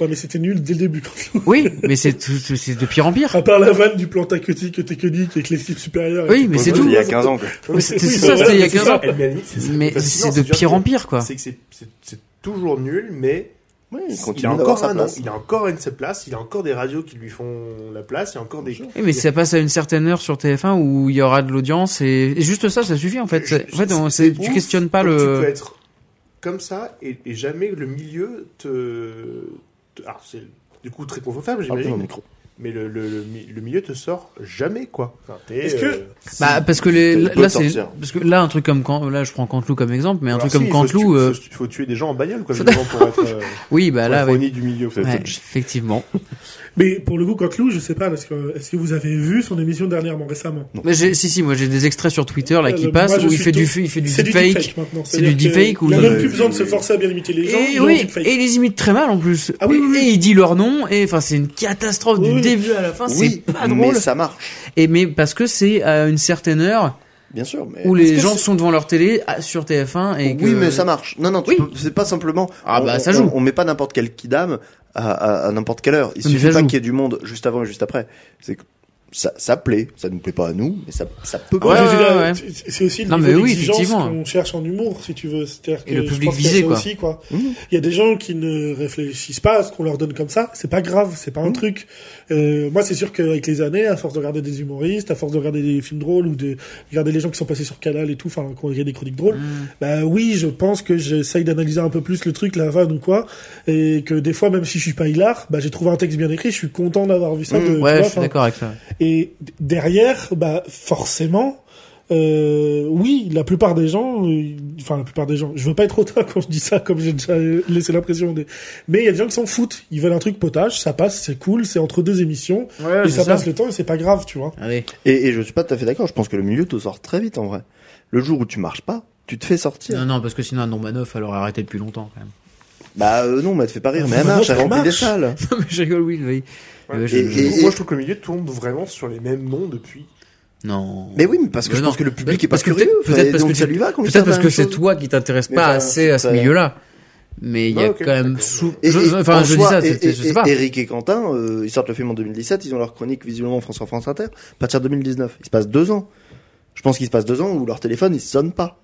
Speaker 4: Ouais, mais c'était nul dès le début. Quand...
Speaker 7: Oui, mais c'est tout- tout- c'est de pire en pire.
Speaker 4: à part la vanne du plan tactique, technique avec l'équipe supérieure.
Speaker 7: Oui, mais c'est
Speaker 8: Il
Speaker 7: tout.
Speaker 8: y a 15 ans, quoi.
Speaker 7: Mais c'était c'est ça, c'était il y a 15 ans.
Speaker 9: Eh bien, à la limite, c'est ça.
Speaker 7: Mais
Speaker 9: Parce que sinon,
Speaker 7: c'est de
Speaker 9: c'est-à-dire
Speaker 7: pire
Speaker 9: que-
Speaker 7: en pire, quoi.
Speaker 9: C'est que c'est- c'est c'est toujours nul, mais
Speaker 10: Ouais, il
Speaker 9: il
Speaker 10: continue
Speaker 9: a
Speaker 10: d'avoir
Speaker 9: encore
Speaker 10: sa
Speaker 9: un an,
Speaker 10: place.
Speaker 9: il a encore une de ses places, il a encore des radios qui lui font la place, il y a encore des.
Speaker 7: Oui, mais ça passe à une certaine heure sur TF1 où il y aura de l'audience et... et juste ça, ça suffit en fait.
Speaker 9: Je-
Speaker 7: En fait, on-
Speaker 9: c'est
Speaker 7: c'est- tu
Speaker 9: ouf
Speaker 7: questionnes pas
Speaker 9: comme Tu peux
Speaker 7: le.
Speaker 9: être comme ça et, et jamais le milieu te. te- alors c'est du coup très confortable,
Speaker 10: Parle dans
Speaker 9: j'imagine.
Speaker 10: le micro.
Speaker 9: mais le, le, le, mi- le milieu te sort jamais quoi. Enfin, t'es,
Speaker 4: Est-ce que-
Speaker 9: euh,
Speaker 7: Bah parce que les,
Speaker 10: Tu peux
Speaker 7: là c'est
Speaker 10: sortir.
Speaker 7: parce que là un truc comme Can- là je prends Cantelou comme exemple, mais un
Speaker 9: alors
Speaker 7: truc
Speaker 9: si,
Speaker 7: comme
Speaker 9: il faut se
Speaker 7: Cantelou,
Speaker 9: tuer-
Speaker 7: euh,
Speaker 9: faut se- faut tuer des gens en bagnole quoi, justement, pour être euh,
Speaker 7: oui bah
Speaker 9: pour
Speaker 7: là
Speaker 9: être
Speaker 7: ouais.
Speaker 9: honni du milieu. peut-être.
Speaker 7: Ouais, effectivement.
Speaker 4: Mais pour le coup, Cantelou, je sais pas, parce que euh, est-ce que vous avez vu son émission dernièrement, récemment
Speaker 7: Mais j'ai- si si, moi j'ai des extraits sur Twitter là qui
Speaker 4: Euh,
Speaker 7: passent
Speaker 4: moi, je
Speaker 7: où il
Speaker 4: suis
Speaker 7: fait du
Speaker 4: tout-
Speaker 7: il fait du
Speaker 4: C'est du
Speaker 7: fake.
Speaker 4: deepfake maintenant.
Speaker 7: C'est du
Speaker 4: C'est-à-dire que
Speaker 7: deepfake ou
Speaker 4: Il a
Speaker 7: il-
Speaker 4: même plus besoin de se forcer à bien imiter les gens.
Speaker 7: Et
Speaker 4: il est en
Speaker 7: oui,
Speaker 4: deepfake.
Speaker 7: et il les imite très mal en plus.
Speaker 4: Ah oui,
Speaker 7: et,
Speaker 4: oui, oui.
Speaker 7: et il dit leur nom et enfin c'est une catastrophe
Speaker 4: Oui,
Speaker 7: du
Speaker 4: oui.
Speaker 7: début à la fin.
Speaker 10: Oui,
Speaker 7: c'est pas
Speaker 10: mais
Speaker 7: drôle.
Speaker 10: ça marche.
Speaker 7: Et mais parce que c'est à une certaine heure
Speaker 10: Bien sûr, mais.
Speaker 7: où
Speaker 10: Est-ce
Speaker 7: les
Speaker 10: Euh, que
Speaker 7: gens
Speaker 10: c'est-
Speaker 7: sont devant leur télé à- sur TF1 et que...
Speaker 10: Oui, mais ça marche. Non, non, tu
Speaker 7: Oui.
Speaker 10: peux- c'est pas simplement.
Speaker 7: Ah,
Speaker 10: on-
Speaker 7: bah,
Speaker 10: on-
Speaker 7: ça joue.
Speaker 10: On, on met pas n'importe quel kidam à, à, à n'importe quelle heure. Il
Speaker 7: Mais
Speaker 10: suffit
Speaker 7: ça
Speaker 10: pas
Speaker 7: joue.
Speaker 10: qu'il y ait du monde juste avant et juste après. C'est que ça, ça plaît. Ça nous plaît pas à nous, mais ça, ça peut.
Speaker 7: Ouais,
Speaker 4: Je veux dire,
Speaker 7: ouais, ouais.
Speaker 4: c'est- C'est aussi le
Speaker 7: Non, mais
Speaker 4: niveau
Speaker 7: oui,
Speaker 4: d'exigence
Speaker 7: effectivement.
Speaker 4: qu'on cherche en humour, si tu veux. C'est-à-dire que
Speaker 7: Et le
Speaker 4: je
Speaker 7: public
Speaker 4: pense qu'il y a
Speaker 7: visé,
Speaker 4: ça
Speaker 7: quoi.
Speaker 4: Aussi, quoi.
Speaker 10: Mmh.
Speaker 4: Il y a des gens qui ne réfléchissent pas à ce qu'on leur donne comme ça. C'est pas grave, c'est pas
Speaker 7: Mmh.
Speaker 4: un truc. Euh, moi, c'est sûr qu'avec les années, à force de regarder des humoristes, à force de regarder des films drôles ou de regarder les gens qui sont passés sur Canal et tout, enfin, quand il y a des chroniques drôles,
Speaker 7: Mmh.
Speaker 4: bah oui, je pense que j'essaye d'analyser un peu plus le truc, la vanne ou quoi, et que des fois, même si je suis pas hilar, bah j'ai trouvé un texte bien écrit, je suis content d'avoir vu ça. de- tu vois,
Speaker 7: Mmh. Ouais, je suis
Speaker 4: enfin,
Speaker 7: d'accord avec ça.
Speaker 4: et d- derrière, bah forcément, euh, oui, la plupart des gens, euh, enfin la plupart des gens, je veux pas être hautain quand je dis ça, comme j'ai déjà euh, laissé l'impression, des... mais il y a des gens qui s'en foutent, ils veulent un truc potage, ça passe, c'est cool, c'est entre deux émissions, et ça, passe le temps et c'est pas grave, tu vois.
Speaker 7: Allez.
Speaker 10: Et, et je suis pas tout à fait d'accord. Je pense que le milieu te sort très vite en vrai. Le jour où tu marches pas, tu te fais sortir.
Speaker 7: Non, non, parce que sinon, un Normanoff, elle aurait arrêté depuis longtemps, quand même.
Speaker 10: Bah euh, non, mais elle te fait pas rire.
Speaker 4: Ah,
Speaker 10: Mais elle
Speaker 4: bah non,
Speaker 10: marche,
Speaker 4: ça
Speaker 10: elle remplit des
Speaker 4: marche.
Speaker 10: salles.
Speaker 7: Non, mais je rigole, oui, oui.
Speaker 9: Ouais.
Speaker 7: Euh, je-
Speaker 10: Et-
Speaker 7: je-
Speaker 10: et-
Speaker 9: Moi je trouve que le milieu tourne vraiment sur les mêmes noms depuis.
Speaker 7: Non.
Speaker 10: Mais oui, mais parce que
Speaker 7: Mais
Speaker 10: je
Speaker 7: non.
Speaker 10: pense que le public
Speaker 7: Mais-
Speaker 10: est pas
Speaker 7: parce que
Speaker 10: curieux.
Speaker 7: peut-être- peut-être
Speaker 10: et
Speaker 7: parce
Speaker 10: donc
Speaker 7: que
Speaker 10: ça
Speaker 7: tu-
Speaker 10: lui va qu'on
Speaker 7: Peut-être
Speaker 10: lui serve la
Speaker 7: parce que
Speaker 10: même
Speaker 7: c'est
Speaker 10: chose.
Speaker 7: toi qui t'intéresses
Speaker 10: Mais
Speaker 7: pas
Speaker 10: ça,
Speaker 7: assez à ce
Speaker 10: ça-
Speaker 7: milieu-là. Mais il y a
Speaker 9: Ah, ok,
Speaker 7: quand même
Speaker 9: d'accord.
Speaker 7: sous.
Speaker 10: Et-
Speaker 7: je-
Speaker 10: et-
Speaker 7: Enfin,
Speaker 10: en
Speaker 7: je dis
Speaker 10: soi,
Speaker 7: ça,
Speaker 10: et-
Speaker 7: c'était- je
Speaker 10: et-
Speaker 7: sais pas.
Speaker 10: et- Eric et Quentin, euh, ils sortent le film en 2017, ils ont leur chronique visiblement France sur France Inter, à partir de 2019. Il se passe deux ans. Je pense qu'il se passe deux ans où leur téléphone, il sonne pas.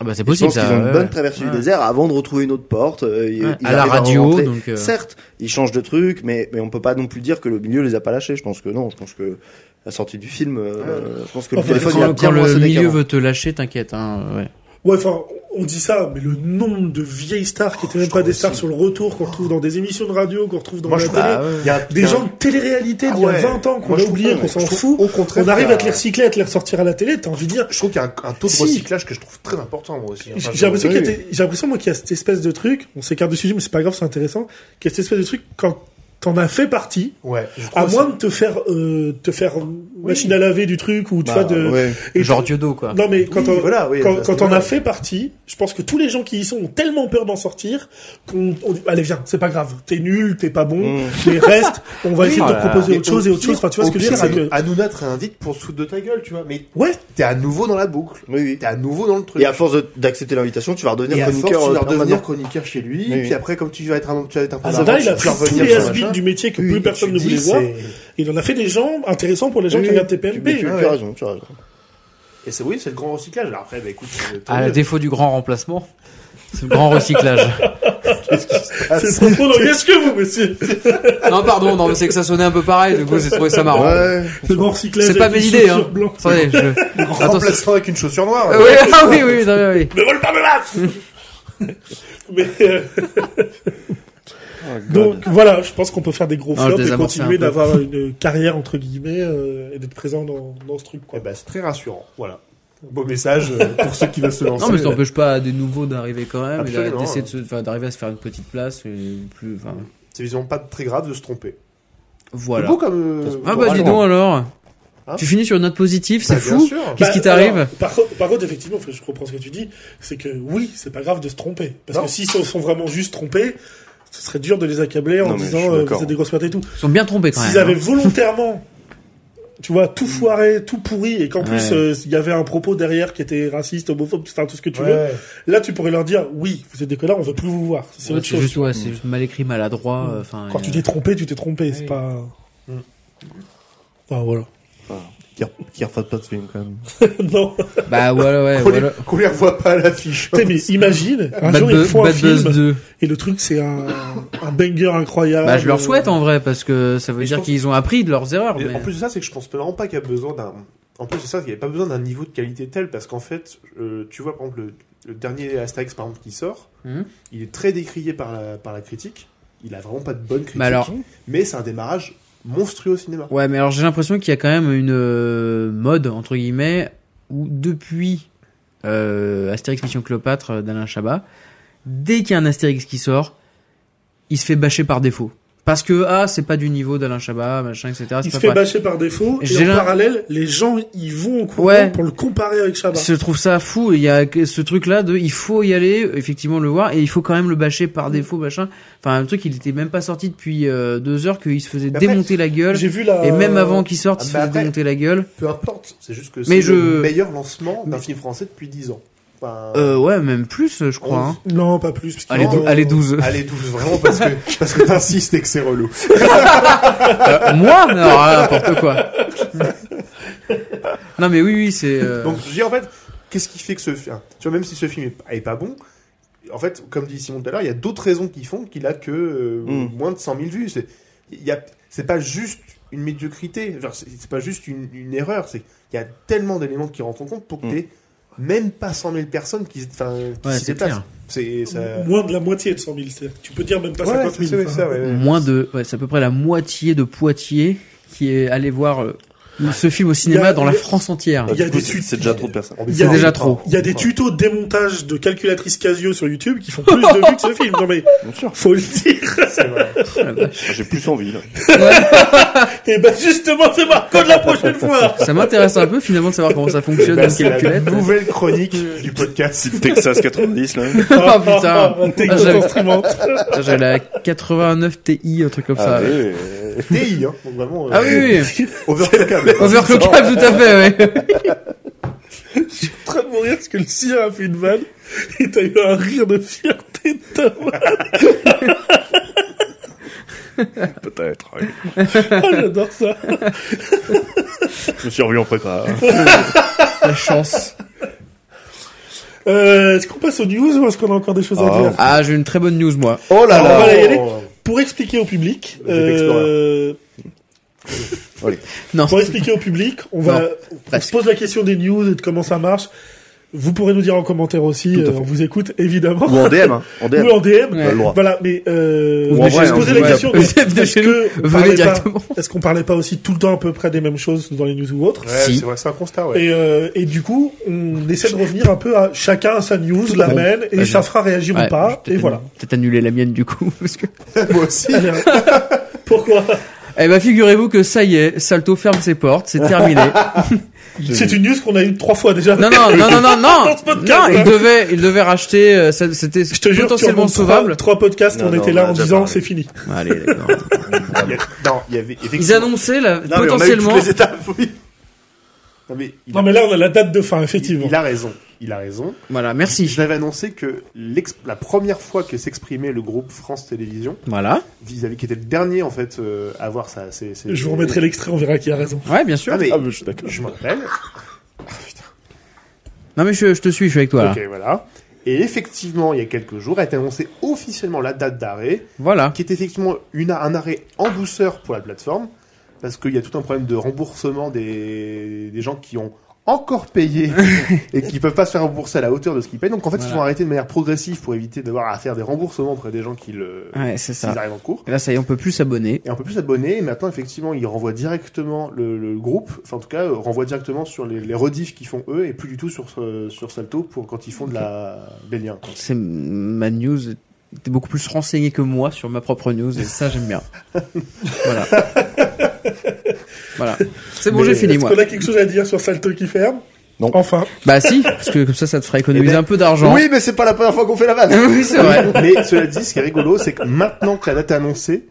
Speaker 7: Ah, bah, c'est
Speaker 10: Et je
Speaker 7: possible,
Speaker 10: pense
Speaker 7: ça.
Speaker 10: qu'ils ont une
Speaker 7: ouais,
Speaker 10: bonne
Speaker 7: ouais.
Speaker 10: traversée
Speaker 7: Ouais.
Speaker 10: du désert avant de retrouver une autre porte. euh, ils-
Speaker 7: Ouais,
Speaker 10: ils
Speaker 7: à la
Speaker 10: arrivent
Speaker 7: radio,
Speaker 10: rentrer.
Speaker 7: donc, euh.
Speaker 10: Certes, ils changent de truc, mais, mais on peut pas non plus dire que le milieu les a pas lâchés. Je pense que non, je pense que la sortie du film, euh, je pense que le
Speaker 4: Enfin,
Speaker 10: téléphone, il a
Speaker 7: Quand,
Speaker 10: bien
Speaker 7: quand
Speaker 10: moins
Speaker 7: le
Speaker 10: sonné
Speaker 7: milieu
Speaker 10: qu'avant.
Speaker 7: veut te lâcher, t'inquiète, hein, ouais.
Speaker 4: Ouais, enfin, on dit ça, mais le nombre de vieilles stars
Speaker 9: Oh,
Speaker 4: qui étaient même pas des stars sur le retour, qu'on retrouve dans des émissions de radio, qu'on retrouve dans
Speaker 9: Moi,
Speaker 4: la
Speaker 9: je
Speaker 4: télé,
Speaker 9: trouve-
Speaker 7: Bah, ouais.
Speaker 9: Il y a- il
Speaker 4: des
Speaker 9: y a-
Speaker 4: gens de télé-réalité
Speaker 9: Ah
Speaker 4: d'il
Speaker 9: ouais.
Speaker 4: y a 20 ans qu'on
Speaker 9: Moi,
Speaker 4: a
Speaker 9: je trouve-
Speaker 4: oublié,
Speaker 9: ouais,
Speaker 4: qu'on
Speaker 9: je
Speaker 4: s'en
Speaker 9: trouve
Speaker 4: fout,
Speaker 9: au contraire
Speaker 4: on arrive
Speaker 9: qu'il y
Speaker 4: à
Speaker 9: a-
Speaker 4: te les recycler, à te les ressortir à la télé, t'as envie de dire,
Speaker 9: Je trouve qu'il y a un, un taux de
Speaker 4: Si.
Speaker 9: recyclage que je trouve très important moi aussi. Enfin,
Speaker 4: J'ai l'impression
Speaker 9: je-
Speaker 4: qu'il y a des- j'ai l'impression, moi qu'il y a cette espèce de truc. On s'écarte de sujet, mais c'est pas grave, c'est intéressant. Qu'il y a cette espèce de truc quand t'en as fait partie,
Speaker 9: Ouais. je trouve
Speaker 4: à
Speaker 9: ça-
Speaker 4: moins de te faire euh, te faire machine à laver du truc ou tu
Speaker 9: Bah,
Speaker 4: vois de
Speaker 10: Bah, ouais.
Speaker 4: et
Speaker 7: Genre
Speaker 4: tu-
Speaker 7: Diodo, quoi.
Speaker 4: Non mais quand
Speaker 9: Oui,
Speaker 4: on
Speaker 9: voilà, oui,
Speaker 4: quand,
Speaker 9: ça,
Speaker 4: quand
Speaker 9: c'est
Speaker 4: on
Speaker 9: vrai.
Speaker 4: a fait partie, je pense que tous les gens qui y sont ont tellement peur d'en sortir qu'on on dit allez viens, c'est pas grave, t'es nul, t'es pas bon, mais reste, on va essayer de te
Speaker 9: Mm. Voilà.
Speaker 4: proposer
Speaker 9: Et
Speaker 4: autre chose et
Speaker 9: au
Speaker 4: autre chose.
Speaker 9: pire-
Speaker 4: Enfin tu vois
Speaker 9: au
Speaker 4: ce que je veux
Speaker 9: pire,
Speaker 4: dire, c'est que
Speaker 9: Hanouna te réinvite pour se foutre de ta gueule, tu vois. Mais
Speaker 4: ouais.
Speaker 9: t'es à nouveau dans la boucle.
Speaker 10: Oui, oui.
Speaker 9: T'es à nouveau dans le truc.
Speaker 10: Et à force de- d'accepter l'invitation, tu vas redevenir
Speaker 9: Et à force,
Speaker 10: chroniqueur.
Speaker 9: tu vas
Speaker 10: euh, permanent.
Speaker 9: redevenir chroniqueur chez lui.
Speaker 10: Oui, oui.
Speaker 9: Puis après, comme tu vas être un, tu vas être un peu
Speaker 4: Azada, Ah, il a
Speaker 9: tu
Speaker 4: pris
Speaker 9: vas
Speaker 4: tous
Speaker 9: revenir
Speaker 4: les
Speaker 9: sur
Speaker 4: has
Speaker 9: machin.
Speaker 4: du métier que
Speaker 9: Oui,
Speaker 4: plus
Speaker 9: et
Speaker 4: personne
Speaker 9: tu
Speaker 4: ne
Speaker 9: dis,
Speaker 4: voulait voir.
Speaker 9: c'est-
Speaker 4: Il en a fait des gens intéressants pour les gens
Speaker 10: Oui,
Speaker 4: qui
Speaker 10: oui.
Speaker 4: regardent
Speaker 10: Tu- mais
Speaker 4: TPMP.
Speaker 10: tu-
Speaker 9: ouais.
Speaker 10: tu as raison, tu as raison.
Speaker 9: Et c'est oui, c'est le grand recyclage. Alors après, bah écoute, euh, tant
Speaker 7: À
Speaker 9: mieux.
Speaker 7: défaut du grand remplacement, c'est le grand recyclage.
Speaker 4: C'est trop drôle. Qu'est-ce que vous, monsieur
Speaker 7: non, pardon, non, mais c'est que ça sonnait un peu pareil, du coup, j'ai trouvé ça marrant.
Speaker 10: Ouais.
Speaker 4: Le grand recyclage
Speaker 7: C'est pas
Speaker 4: avec
Speaker 7: mes
Speaker 4: une
Speaker 7: idées, hein.
Speaker 4: chaussure blanche.
Speaker 7: Attendez, je. Attends,
Speaker 9: remplaçant avec une chaussure noire.
Speaker 7: Oui, ah oui, oui, oui, non, oui, oui.
Speaker 4: Ne vole pas me battre Mais euh, donc voilà, je pense qu'on peut faire des gros
Speaker 7: Non, Ah, je
Speaker 4: flops et
Speaker 7: désamorçais un
Speaker 4: continuer
Speaker 7: peu.
Speaker 4: d'avoir une carrière entre guillemets euh, et d'être présent dans, dans ce truc.
Speaker 9: Eh
Speaker 4: Quoi.
Speaker 9: ben, c'est très rassurant. Voilà. Beau message euh, pour ceux qui veulent se lancer. euh,
Speaker 7: Non, mais ça n'empêche pas des nouveaux d'arriver quand même, et d'arrêter-
Speaker 9: Absolument,
Speaker 7: d'essayer de se- enfin, d'arriver à se faire une petite place. Et plus, enfin,
Speaker 9: C'est visiblement pas très grave de se tromper.
Speaker 7: voilà.
Speaker 9: C'est beau comme. euh,
Speaker 7: Ah bah
Speaker 9: encouragement.
Speaker 7: dis donc alors
Speaker 9: Hein
Speaker 7: Tu finis sur une note positive, c'est
Speaker 9: Bah, bien
Speaker 7: fou
Speaker 9: sûr.
Speaker 7: Qu'est-ce qui
Speaker 4: Bah,
Speaker 7: t'arrive
Speaker 4: alors, par, contre- par contre, effectivement, enfin, je comprends ce que tu dis, c'est que oui, c'est pas grave de se tromper. Parce
Speaker 9: Non.
Speaker 4: que s'ils se sont vraiment juste trompés, ce serait dur de les accabler en
Speaker 8: Non, mais je suis
Speaker 4: disant euh, vous
Speaker 8: d'accord.
Speaker 4: êtes des grosses merdes et tout.
Speaker 7: Ils sont bien trompés quand même.
Speaker 4: S'ils avaient
Speaker 7: hein.
Speaker 4: volontairement, tu vois, tout foiré, tout pourri, et qu'en plus
Speaker 7: Mm. Ouais.
Speaker 4: euh, il y avait un propos derrière qui était raciste, homophobe, enfin tout ce que tu veux,
Speaker 9: Ouais.
Speaker 4: là tu pourrais leur dire oui, vous êtes des connards, on veut plus vous voir. C'est
Speaker 7: Ouais,
Speaker 4: autre chose.
Speaker 7: juste,
Speaker 4: tu vois.
Speaker 7: ouais, c'est juste mal écrit, maladroit. euh, Enfin,
Speaker 4: Quand tu
Speaker 7: euh,
Speaker 4: t'es trompé, tu t'es trompé, c'est
Speaker 7: oui.
Speaker 4: pas.
Speaker 9: Mm.
Speaker 4: Enfin, voilà.
Speaker 10: Qui re- Qui refasse pas de film quand même.
Speaker 4: non.
Speaker 7: Bah voilà, ouais,
Speaker 9: Qu'on
Speaker 7: voilà.
Speaker 9: les- qu'on les revoit pas à l'affiche.
Speaker 4: Putain, mais imagine, un
Speaker 7: Bad,
Speaker 4: jour ils
Speaker 7: Buzz-
Speaker 4: font un
Speaker 7: Bad Buzz
Speaker 4: film.
Speaker 7: 2.
Speaker 4: Et le truc, c'est un, un banger incroyable.
Speaker 7: Bah je leur souhaite en vrai, parce que ça veut
Speaker 9: Mais je
Speaker 7: dire
Speaker 9: pense-
Speaker 7: qu'ils ont appris de leurs erreurs.
Speaker 9: Et
Speaker 7: mais-
Speaker 9: En plus de ça, c'est que je pense vraiment pas qu'il y a besoin d'un. En plus de ça, il n'y avait pas besoin d'un niveau de qualité tel parce qu'en fait, euh, tu vois par exemple le, le dernier Asterix par exemple qui sort,
Speaker 7: Mhm.
Speaker 9: il est très décrié par la, par la critique. Il a vraiment pas de bonne critique.
Speaker 7: Mais alors-
Speaker 9: mais c'est un démarrage monstrueux au cinéma.
Speaker 7: Ouais, mais alors j'ai l'impression qu'il y a quand même une euh, mode, entre guillemets, où depuis euh, Astérix Mission Cléopâtre euh, d'Alain Chabat, dès qu'il y a un Astérix qui sort, il se fait bâcher par défaut. Parce que, ah, c'est pas du niveau d'Alain Chabat, machin, etc. c'est
Speaker 4: Il se
Speaker 7: pas
Speaker 4: fait
Speaker 7: pareil.
Speaker 4: bâcher par défaut. Et
Speaker 7: J'ai
Speaker 4: en
Speaker 7: l'un-
Speaker 4: parallèle, les gens, ils vont au courant
Speaker 7: Ouais.
Speaker 4: pour le comparer avec
Speaker 9: Ah bah.
Speaker 4: Chabat.
Speaker 7: Je trouve ça fou. Il y a que ce truc-là de, il faut y aller, effectivement le voir, et il faut quand même le bâcher
Speaker 9: Mm.
Speaker 7: par défaut, machin. Enfin, un truc, il était même pas sorti depuis euh, deux heures, qu'il se faisait
Speaker 9: Après,
Speaker 7: démonter la gueule.
Speaker 4: J'ai vu la.
Speaker 7: Et même avant qu'il sorte, il
Speaker 9: ah,
Speaker 7: se
Speaker 9: bah
Speaker 7: faisait
Speaker 9: après-
Speaker 7: démonter la gueule.
Speaker 9: Peu importe, c'est juste que
Speaker 7: Mais
Speaker 9: c'est
Speaker 7: je-
Speaker 9: le meilleur lancement d'un
Speaker 7: Mais-
Speaker 9: film français depuis 10 ans. Enfin,
Speaker 7: Euh, ouais, même plus, je crois. hein.
Speaker 4: Non, pas plus. parce qu'il
Speaker 7: Allez,
Speaker 4: est
Speaker 7: dou-
Speaker 4: dans-
Speaker 7: allez, 12.
Speaker 9: Allez, douce, vraiment parce que, parce que t'insistes et que c'est relou.
Speaker 7: Moi Non, ah, n'importe quoi. non, mais oui, oui, c'est. euh,
Speaker 9: Donc je dis en fait, qu'est-ce qui fait que ce film, tu vois, même si ce film est pas- est pas bon, en fait, comme dit Simon tout à l'heure, il y a d'autres raisons qui font qu'il a que euh,
Speaker 10: Mm.
Speaker 7: Hmm.
Speaker 9: moins de 100 000 vues. C'est, il y a, c'est pas juste une médiocrité, genre, c'est, c'est pas juste une, une erreur, c'est qu'il y a tellement d'éléments qui rentrent en compte pour que
Speaker 10: Mm.
Speaker 9: t'aies même pas 100 000 personnes qui, se- enfin, qui
Speaker 7: Hmm. Ouais,
Speaker 9: s'y
Speaker 7: c'est
Speaker 9: déplacent.
Speaker 7: clair.
Speaker 9: C'est, ça...
Speaker 4: Moins de la moitié de 100 000. c'est-à-dire que Tu peux dire même pas
Speaker 9: Ouais,
Speaker 4: 50
Speaker 9: c'est
Speaker 4: 000.
Speaker 9: ça, ouais,
Speaker 4: enfin.
Speaker 9: ça, ouais, ouais.
Speaker 7: Moins de. Ouais, c'est à peu près la moitié de Poitiers qui est allé voir euh, ce film au
Speaker 4: Il y
Speaker 7: cinéma
Speaker 4: a-
Speaker 7: dans la France entière.
Speaker 4: Il y a
Speaker 10: Du coup,
Speaker 4: des
Speaker 10: c'est-
Speaker 4: suites.
Speaker 10: C'est déjà trop de personnes.
Speaker 9: Oh, mais
Speaker 4: Il y a
Speaker 9: ça,
Speaker 7: déjà
Speaker 9: enfin,
Speaker 7: trop.
Speaker 4: Il y a des
Speaker 9: enfin,
Speaker 4: tutos de démontage de calculatrice Casio sur YouTube qui font plus de vues que ce film. Non mais, faut le dire.
Speaker 9: c'est vrai.
Speaker 8: J'ai plus envie là.
Speaker 4: Et ben justement, c'est Marco de la prochaine fois.
Speaker 7: Ça m'intéresse un peu finalement de savoir comment ça fonctionne,
Speaker 9: Bah,
Speaker 7: une
Speaker 9: c'est la
Speaker 7: calculette.
Speaker 9: nouvelle chronique du podcast.
Speaker 8: Texas 90 là.
Speaker 7: Oh putain
Speaker 4: Techno
Speaker 7: Ah, j'avais-
Speaker 4: instrumente.
Speaker 7: Putain, J'avais la 89 Ti, un truc comme ça.
Speaker 8: Ah,
Speaker 7: ouais.
Speaker 8: ouais.
Speaker 9: TI, hein. Donc vraiment, euh,
Speaker 7: Ah oui, oui,
Speaker 9: overclockable.
Speaker 7: overclockable tout à fait, ouais.
Speaker 4: en train de mourir parce que le sien a fait une vanne et t'as eu un rire de fierté de ta part.
Speaker 8: Peut-être. ouais.
Speaker 4: Ah, J'adore ça.
Speaker 8: Je me suis revu en prépa.
Speaker 7: La chance.
Speaker 4: Euh, Est-ce qu'on passe aux news ou est-ce qu'on a encore des choses à
Speaker 8: Ah.
Speaker 4: dire
Speaker 7: Ah, j'ai une très bonne news moi.
Speaker 9: Oh là
Speaker 4: Alors, on
Speaker 9: là.
Speaker 4: va y aller. Pour expliquer au public,
Speaker 9: Le Jeep
Speaker 4: euh,
Speaker 7: Non.
Speaker 4: pour expliquer au public, on va
Speaker 7: Non,
Speaker 4: on se pose la question des news et de comment ça marche. Vous pourrez nous dire en commentaire aussi.
Speaker 10: à
Speaker 4: euh,
Speaker 10: fait.
Speaker 4: on vous écoute évidemment.
Speaker 10: Ou en DM, hein. En DM.
Speaker 4: Ou en DM.
Speaker 7: Ouais.
Speaker 4: Voilà, mais euh,
Speaker 10: Ou en
Speaker 4: on
Speaker 10: vrai,
Speaker 4: se
Speaker 10: hein,
Speaker 4: poser
Speaker 10: vous
Speaker 4: la question de,
Speaker 7: pouvez appeler
Speaker 4: est-ce
Speaker 7: chez
Speaker 4: que on
Speaker 7: venez
Speaker 4: parlait pas-
Speaker 7: directement.
Speaker 4: est-ce qu'on parlait pas aussi tout le temps à peu près des mêmes choses dans les news ou autres
Speaker 9: Ouais,
Speaker 7: Si.
Speaker 9: c'est vrai, c'est un constat, ouais.
Speaker 4: Et, euh, et du coup, on essaie de revenir un peu à chacun à sa news, l'amène, et
Speaker 7: Vas-y.
Speaker 4: ça fera réagir
Speaker 7: Ouais,
Speaker 4: ou pas,
Speaker 7: je vais
Speaker 4: et
Speaker 7: peut-être-
Speaker 4: voilà.
Speaker 7: Peut-être annuler la mienne du coup, parce que.
Speaker 9: Moi aussi.
Speaker 4: Pourquoi
Speaker 7: Eh ben, figurez-vous que ça y est, Salto ferme ses portes, c'est terminé.
Speaker 4: C'est une news qu'on a eue trois fois déjà.
Speaker 7: Non, non, non, non, non, non.
Speaker 4: Dans ce podcast,
Speaker 7: Non,
Speaker 4: hein.
Speaker 7: il devait, il devait racheter, euh, ça- c'était
Speaker 4: Je te jure, sur
Speaker 7: potentiellement sauvable.
Speaker 4: Trois, trois podcasts,
Speaker 8: Non,
Speaker 4: on
Speaker 8: non,
Speaker 4: était
Speaker 8: on
Speaker 4: là
Speaker 8: a
Speaker 4: en
Speaker 8: déjà
Speaker 4: disant
Speaker 8: parlé.
Speaker 4: c'est fini.
Speaker 7: Allez, d'accord.
Speaker 9: Il y a- Ah, Non, il y avait
Speaker 7: Ils
Speaker 9: effectivement.
Speaker 7: annonçaient la,
Speaker 9: Non, mais on a eu
Speaker 7: potentiellement.
Speaker 9: toutes les étapes, oui. Non, mais il a,
Speaker 4: Non mais là, on a la date de fin,
Speaker 9: il,
Speaker 4: effectivement.
Speaker 9: il a raison. Il a raison.
Speaker 7: Voilà, merci.
Speaker 9: Je l'avais annoncé que l'ex- la première fois que s'exprimait le groupe France Télévisions,
Speaker 7: Voilà.
Speaker 9: vis-à-vis qui était le dernier en fait euh, à avoir sa. ses- ses-
Speaker 4: Je vous remettrai l'extrait, on verra qui a raison.
Speaker 7: Ouais, bien sûr.
Speaker 9: Ah, mais
Speaker 8: Ah, mais je suis d'accord.
Speaker 9: je me rappelle.
Speaker 7: Non, mais je, je te suis, je suis avec toi, là.
Speaker 9: Ok, voilà. Et effectivement, il y a quelques jours, a été annoncée officiellement la date d'arrêt.
Speaker 7: Voilà.
Speaker 9: qui est effectivement une, un arrêt en douceur pour la plateforme, parce qu'il y a tout un problème de remboursement des, des gens qui ont encore payés et qui peuvent pas se faire rembourser à la hauteur de ce qu'ils payent. Donc en fait, ils
Speaker 7: Voilà.
Speaker 9: vont arrêter de manière progressive pour éviter d'avoir à faire des remboursements auprès des gens qui le,
Speaker 7: Ouais, c'est
Speaker 9: s'ils
Speaker 7: ça.
Speaker 9: arrivent en cours.
Speaker 7: Et là, ça y est, on peut plus s'abonner.
Speaker 9: Et on peut plus s'abonner. Et maintenant, effectivement, ils renvoient directement le, le groupe, enfin en tout cas, euh, renvoient directement sur les, les rediffs qu'ils font eux et plus du tout sur ce- sur Salto pour quand ils font de la des liens. quoi.
Speaker 7: C'est ma news était beaucoup plus renseignée que moi sur ma propre news et ça j'aime bien. voilà. voilà. C'est bon, j'ai fini
Speaker 4: Est-ce
Speaker 7: moi.
Speaker 4: qu'on a quelque chose à dire sur Salto qui ferme
Speaker 10: Non.
Speaker 4: Enfin.
Speaker 7: Bah si, parce que comme ça ça te fera économiser
Speaker 10: Eh ben-
Speaker 7: un peu d'argent.
Speaker 10: Oui, mais c'est pas la première fois qu'on fait la vanne.
Speaker 7: Oui, c'est vrai.
Speaker 9: Mais cela dit, ce qui est rigolo, c'est que maintenant que la date est annoncée,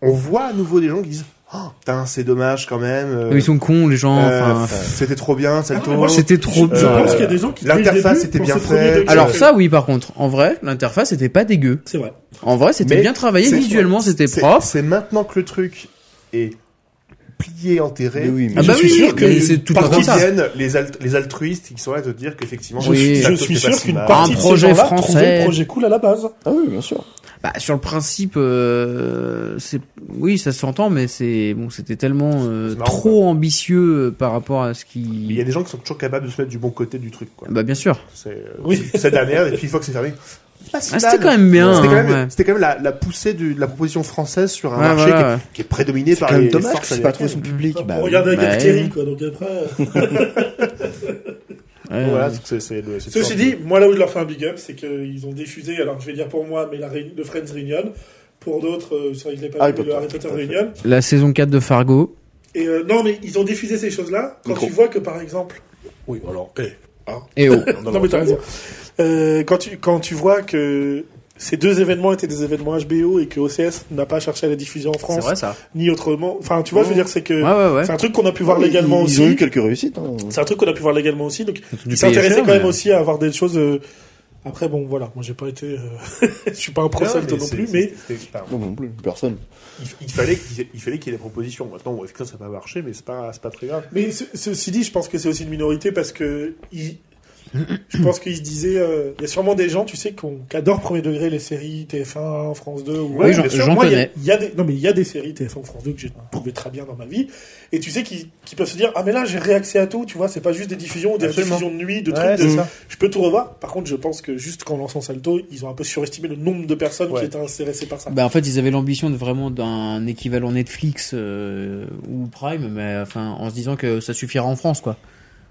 Speaker 9: on voit à nouveau des gens qui disent Oh, putain, c'est dommage quand même. euh,
Speaker 7: Ils sont cons les gens.
Speaker 9: euh,
Speaker 7: enfin,
Speaker 9: C'était trop bien, Salto.
Speaker 4: Ah,
Speaker 7: C'était trop Euh,
Speaker 4: Je
Speaker 7: bien.
Speaker 4: pense qu'il y a des gens qui. dès le
Speaker 9: l'interface
Speaker 4: début,
Speaker 9: était bien
Speaker 4: pensaient premier
Speaker 9: faite.
Speaker 4: degré.
Speaker 7: Alors ça oui par contre, en vrai l'interface était pas dégueu.
Speaker 4: C'est vrai.
Speaker 7: En vrai c'était
Speaker 9: Mais
Speaker 7: bien travaillé,
Speaker 9: c'est-
Speaker 7: visuellement c'était
Speaker 9: c'est-
Speaker 7: propre.
Speaker 9: C'est maintenant que le truc est plié, enterré.
Speaker 10: Mais oui, mais
Speaker 7: Ah bah
Speaker 4: je suis
Speaker 7: oui,
Speaker 4: sûr que
Speaker 7: mais c'est tout le
Speaker 9: Par
Speaker 7: temps
Speaker 9: contre,
Speaker 7: ça.
Speaker 9: viennent les, alt- les altruistes qui sont là te dire qu'effectivement,
Speaker 4: Je suis, je
Speaker 9: Salto,
Speaker 4: suis
Speaker 9: c'est pas
Speaker 4: sûr
Speaker 9: si
Speaker 4: qu'une
Speaker 9: mal.
Speaker 4: partie
Speaker 7: Un
Speaker 4: de
Speaker 7: projet
Speaker 4: ces gens-là
Speaker 7: français.
Speaker 4: trouvaient le projet cool à la base.
Speaker 10: Ah oui, bien sûr.
Speaker 7: Bah, sur le principe, euh, c'est oui, ça s'entend, mais c'est bon, c'était tellement euh,
Speaker 9: C'est marrant,
Speaker 7: trop ambitieux euh, par rapport à ce
Speaker 9: Il y a
Speaker 7: qui.
Speaker 9: des gens qui sont toujours capables de se mettre du bon côté du truc. Quoi.
Speaker 7: Bah bien sûr.
Speaker 9: C'est euh,
Speaker 4: Oui.
Speaker 9: c'est de la merde, et puis une fois que c'est fermé. pas si
Speaker 7: Ah,
Speaker 9: mal.
Speaker 7: c'était quand même bien.
Speaker 9: C'était quand
Speaker 7: hein,
Speaker 9: même,
Speaker 7: ouais.
Speaker 9: c'était quand même la, la poussée du- de la proposition française sur un
Speaker 7: Ouais,
Speaker 9: marché
Speaker 7: voilà, ouais.
Speaker 9: qui, est, qui Ah, est prédominé par
Speaker 10: Quand même
Speaker 9: les
Speaker 10: dommage
Speaker 9: forces
Speaker 10: que c'est pas trouvé
Speaker 9: américaines.
Speaker 10: son public. Bah,
Speaker 4: on regarde avec
Speaker 7: bah,
Speaker 4: Thierry,
Speaker 7: oui.
Speaker 4: quoi. Donc après. euh,
Speaker 7: Ouais,
Speaker 9: Voilà,
Speaker 7: ouais.
Speaker 9: donc c'est- c'est le- c'est
Speaker 4: Ceci dit,
Speaker 9: toujours-
Speaker 4: moi là où je leur fais un big up, c'est qu'ils ont diffusé, alors je vais dire pour moi, mais la réun- le Friends Reunion. Pour d'autres, euh, c'est vrai que je l'ai pas
Speaker 10: Harry
Speaker 4: vu, le
Speaker 10: Potter,
Speaker 4: Harry Potter
Speaker 10: tout à fait.
Speaker 4: Reunion.
Speaker 7: La saison 4 de Fargo.
Speaker 4: Et euh, non, mais ils ont diffusé ces choses-là. Quand
Speaker 10: Micro.
Speaker 4: tu vois que par exemple. Oui, alors.
Speaker 7: Et oh.
Speaker 4: Non, mais t'as raison. Euh, quand, tu, quand tu vois que ces deux événements étaient des événements HBO et que OCS n'a pas cherché à les diffuser en
Speaker 7: c'est
Speaker 4: France,
Speaker 7: vrai ça.
Speaker 4: ni autrement. Enfin, tu vois, je veux dire, c'est que.
Speaker 7: Ouais ouais ouais.
Speaker 4: C'est un truc qu'on a pu voir
Speaker 10: ils-
Speaker 4: légalement
Speaker 10: ils,
Speaker 4: aussi.
Speaker 10: ont eu quelques réussites. hein.
Speaker 4: C'est un truc qu'on a pu voir légalement aussi. Donc,
Speaker 7: dû
Speaker 4: ils
Speaker 7: payer
Speaker 4: s'intéressaient
Speaker 7: cher,
Speaker 4: quand même
Speaker 7: mais-
Speaker 4: aussi à avoir des choses. euh, Après, bon, voilà, moi j'ai pas été. euh, Je suis pas un pro
Speaker 9: Ouais,
Speaker 4: Salto
Speaker 9: mais
Speaker 4: non
Speaker 9: c'est-
Speaker 4: plus,
Speaker 9: c'est-
Speaker 4: mais.
Speaker 9: c'est- c'est pas-
Speaker 10: Non, non plus, personne.
Speaker 9: il, il fallait qu'il il fallait qu'il y ait des propositions. Maintenant, bon, effectivement, ça n'a pas marché, mais c'est pas, c'est pas très grave.
Speaker 4: Mais ce- ceci dit, je pense que c'est aussi une minorité parce que ils- je pense qu'ils se disaient, euh, il y a sûrement des gens, tu sais, qu'on- qui adorent premier degré les séries TF1, France 2. Ou...
Speaker 7: Oui, j'en-
Speaker 4: bien sûr.
Speaker 7: j'en
Speaker 4: Moi, il y a-
Speaker 7: connais.
Speaker 4: il Y a des... Non, mais il y a des séries TF1 ou France 2 que j'ai trouvé très bien dans ma vie, et tu sais qui, qui peuvent se dire, ah mais là j'ai réaccès à tout, tu vois, c'est pas juste des diffusions, ou des
Speaker 9: Absolument.
Speaker 4: diffusions de nuit, de
Speaker 9: Ouais,
Speaker 4: trucs, de-
Speaker 9: c'est ça.
Speaker 4: je peux tout revoir. Par contre, je pense que juste quand lançant Salto, ils ont un peu surestimé le nombre de personnes
Speaker 9: Ouais.
Speaker 4: qui étaient intéressées par ça.
Speaker 7: Bah en fait ils avaient l'ambition de vraiment d'un équivalent Netflix euh, ou Prime, mais enfin en se disant que ça suffira en France quoi.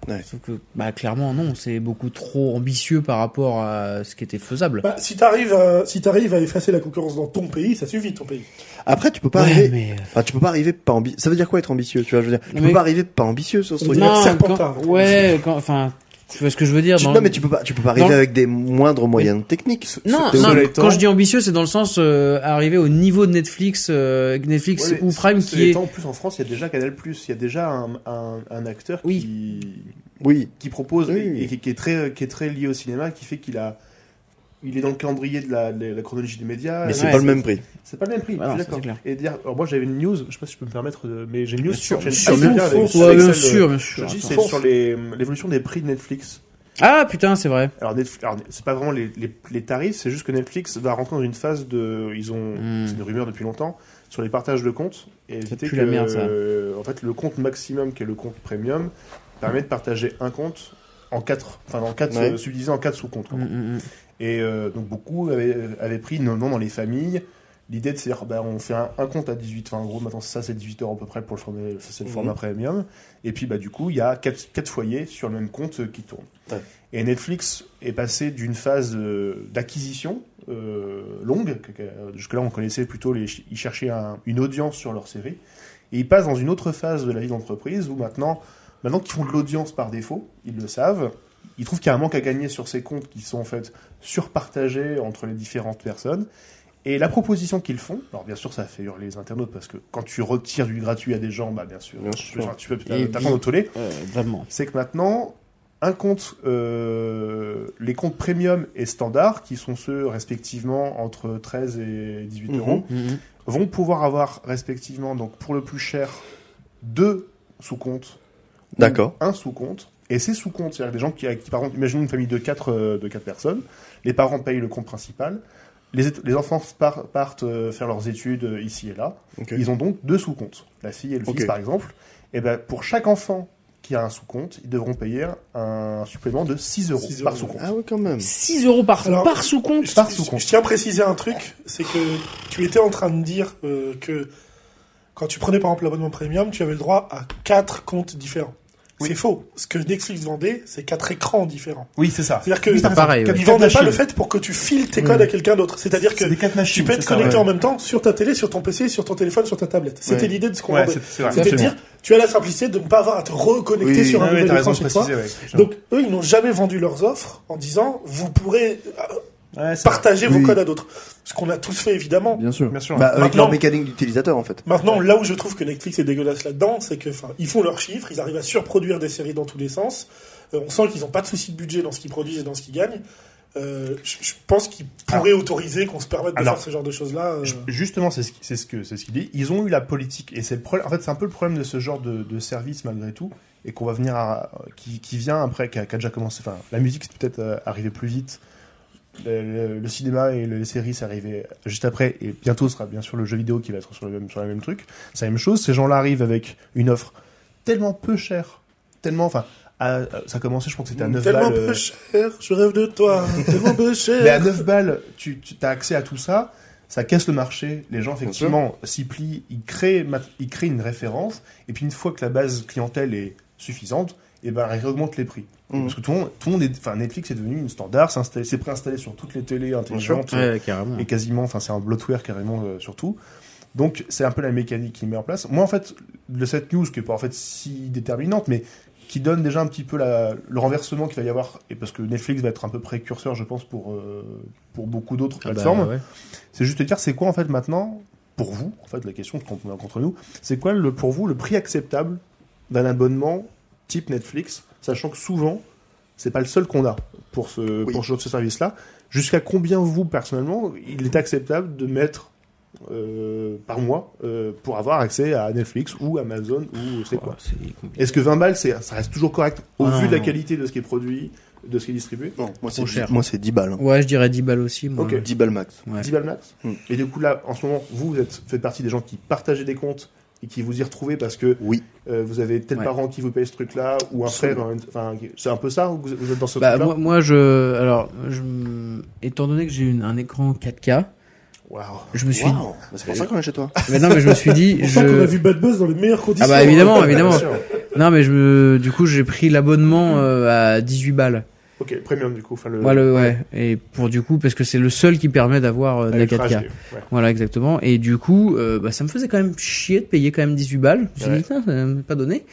Speaker 10: Ouais.
Speaker 7: Sauf que bah clairement non, c'est beaucoup trop ambitieux par rapport à ce qui était faisable.
Speaker 4: Bah, si t'arrives à, si t'arrives à effacer la concurrence dans ton pays, ça suffit ton pays.
Speaker 10: Après, tu peux pas
Speaker 7: Ouais,
Speaker 10: arriver.
Speaker 7: mais-
Speaker 10: Enfin, tu peux pas arriver pas ambitieux. Ça veut dire quoi être ambitieux Tu vois, je veux dire, tu
Speaker 7: Mais-
Speaker 10: peux pas arriver pas ambitieux sur ce truc.
Speaker 4: dirait
Speaker 7: Non,
Speaker 4: Serpentard.
Speaker 7: quand- ouais, quand- enfin, tu vois ce que je veux dire.
Speaker 10: Tu-
Speaker 7: dans-
Speaker 10: non, mais tu peux pas, tu peux pas arriver
Speaker 7: dans-
Speaker 10: avec des moindres moyens techniques.
Speaker 7: Non,
Speaker 10: C'était
Speaker 7: non,
Speaker 10: au-
Speaker 7: quand je dis ambitieux, c'est dans le sens euh, arriver au niveau de Netflix, euh, Netflix
Speaker 9: Ouais, mais
Speaker 7: ou Prime
Speaker 9: ceci
Speaker 7: qui est.
Speaker 9: étant, en plus, en France, il y a déjà Canal+, il y a déjà un, un, un acteur
Speaker 7: Oui.
Speaker 9: qui,
Speaker 10: Oui.
Speaker 9: qui propose
Speaker 10: Oui.
Speaker 9: et, et qui, qui est très, qui est très lié au cinéma, qui fait qu'il a... Il est dans le calendrier de la, de la chronologie des médias.
Speaker 10: Mais
Speaker 9: Et
Speaker 10: c'est
Speaker 7: Ouais,
Speaker 10: pas le même prix.
Speaker 9: C'est pas le même prix,
Speaker 7: Voilà, ça,
Speaker 9: je suis
Speaker 7: c'est
Speaker 9: d'accord.
Speaker 7: clair.
Speaker 9: Et dire, alors moi j'avais une news, je sais pas si je peux me permettre, de- mais j'ai une news sur chaîne
Speaker 7: sûr,
Speaker 9: Américaine
Speaker 7: bien
Speaker 9: avec-
Speaker 7: sûr,
Speaker 9: avec
Speaker 7: bien
Speaker 9: celle de-
Speaker 7: sûr, bien
Speaker 9: Je
Speaker 7: sûr.
Speaker 9: dis,
Speaker 7: Attends.
Speaker 9: c'est sur les- l'évolution des prix de Netflix.
Speaker 7: Ah putain, c'est vrai.
Speaker 9: Alors, Netflix, alors, c'est pas vraiment les, les- les tarifs, c'est juste que Netflix va rentrer dans une phase de. Ils ont.
Speaker 7: Hmm.
Speaker 9: C'est une rumeur depuis longtemps, sur les partages de comptes. Et éviter
Speaker 7: pue
Speaker 9: que.
Speaker 7: la merde, ça.
Speaker 9: euh, En fait, le compte maximum, qui est le compte premium, permet de partager un compte en quatre. Enfin, en quatre.
Speaker 10: Ouais.
Speaker 9: euh, subdivisé en quatre sous-comptes. quoi.
Speaker 7: Mm, mm, mm.
Speaker 9: Et euh, donc, beaucoup avaient, avaient pris, notamment dans les familles, l'idée de se dire, bah, on fait un, un compte à 18. Enfin, en gros, maintenant, ça, c'est 18 euros à peu près pour le format, ça, c'est le
Speaker 10: Mhm.
Speaker 9: format premium. Et puis, bah, du coup, il y a quatre quatre foyers sur le même compte euh, qui tournent.
Speaker 10: Ouais.
Speaker 9: Et Netflix est passé d'une phase euh, d'acquisition euh, longue, que- que- jusque-là on connaissait plutôt, les, chi- ils cherchaient un- une audience sur leur série, et ils passent dans une autre phase de la vie d'entreprise où maintenant, maintenant qu'ils font de l'audience par défaut, ils le savent, ils trouvent qu'il y a un manque à gagner sur ces comptes qui sont en fait surpartagés entre les différentes personnes. Et la proposition qu'ils font, alors bien sûr ça fait hurler les internautes parce que quand tu retires du gratuit à des gens, bah bien sûr,
Speaker 10: Bien
Speaker 9: tu, peux-
Speaker 10: sûr.
Speaker 9: tu peux
Speaker 7: Et
Speaker 9: t'attendre au tollé
Speaker 7: Euh, vraiment.
Speaker 9: c'est que maintenant, un compte, euh, les comptes premium et standard, qui sont ceux respectivement entre 13 et 18
Speaker 10: Mhm.
Speaker 9: euros,
Speaker 7: Mm, mm.
Speaker 9: vont pouvoir avoir respectivement, donc pour le plus cher, deux sous-comptes,
Speaker 10: D'accord.
Speaker 9: un sous-compte. Et ces sous-comptes, c'est-à-dire des gens qui, qui, par exemple, imaginons une famille de 4 de quatre personnes, les parents payent le compte principal, les, ét- les enfants par- partent euh, faire leurs études euh, ici et là,
Speaker 10: Ok.
Speaker 9: ils ont donc deux sous-comptes, la fille et le fils
Speaker 10: Ok.
Speaker 9: par exemple. Et ben pour chaque enfant qui a un sous-compte, ils devront payer un supplément de 6 euros
Speaker 4: 6
Speaker 9: par
Speaker 4: euros.
Speaker 9: sous-compte.
Speaker 10: Ah ouais, quand même.
Speaker 7: 6 euros par,
Speaker 4: Alors-
Speaker 7: par sous-compte
Speaker 4: Je,
Speaker 9: Par
Speaker 4: je-
Speaker 9: sous-compte.
Speaker 4: je tiens à préciser un truc, c'est que tu étais en train de dire euh, que quand tu prenais par exemple l'abonnement premium, tu avais le droit à quatre comptes différents. C'est faux. Ce que Netflix vendait, c'est quatre écrans différents.
Speaker 12: Oui, c'est ça.
Speaker 4: C'est-à-dire que
Speaker 7: Oui, c'est pareil, ouais.
Speaker 4: ils
Speaker 12: Quatre
Speaker 4: vendaient pas
Speaker 12: machines.
Speaker 4: le fait pour que tu files tes codes à quelqu'un d'autre. C'est-à-dire que
Speaker 12: C'est des quatre
Speaker 4: tu
Speaker 12: machines.
Speaker 4: peux
Speaker 12: c'est
Speaker 4: être
Speaker 12: ça,
Speaker 4: connecté
Speaker 12: ouais.
Speaker 4: en même temps sur ta télé, sur ton PC, sur ton téléphone, sur ta tablette. C'était
Speaker 10: Ouais.
Speaker 4: l'idée de ce qu'on
Speaker 12: Ouais,
Speaker 4: vendait.
Speaker 12: c'est c'est vrai.
Speaker 4: C'était de dire, tu as la simplicité de ne pas avoir à te reconnecter
Speaker 10: Oui,
Speaker 4: sur un
Speaker 12: Ouais, ouais,
Speaker 4: nouvel
Speaker 12: t'as
Speaker 4: écran
Speaker 12: raison de
Speaker 4: chez toi.
Speaker 12: préciser, ouais.
Speaker 4: Donc eux, ils n'ont jamais vendu leurs offres en disant vous pourrez euh,
Speaker 12: Ouais, c'est vrai.
Speaker 4: partager vos
Speaker 10: Oui.
Speaker 4: codes à d'autres. Ce qu'on a tous fait évidemment.
Speaker 10: Bien sûr.
Speaker 12: Bien sûr.
Speaker 10: Bah, avec
Speaker 4: Maintenant-
Speaker 10: leur mécanique d'utilisateur en fait.
Speaker 4: Maintenant, là où je trouve que Netflix est dégueulasse là-dedans, c'est que, enfin, ils font leurs chiffres, ils arrivent à surproduire des séries dans tous les sens. Euh, on sent qu'ils n'ont pas de souci de budget dans ce qu'ils produisent et dans ce qu'ils gagnent. Euh, je, je pense qu'ils pourraient autoriser qu'on se permette de
Speaker 9: Ah. Alors,
Speaker 4: faire ce genre de choses-là. euh.
Speaker 9: Je- Justement, c'est ce, qui- c'est ce que c'est ce qu'il dit. Ils ont eu la politique et c'est le problème. En fait, c'est un peu le problème de ce genre de, de service malgré tout et qu'on va venir à, qui, qui vient après qui a, qui a déjà commencé. Enfin, la musique c'est peut-être euh, arrivé plus vite. Le, le- le cinéma et les séries c'est arrivé juste après et bientôt ce sera bien sûr le jeu vidéo qui va être sur le même sur le même truc. C'est la même chose. Ces gens-là arrivent avec une offre tellement peu chère, tellement enfin. à- à- ça a commencé, je crois que c'était à 9
Speaker 4: Mm, Tellement
Speaker 9: balles. euh,
Speaker 4: peu cher, je rêve de toi. Tellement peu
Speaker 9: mais à
Speaker 4: cher.
Speaker 9: 9 balles, tu, tu as accès à tout ça, ça casse le marché, les gens effectivement s'y plient, ils créent, ma- ils créent une référence, et puis une fois que la base clientèle est suffisante, et ben, ils augmentent les prix.
Speaker 10: Mhm.
Speaker 9: Parce que tout le monde, tout le monde est, enfin, Netflix est devenu une standard, c'est installé- c'est préinstallé sur toutes les télés intelligentes,
Speaker 7: Ouais, carrément.
Speaker 9: et quasiment, enfin c'est un bloatware carrément euh, surtout. Donc c'est un peu la mécanique qui met en place. Moi en fait, de cette news qui est pas en fait si déterminante, mais qui donne déjà un petit peu la- le renversement qu'il va y avoir, et parce que Netflix va être un peu précurseur, je pense, pour, euh, pour beaucoup d'autres
Speaker 7: Ah bah,
Speaker 9: plateformes,
Speaker 7: ouais.
Speaker 9: c'est juste de dire c'est quoi en fait maintenant, pour vous, en fait la question qu'on qu'on a contre nous, c'est quoi le, pour vous le prix acceptable d'un abonnement type Netflix, sachant que souvent c'est pas le seul qu'on a pour ce,
Speaker 10: Oui.
Speaker 9: pour ce, ce service-là. Jusqu'à combien vous personnellement il est acceptable de mettre euh, par mois euh, pour avoir accès à Netflix ou Amazon ou c'est quoi
Speaker 7: Ouais, c'est compliqué.
Speaker 9: Est-ce que 20 balles c'est ça reste toujours correct au
Speaker 7: Ah,
Speaker 9: vu de la
Speaker 7: non.
Speaker 9: qualité de ce qui est produit, de ce qui est distribué
Speaker 10: Non, moi
Speaker 7: Trop
Speaker 10: c'est
Speaker 7: cher.
Speaker 10: moi c'est 10 balles. hein.
Speaker 7: Ouais, je dirais 10 balles aussi. Moi.
Speaker 9: Ok.
Speaker 10: 10 balles max.
Speaker 7: Ouais.
Speaker 9: 10 balles max.
Speaker 10: Mm.
Speaker 9: Et du coup, là, en ce moment, vous, vous êtes, faites partie des gens qui partagez des comptes et qui vous y retrouvez parce que
Speaker 10: Oui.
Speaker 9: euh, vous avez tel
Speaker 7: Ouais.
Speaker 9: parent qui vous paye ce truc-là ou un frère. un- Enfin, c'est un peu ça ou vous vous êtes dans ce
Speaker 7: Bah,
Speaker 9: truc-là
Speaker 7: moi, moi, je. Alors, je... m- étant donné que j'ai une- un écran 4K,
Speaker 9: Waouh.
Speaker 7: je me suis.
Speaker 10: Waouh. Bah, C'est pour ça qu'on est chez toi.
Speaker 7: Mais non, mais je me suis dit.
Speaker 4: Pour
Speaker 7: je...
Speaker 4: ça qu'on a vu Bad Buzz dans les meilleures conditions.
Speaker 7: Ah bah, évidemment, évidemment.
Speaker 9: Bien sûr.
Speaker 7: Non, mais je me... du coup, j'ai pris
Speaker 9: Mm.
Speaker 7: l'abonnement euh, à 18 balles.
Speaker 9: Ok, premium du coup. Enfin, le,
Speaker 7: Ouais, le- ouais. Et pour du coup, parce que c'est le seul qui permet d'avoir euh, de la
Speaker 9: avec
Speaker 7: 4K.
Speaker 9: HD, ouais.
Speaker 7: Voilà, exactement. Et du coup, euh, bah, ça me faisait quand même chier de payer quand même 18 balles. Je me suis
Speaker 9: Ouais.
Speaker 7: dit, Tiens, ça m'est pas donné.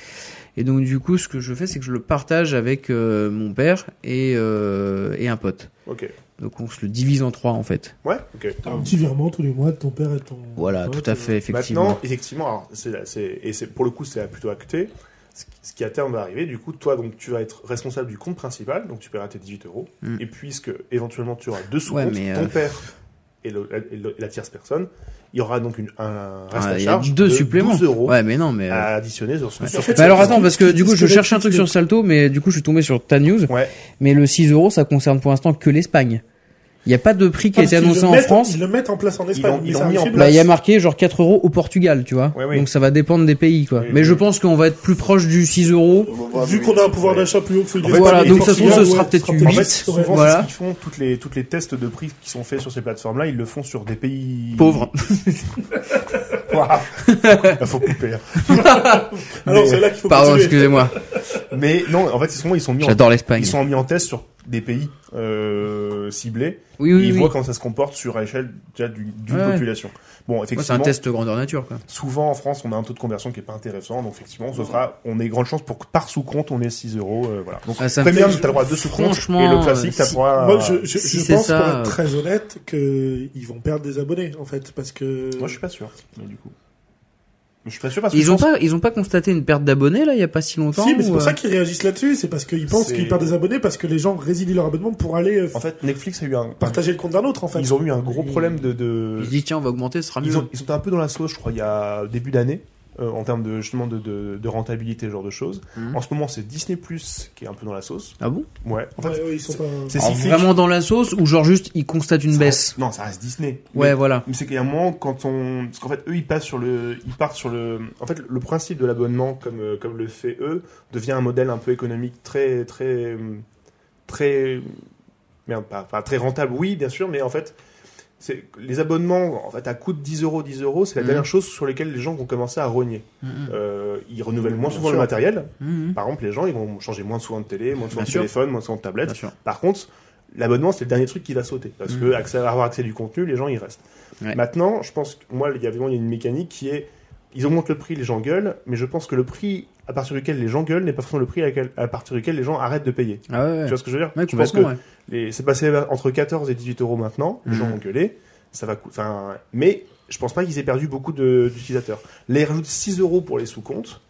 Speaker 7: Et donc, du coup, ce que je fais, c'est que je le partage avec euh, mon père et, euh, et un pote.
Speaker 9: Ok.
Speaker 7: Donc, on se le divise en trois, en fait.
Speaker 9: Ouais. Ok.
Speaker 4: Un petit virement tous les mois de ton père et ton.
Speaker 7: Voilà,
Speaker 4: pote,
Speaker 7: tout à
Speaker 4: euh.
Speaker 7: fait, effectivement.
Speaker 9: Maintenant, effectivement, alors, c'est, la- c'est- et c'est, pour le coup, c'est plutôt acté. Ce qui- Ce qui à terme va arriver, du coup, toi, donc, tu vas être responsable du compte principal, donc tu paieras tes 18 euros.
Speaker 7: Mm.
Speaker 9: Et puisque éventuellement tu auras deux sous
Speaker 7: Ouais,
Speaker 9: comptes,
Speaker 7: mais,
Speaker 9: ton
Speaker 7: euh,
Speaker 9: père et, le- et le- et la tierce personne, il y aura donc une, un reste
Speaker 7: Ah,
Speaker 9: à
Speaker 7: il y a
Speaker 9: charge
Speaker 7: deux
Speaker 9: de
Speaker 7: suppléments.
Speaker 9: 12 euros Ah,
Speaker 7: Ouais, mais non, mais. euh,
Speaker 9: à additionner sur ce
Speaker 7: Ouais.
Speaker 9: sur-
Speaker 4: En fait,
Speaker 7: Bah alors
Speaker 4: c'est-
Speaker 7: attends, parce que du coup,
Speaker 4: c'est-
Speaker 7: je
Speaker 4: c'est
Speaker 7: cherchais un truc
Speaker 4: Netflix,
Speaker 7: sur Salto, mais du coup, je suis tombé sur ta news.
Speaker 9: Ouais.
Speaker 7: Mais le 6 euros, ça concerne pour l'instant que l'Espagne. Il n'y a pas de prix qui a
Speaker 4: Ah,
Speaker 9: Ah,
Speaker 4: Parce
Speaker 7: été
Speaker 4: qu'ils
Speaker 7: annoncé
Speaker 4: le
Speaker 7: en
Speaker 4: mettent-
Speaker 7: France.
Speaker 4: Ils le mettent en place en Espagne.
Speaker 9: l'ont-
Speaker 4: mais
Speaker 9: ils
Speaker 4: c'est
Speaker 9: l'ont mis en
Speaker 4: impossible.
Speaker 7: Bah, il y a marqué genre 4 euros au Portugal, tu vois.
Speaker 9: Ouais, ouais.
Speaker 7: Donc ça va dépendre des pays, quoi.
Speaker 9: Oui,
Speaker 7: mais
Speaker 9: oui.
Speaker 7: je pense qu'on va être plus proche du 6 euros.
Speaker 4: Vu qu'on a un pouvoir d'achat plus haut que celui de
Speaker 9: En fait,
Speaker 7: Voilà,
Speaker 9: les
Speaker 7: donc ça se trouve, ce
Speaker 9: Portugais,
Speaker 7: sera
Speaker 9: ouais,
Speaker 7: peut-être
Speaker 9: en
Speaker 7: 8.
Speaker 9: fait, souvent, c'est
Speaker 7: voilà.
Speaker 9: ce qu'ils font, toutes les, toutes les tests de prix qui sont faits sur ces plateformes-là, ils le font sur des pays
Speaker 7: Pauvre.
Speaker 9: Waouh. Faut couper. hein.
Speaker 4: Alors c'est là qu'il faut
Speaker 7: Pardon,
Speaker 4: continuer.
Speaker 7: excusez-moi.
Speaker 9: Mais non, en fait, souvent, ils sont mis en
Speaker 7: J'adore l'Espagne.
Speaker 9: Ils sont mis en test sur des pays euh, ciblés.
Speaker 7: Oui,
Speaker 9: et
Speaker 7: oui,
Speaker 9: ils
Speaker 7: oui.
Speaker 9: voient comment ça se comporte sur l'échelle déjà d'une d'une
Speaker 7: Ouais.
Speaker 9: population. Bon,
Speaker 7: Ouais, c'est un
Speaker 9: effectivement,
Speaker 7: test grandeur nature, quoi.
Speaker 9: souvent en France, on a un taux de conversion qui est pas intéressant. Donc, effectivement, ce sera, on est grande chance pour que par sous-compte, on est 6 euros. euh, voilà. Donc,
Speaker 7: Ah, ça me
Speaker 9: premium,
Speaker 7: fait-
Speaker 9: t'as le droit à deux sous-comptes.
Speaker 7: Franchement,
Speaker 9: Et le
Speaker 7: euh,
Speaker 9: classique, t'as le
Speaker 7: si-
Speaker 9: droit à-
Speaker 4: Ah. Moi, je, je,
Speaker 7: si
Speaker 4: je
Speaker 7: c'est
Speaker 4: pense,
Speaker 7: ça,
Speaker 4: pour être
Speaker 7: euh.
Speaker 4: très honnête, que ils vont perdre des abonnés, en fait, parce que.
Speaker 9: Moi, je suis pas sûr. Mais du coup. Je suis pas sûr parce que. je
Speaker 7: Ils ont
Speaker 9: pense-
Speaker 7: pas, ils ont pas constaté une perte d'abonnés, là, il y a pas si longtemps.
Speaker 4: Si, mais c'est
Speaker 7: ou,
Speaker 4: pour
Speaker 7: euh,
Speaker 4: ça qu'ils réagissent là-dessus, c'est parce qu'ils pensent
Speaker 9: C'est-
Speaker 4: qu'ils perdent des abonnés parce que les gens résilient leur abonnement pour aller euh,
Speaker 9: En fait, Netflix a eu un.
Speaker 4: partager le compte d'un autre, en fait.
Speaker 9: Ils ont eu un gros problème de. de...
Speaker 7: Ils se disent, tiens, on va augmenter, ce sera mieux.
Speaker 9: Ils, ont, ils sont un peu dans la sauce, je crois, il y a début d'année. euh, en termes de, justement de, de, de rentabilité, ce genre de choses.
Speaker 7: Mhm.
Speaker 9: En ce moment, c'est Disney Plus qui est un peu dans la sauce.
Speaker 7: Ah bon
Speaker 9: Ouais. En fait,
Speaker 4: Ouais, ouais, ils sont pas...
Speaker 9: c'est
Speaker 7: Alors,
Speaker 9: cyclique.
Speaker 7: Vraiment dans la sauce ou genre juste ils constatent une
Speaker 9: Ça
Speaker 7: baisse
Speaker 9: reste- Non, ça reste Disney.
Speaker 7: Ouais,
Speaker 9: Mais-
Speaker 7: voilà.
Speaker 9: Mais c'est qu'il y a un moment quand on, parce qu'en fait eux ils passent sur le, ils partent sur le, en fait le principe de l'abonnement comme euh, comme le fait eux devient un modèle un peu économique très très euh, très merde pas, pas très rentable oui bien sûr mais en fait c'est les abonnements en fait à coût de 10 euros 10 euros c'est la
Speaker 7: Mhm.
Speaker 9: dernière chose sur lesquelles les gens vont commencer à rogner.
Speaker 7: Mhm.
Speaker 9: Euh, ils renouvellent moins
Speaker 10: Bien
Speaker 9: souvent le
Speaker 10: sûr.
Speaker 9: matériel.
Speaker 7: Mhm.
Speaker 9: Par exemple les gens ils vont changer moins souvent de télé, moins souvent
Speaker 7: Bien
Speaker 9: de
Speaker 7: sûr.
Speaker 9: téléphone, moins souvent de tablette.
Speaker 7: Bien sûr.
Speaker 9: Par contre, l'abonnement, c'est le dernier truc qui va sauter. Parce que
Speaker 7: Mhm.
Speaker 9: accès, avoir accès à du contenu, les gens, ils restent.
Speaker 7: Ouais.
Speaker 9: Maintenant, je pense que moi, il y a vraiment il y a une mécanique qui est. Ils augmentent le prix, les gens gueulent, mais je pense que le prix à partir duquel les gens gueulent n'est pas forcément le prix à, laquelle- à partir duquel les gens arrêtent de payer.
Speaker 7: Ah ouais, ouais.
Speaker 9: Tu vois ce que je veux dire
Speaker 7: Ouais,
Speaker 9: Je pense que
Speaker 7: complètement, ouais.
Speaker 9: les- c'est passé entre 14 et 18 euros maintenant, les gens
Speaker 7: Mhm.
Speaker 9: ont gueulé, ça va cou- enfin, mais je pense pas qu'ils aient perdu beaucoup de- d'utilisateurs. Là, ils rajoutent 6 euros pour les sous-comptes,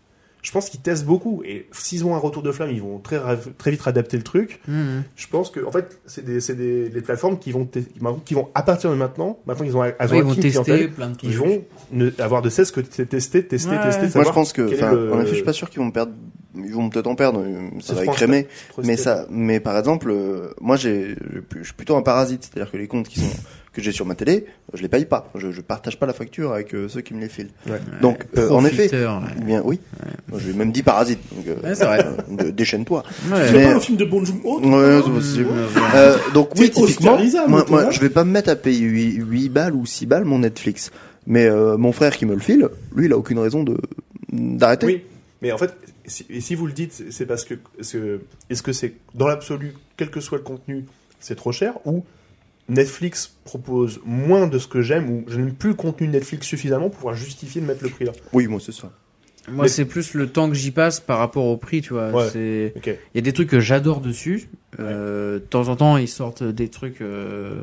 Speaker 9: je pense qu'ils testent beaucoup, et s'ils ont un retour de flamme, ils vont très, ra- très vite adapter le truc,
Speaker 7: Mhm.
Speaker 9: je pense que en fait, c'est des, c'est des, des plateformes qui vont, t- qui vont à partir de maintenant, maintenant qu'ils ont, elles
Speaker 7: Ouais,
Speaker 9: ont
Speaker 7: Ah, ils
Speaker 9: acquis
Speaker 7: vont
Speaker 9: une
Speaker 7: tester
Speaker 9: clientèle,
Speaker 7: plein de trucs.
Speaker 9: ils vont ne, avoir de cesse que de tester, tester,
Speaker 7: Ouais.
Speaker 9: tester.
Speaker 10: Moi,
Speaker 9: savoir
Speaker 10: je pense que,
Speaker 9: quel est
Speaker 10: enfin,
Speaker 9: le-
Speaker 10: en effet, je suis pas sûr qu'ils vont perdre, ils vont peut-être en perdre, euh,
Speaker 9: C'est
Speaker 10: ça va
Speaker 9: franc,
Speaker 10: écrémer.
Speaker 9: prospect.
Speaker 10: Mais ça, mais par exemple, euh, moi, j'ai, je pu- je suis plutôt un parasite, c'est-à-dire que les comptes qui sont que j'ai sur ma télé, je les paye pas, je, je partage pas la facture avec euh, ceux qui me les filent.
Speaker 9: Ouais.
Speaker 10: Donc, euh, en effet,
Speaker 7: Profiteur, ouais.
Speaker 10: bien, oui, Moi, je lui ai même dit parasite. Donc, euh,
Speaker 7: Ouais, c'est vrai.
Speaker 10: euh, dé- déchaîne-toi.
Speaker 7: Ouais.
Speaker 4: C'est
Speaker 10: Mais-
Speaker 4: pas un film de Oh, Bong Joon-ho
Speaker 10: Ouais, c'est
Speaker 7: Mhm.
Speaker 10: possible.
Speaker 7: Ouais.
Speaker 10: Euh, donc oui,
Speaker 4: C'est
Speaker 10: typiquement,
Speaker 4: Oscarisable,
Speaker 10: moi,
Speaker 4: toi,
Speaker 10: moi,
Speaker 4: là.
Speaker 10: je vais pas me mettre à payer 8, balles ou 6 balles mon Netflix. Mais euh, mon frère qui me le file, lui, il a aucune raison de d'arrêter.
Speaker 9: Oui, mais en fait, si, et si vous le dites, c'est- c'est parce que est-ce que- est-ce que c'est dans l'absolu, quel que soit le contenu, c'est trop cher ou Netflix propose moins de ce que j'aime ou je n'aime plus le contenu de Netflix suffisamment pour pouvoir justifier de mettre le prix là.
Speaker 10: Oui, moi c'est ça.
Speaker 7: Moi,
Speaker 9: Mais-
Speaker 7: c'est plus le temps que j'y passe par rapport au prix, tu vois.
Speaker 9: Ouais.
Speaker 7: C'est- Il
Speaker 9: Ok.
Speaker 7: y a des trucs que j'adore dessus. Euh, De temps en temps, ils sortent des trucs, euh,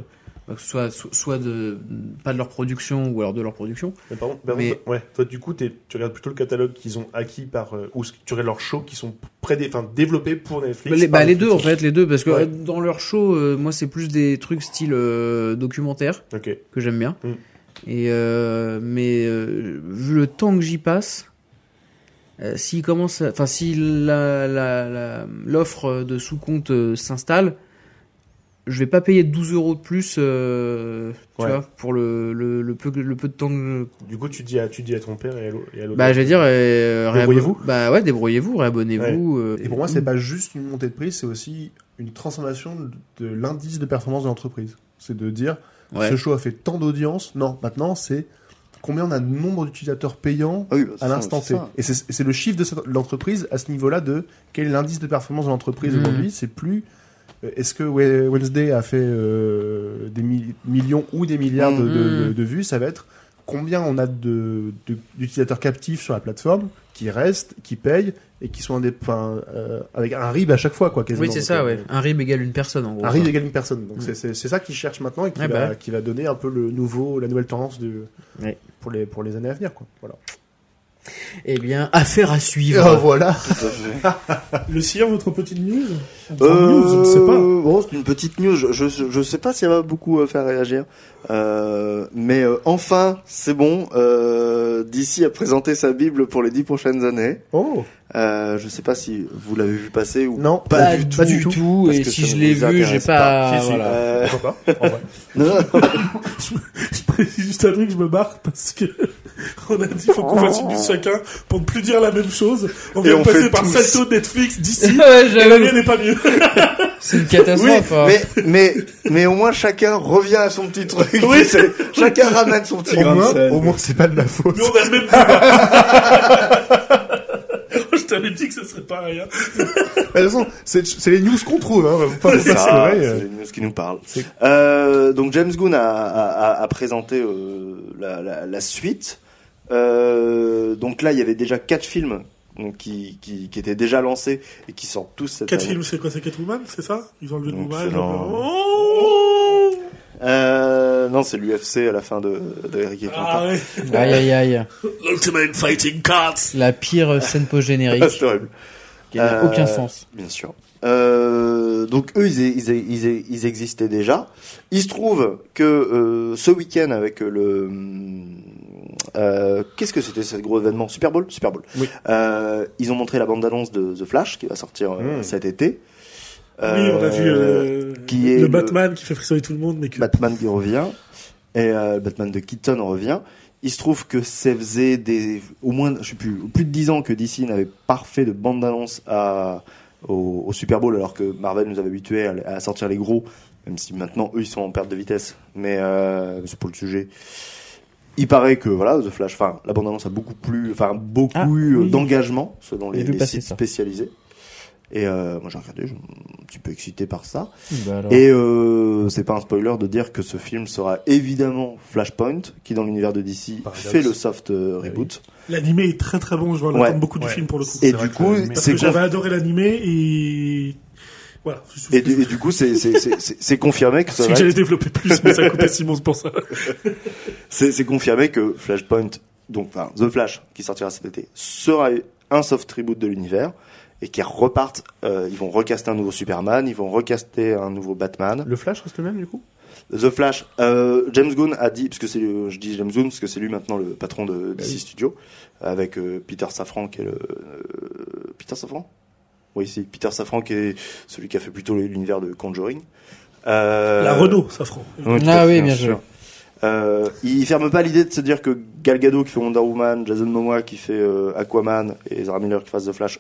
Speaker 7: bah, que ce soit, so- soit de, pas de leur production ou alors de leur production.
Speaker 9: Mais par contre, par
Speaker 7: Mais-
Speaker 9: contre, ouais, toi du coup, t'es- tu regardes plutôt le catalogue qu'ils ont acquis par euh, ou ce- tu regardes leurs shows qui sont prédé, enfin, développés pour Netflix.
Speaker 7: les,
Speaker 9: par
Speaker 7: bah, les deux, en
Speaker 9: Netflix.
Speaker 7: fait, les deux, parce que
Speaker 9: Ouais.
Speaker 7: euh, dans leur show, euh, moi, c'est plus des trucs style euh, documentaire
Speaker 9: Ok.
Speaker 7: que j'aime bien.
Speaker 9: Mm.
Speaker 7: Et euh, mais euh, vu le temps que j'y passe, euh, s'il commence, à- enfin si la- la- la- l'offre de sous compte s'installe, je vais pas payer 12 euros de plus, euh, tu
Speaker 9: Ouais.
Speaker 7: vois, pour le, le, le peu que- le peu de temps que je-
Speaker 9: Du coup, tu dis à tu dis à ton père et à l'au- et à l'autre.
Speaker 7: bah je vais dire euh, réabo-
Speaker 9: Débrouillez-vous.
Speaker 7: Bah ouais, débrouillez-vous, réabonnez-vous. euh,
Speaker 9: Et pour moi, c'est pas juste une montée de prix, c'est aussi une transformation de l'indice de performance de l'entreprise. C'est de dire,
Speaker 7: Ouais.
Speaker 9: ce show a fait tant d'audience. Non, maintenant, c'est combien on a de nombre d'utilisateurs payants
Speaker 10: Ah oui, bah, c'est
Speaker 9: à
Speaker 10: ça,
Speaker 9: l'instant
Speaker 10: c'est
Speaker 9: T.
Speaker 10: ça.
Speaker 9: Et c'est et c'est le chiffre de cette- l'entreprise à ce niveau-là de quel est l'indice de performance de l'entreprise
Speaker 7: Mhm.
Speaker 9: aujourd'hui. C'est plus euh, est-ce que We- Wednesday a fait euh, des mi- millions ou des milliards de, de-
Speaker 7: Mhm.
Speaker 9: de- de vues. Ça va être combien on a de- de- d'utilisateurs captifs sur la plateforme qui restent, qui payent et qui sont indép- enfin, euh, avec un RIB à chaque fois. Quoi,
Speaker 7: Oui,
Speaker 9: quasiment.
Speaker 7: c'est
Speaker 9: Donc,
Speaker 7: ça,
Speaker 9: euh,
Speaker 7: ouais. Un rib égale une personne en gros. quoi.
Speaker 9: un ride égale une personne. Donc
Speaker 7: Mm.
Speaker 9: c'est- c'est c'est ça qu'ils cherchent maintenant et qui,
Speaker 7: Ouais,
Speaker 9: va,
Speaker 7: bah.
Speaker 9: qui va donner un peu le nouveau, la nouvelle tendance de,
Speaker 7: Ouais.
Speaker 9: pour, les, pour les années à venir. Quoi. Voilà.
Speaker 7: Eh bien, affaire à suivre.
Speaker 9: Ah, voilà.
Speaker 4: Le sire, votre petite news Enfin, news, je
Speaker 10: Euh,
Speaker 4: ne sais pas.
Speaker 10: bon, c'est une petite news. Je, je, je sais pas si elle va beaucoup euh, faire réagir. Euh, mais euh, enfin, c'est bon. Euh, DC a présenté sa Bible pour les dix prochaines années.
Speaker 9: Oh
Speaker 10: Euh, je sais pas si vous l'avez vu passer ou
Speaker 9: Non,
Speaker 10: pas, du tout.
Speaker 7: Pas du tout.
Speaker 10: parce
Speaker 7: Et
Speaker 10: que
Speaker 7: si
Speaker 10: ça
Speaker 7: je
Speaker 10: ne
Speaker 7: l'ai
Speaker 10: vous
Speaker 7: vu, j'ai
Speaker 10: intéresse
Speaker 7: pas.
Speaker 9: Si, si.
Speaker 7: voilà.
Speaker 10: Euh,
Speaker 9: Pourquoi pas en vrai.
Speaker 10: non, non,
Speaker 4: Je précise juste un truc, je me barre parce que on a dit faut qu'on fasse une news chacun pour ne plus dire la même chose. On
Speaker 10: Et
Speaker 4: vient de
Speaker 10: on
Speaker 4: passer
Speaker 10: fait
Speaker 4: par
Speaker 10: tous.
Speaker 4: Salto, Netflix, d'ici.
Speaker 7: Ouais,
Speaker 4: Et la
Speaker 7: j'avoue.
Speaker 4: mienne n'est pas mieux.
Speaker 7: C'est une
Speaker 10: Oui,
Speaker 7: catastrophe. hein.
Speaker 10: mais, mais, mais au moins chacun revient à son petit truc. Oui, chacun ramène son petit
Speaker 9: Au
Speaker 10: grain de
Speaker 9: moins,
Speaker 10: sel.
Speaker 9: au moins, c'est pas de ma faute.
Speaker 4: Mais on a le même débat. Je t'avais dit que ce serait hein. pas rien.
Speaker 9: Mais De toute façon, c'est c'est les news qu'on trouve. Hein. Faut pas- faut
Speaker 10: C'est
Speaker 9: pas se
Speaker 10: ça,
Speaker 9: leurrer, euh.
Speaker 10: c'est une news qui nous parle.
Speaker 9: C'est-
Speaker 10: Euh, donc James Gunn a, a- a- a présenté euh, la, la- la suite. Euh, donc là, il y avait déjà quatre films donc, qui, qui, qui étaient déjà lancés et qui sortent tous cette
Speaker 4: Quatre
Speaker 10: année.
Speaker 4: films, c'est quoi C'est Catwoman, c'est ça Ils ont enlevé le
Speaker 10: Donc,
Speaker 4: Woman.
Speaker 10: c'est dans-
Speaker 4: Oh
Speaker 10: Euh, non, c'est l'UFC à la fin de, de Eric et
Speaker 4: ah
Speaker 10: Quentin.
Speaker 4: ouais.
Speaker 7: Aïe hein. aïe aïe.
Speaker 4: Ultimate Fighting Cards.
Speaker 7: La pire scène post-générique
Speaker 10: Ah, c'est horrible.
Speaker 7: qui n'a
Speaker 10: Euh,
Speaker 7: aucun sens.
Speaker 10: Bien sûr. Euh, donc eux, ils, ils, ils, ils existaient déjà. Il se trouve que euh, ce week-end, avec le, euh, qu'est-ce que c'était ce gros événement Super Bowl Super Bowl.
Speaker 9: Oui.
Speaker 10: Euh, ils ont montré la bande-annonce de The Flash qui va sortir euh,
Speaker 9: Mm.
Speaker 10: cet été.
Speaker 4: Hmm. oui, on a vu
Speaker 10: Euh,
Speaker 4: euh,
Speaker 10: qui est
Speaker 4: le
Speaker 10: le-
Speaker 4: Batman qui fait frissonner tout le monde, mais que
Speaker 10: Batman qui revient et euh, Batman de Keaton revient. Il se trouve que ça faisait des au moins je sais plus plus de 10 ans que DC n'avait pas refait de bande annonce à au, au Super Bowl alors que Marvel nous avait habitués à, à sortir les gros même si maintenant eux ils sont en perte de vitesse mais euh, c'est pour le sujet. Il paraît que voilà The Flash enfin la bande annonce a beaucoup plus enfin beaucoup
Speaker 7: Ah,
Speaker 10: eu, euh,
Speaker 7: oui.
Speaker 10: d'engagement selon
Speaker 7: J'ai
Speaker 10: les,
Speaker 7: vu
Speaker 10: les
Speaker 7: passer
Speaker 10: sites
Speaker 7: ça.
Speaker 10: spécialisés. Et euh, moi j'ai regardé, je suis un petit peu excité par ça.
Speaker 7: Bah alors.
Speaker 10: Et euh, c'est pas un spoiler de dire que ce film sera évidemment Flashpoint, qui dans l'univers de DC
Speaker 9: Paradoxe.
Speaker 10: fait le soft euh, reboot.
Speaker 4: l'animé est très très bon. Je vois, on
Speaker 10: Ouais.
Speaker 4: attend beaucoup du
Speaker 9: Ouais.
Speaker 4: film pour le coup.
Speaker 10: Et
Speaker 9: vrai
Speaker 10: du,
Speaker 9: que
Speaker 10: coup,
Speaker 9: l'animé-
Speaker 4: Parce
Speaker 10: c'est
Speaker 4: que
Speaker 10: conf-
Speaker 4: j'avais adoré l'animé et voilà.
Speaker 10: et du, et du coup, c'est c'est- c'est- c'est- c'est confirmé que ça
Speaker 4: C'est
Speaker 10: va
Speaker 4: que Euh,
Speaker 10: être-
Speaker 4: j'allais développer plus, mais ça coupait Simon c'est pour ça.
Speaker 10: c'est c'est confirmé que Flashpoint, donc enfin The Flash, qui sortira cet été, sera un soft reboot de l'univers et qu'ils repartent. euh, ils vont recaster un nouveau Superman, ils vont recaster un nouveau Batman.
Speaker 9: Le Flash reste le même du coup
Speaker 10: The Flash, euh, James Gunn a dit, parce que c'est, euh, je dis James Gunn, parce que c'est lui maintenant le patron de
Speaker 4: Bah
Speaker 10: DC Studio, avec euh, Peter Safran qui est le euh, Peter Safran, oui si Peter Safran qui est celui qui a fait plutôt l'univers de Conjuring. Euh,
Speaker 4: La Renault, Safran.
Speaker 10: oui, tout à
Speaker 7: Ah
Speaker 10: fait,
Speaker 7: oui, bien sûr.
Speaker 10: Euh, il ferme pas l'idée de se dire que Gal Gadot qui fait Wonder Woman, Jason Momoa qui fait euh, Aquaman et Ezra Miller qui fasse The Flash,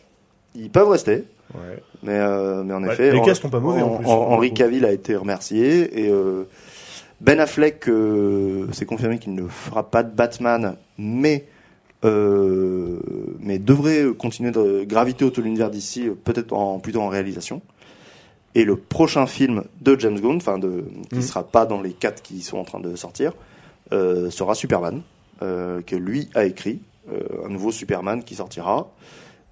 Speaker 10: ils peuvent rester.
Speaker 9: Ouais.
Speaker 10: Mais, euh, mais en
Speaker 9: Ouais,
Speaker 10: effet,
Speaker 9: les
Speaker 10: en-
Speaker 9: gars sont pas mauvais, en plus.
Speaker 10: Henri Cavill a été remercié et euh, Ben Affleck euh, s'est confirmé qu'il ne fera pas de Batman, mais euh, mais devrait continuer de graviter autour de l'univers d'ici, peut-être en, plutôt en réalisation. Et le prochain film de James Gunn, enfin de qui
Speaker 9: Mhm.
Speaker 10: sera pas dans les quatre qui sont en train de sortir, euh, sera Superman, euh, que lui a écrit, euh, un nouveau Superman qui sortira.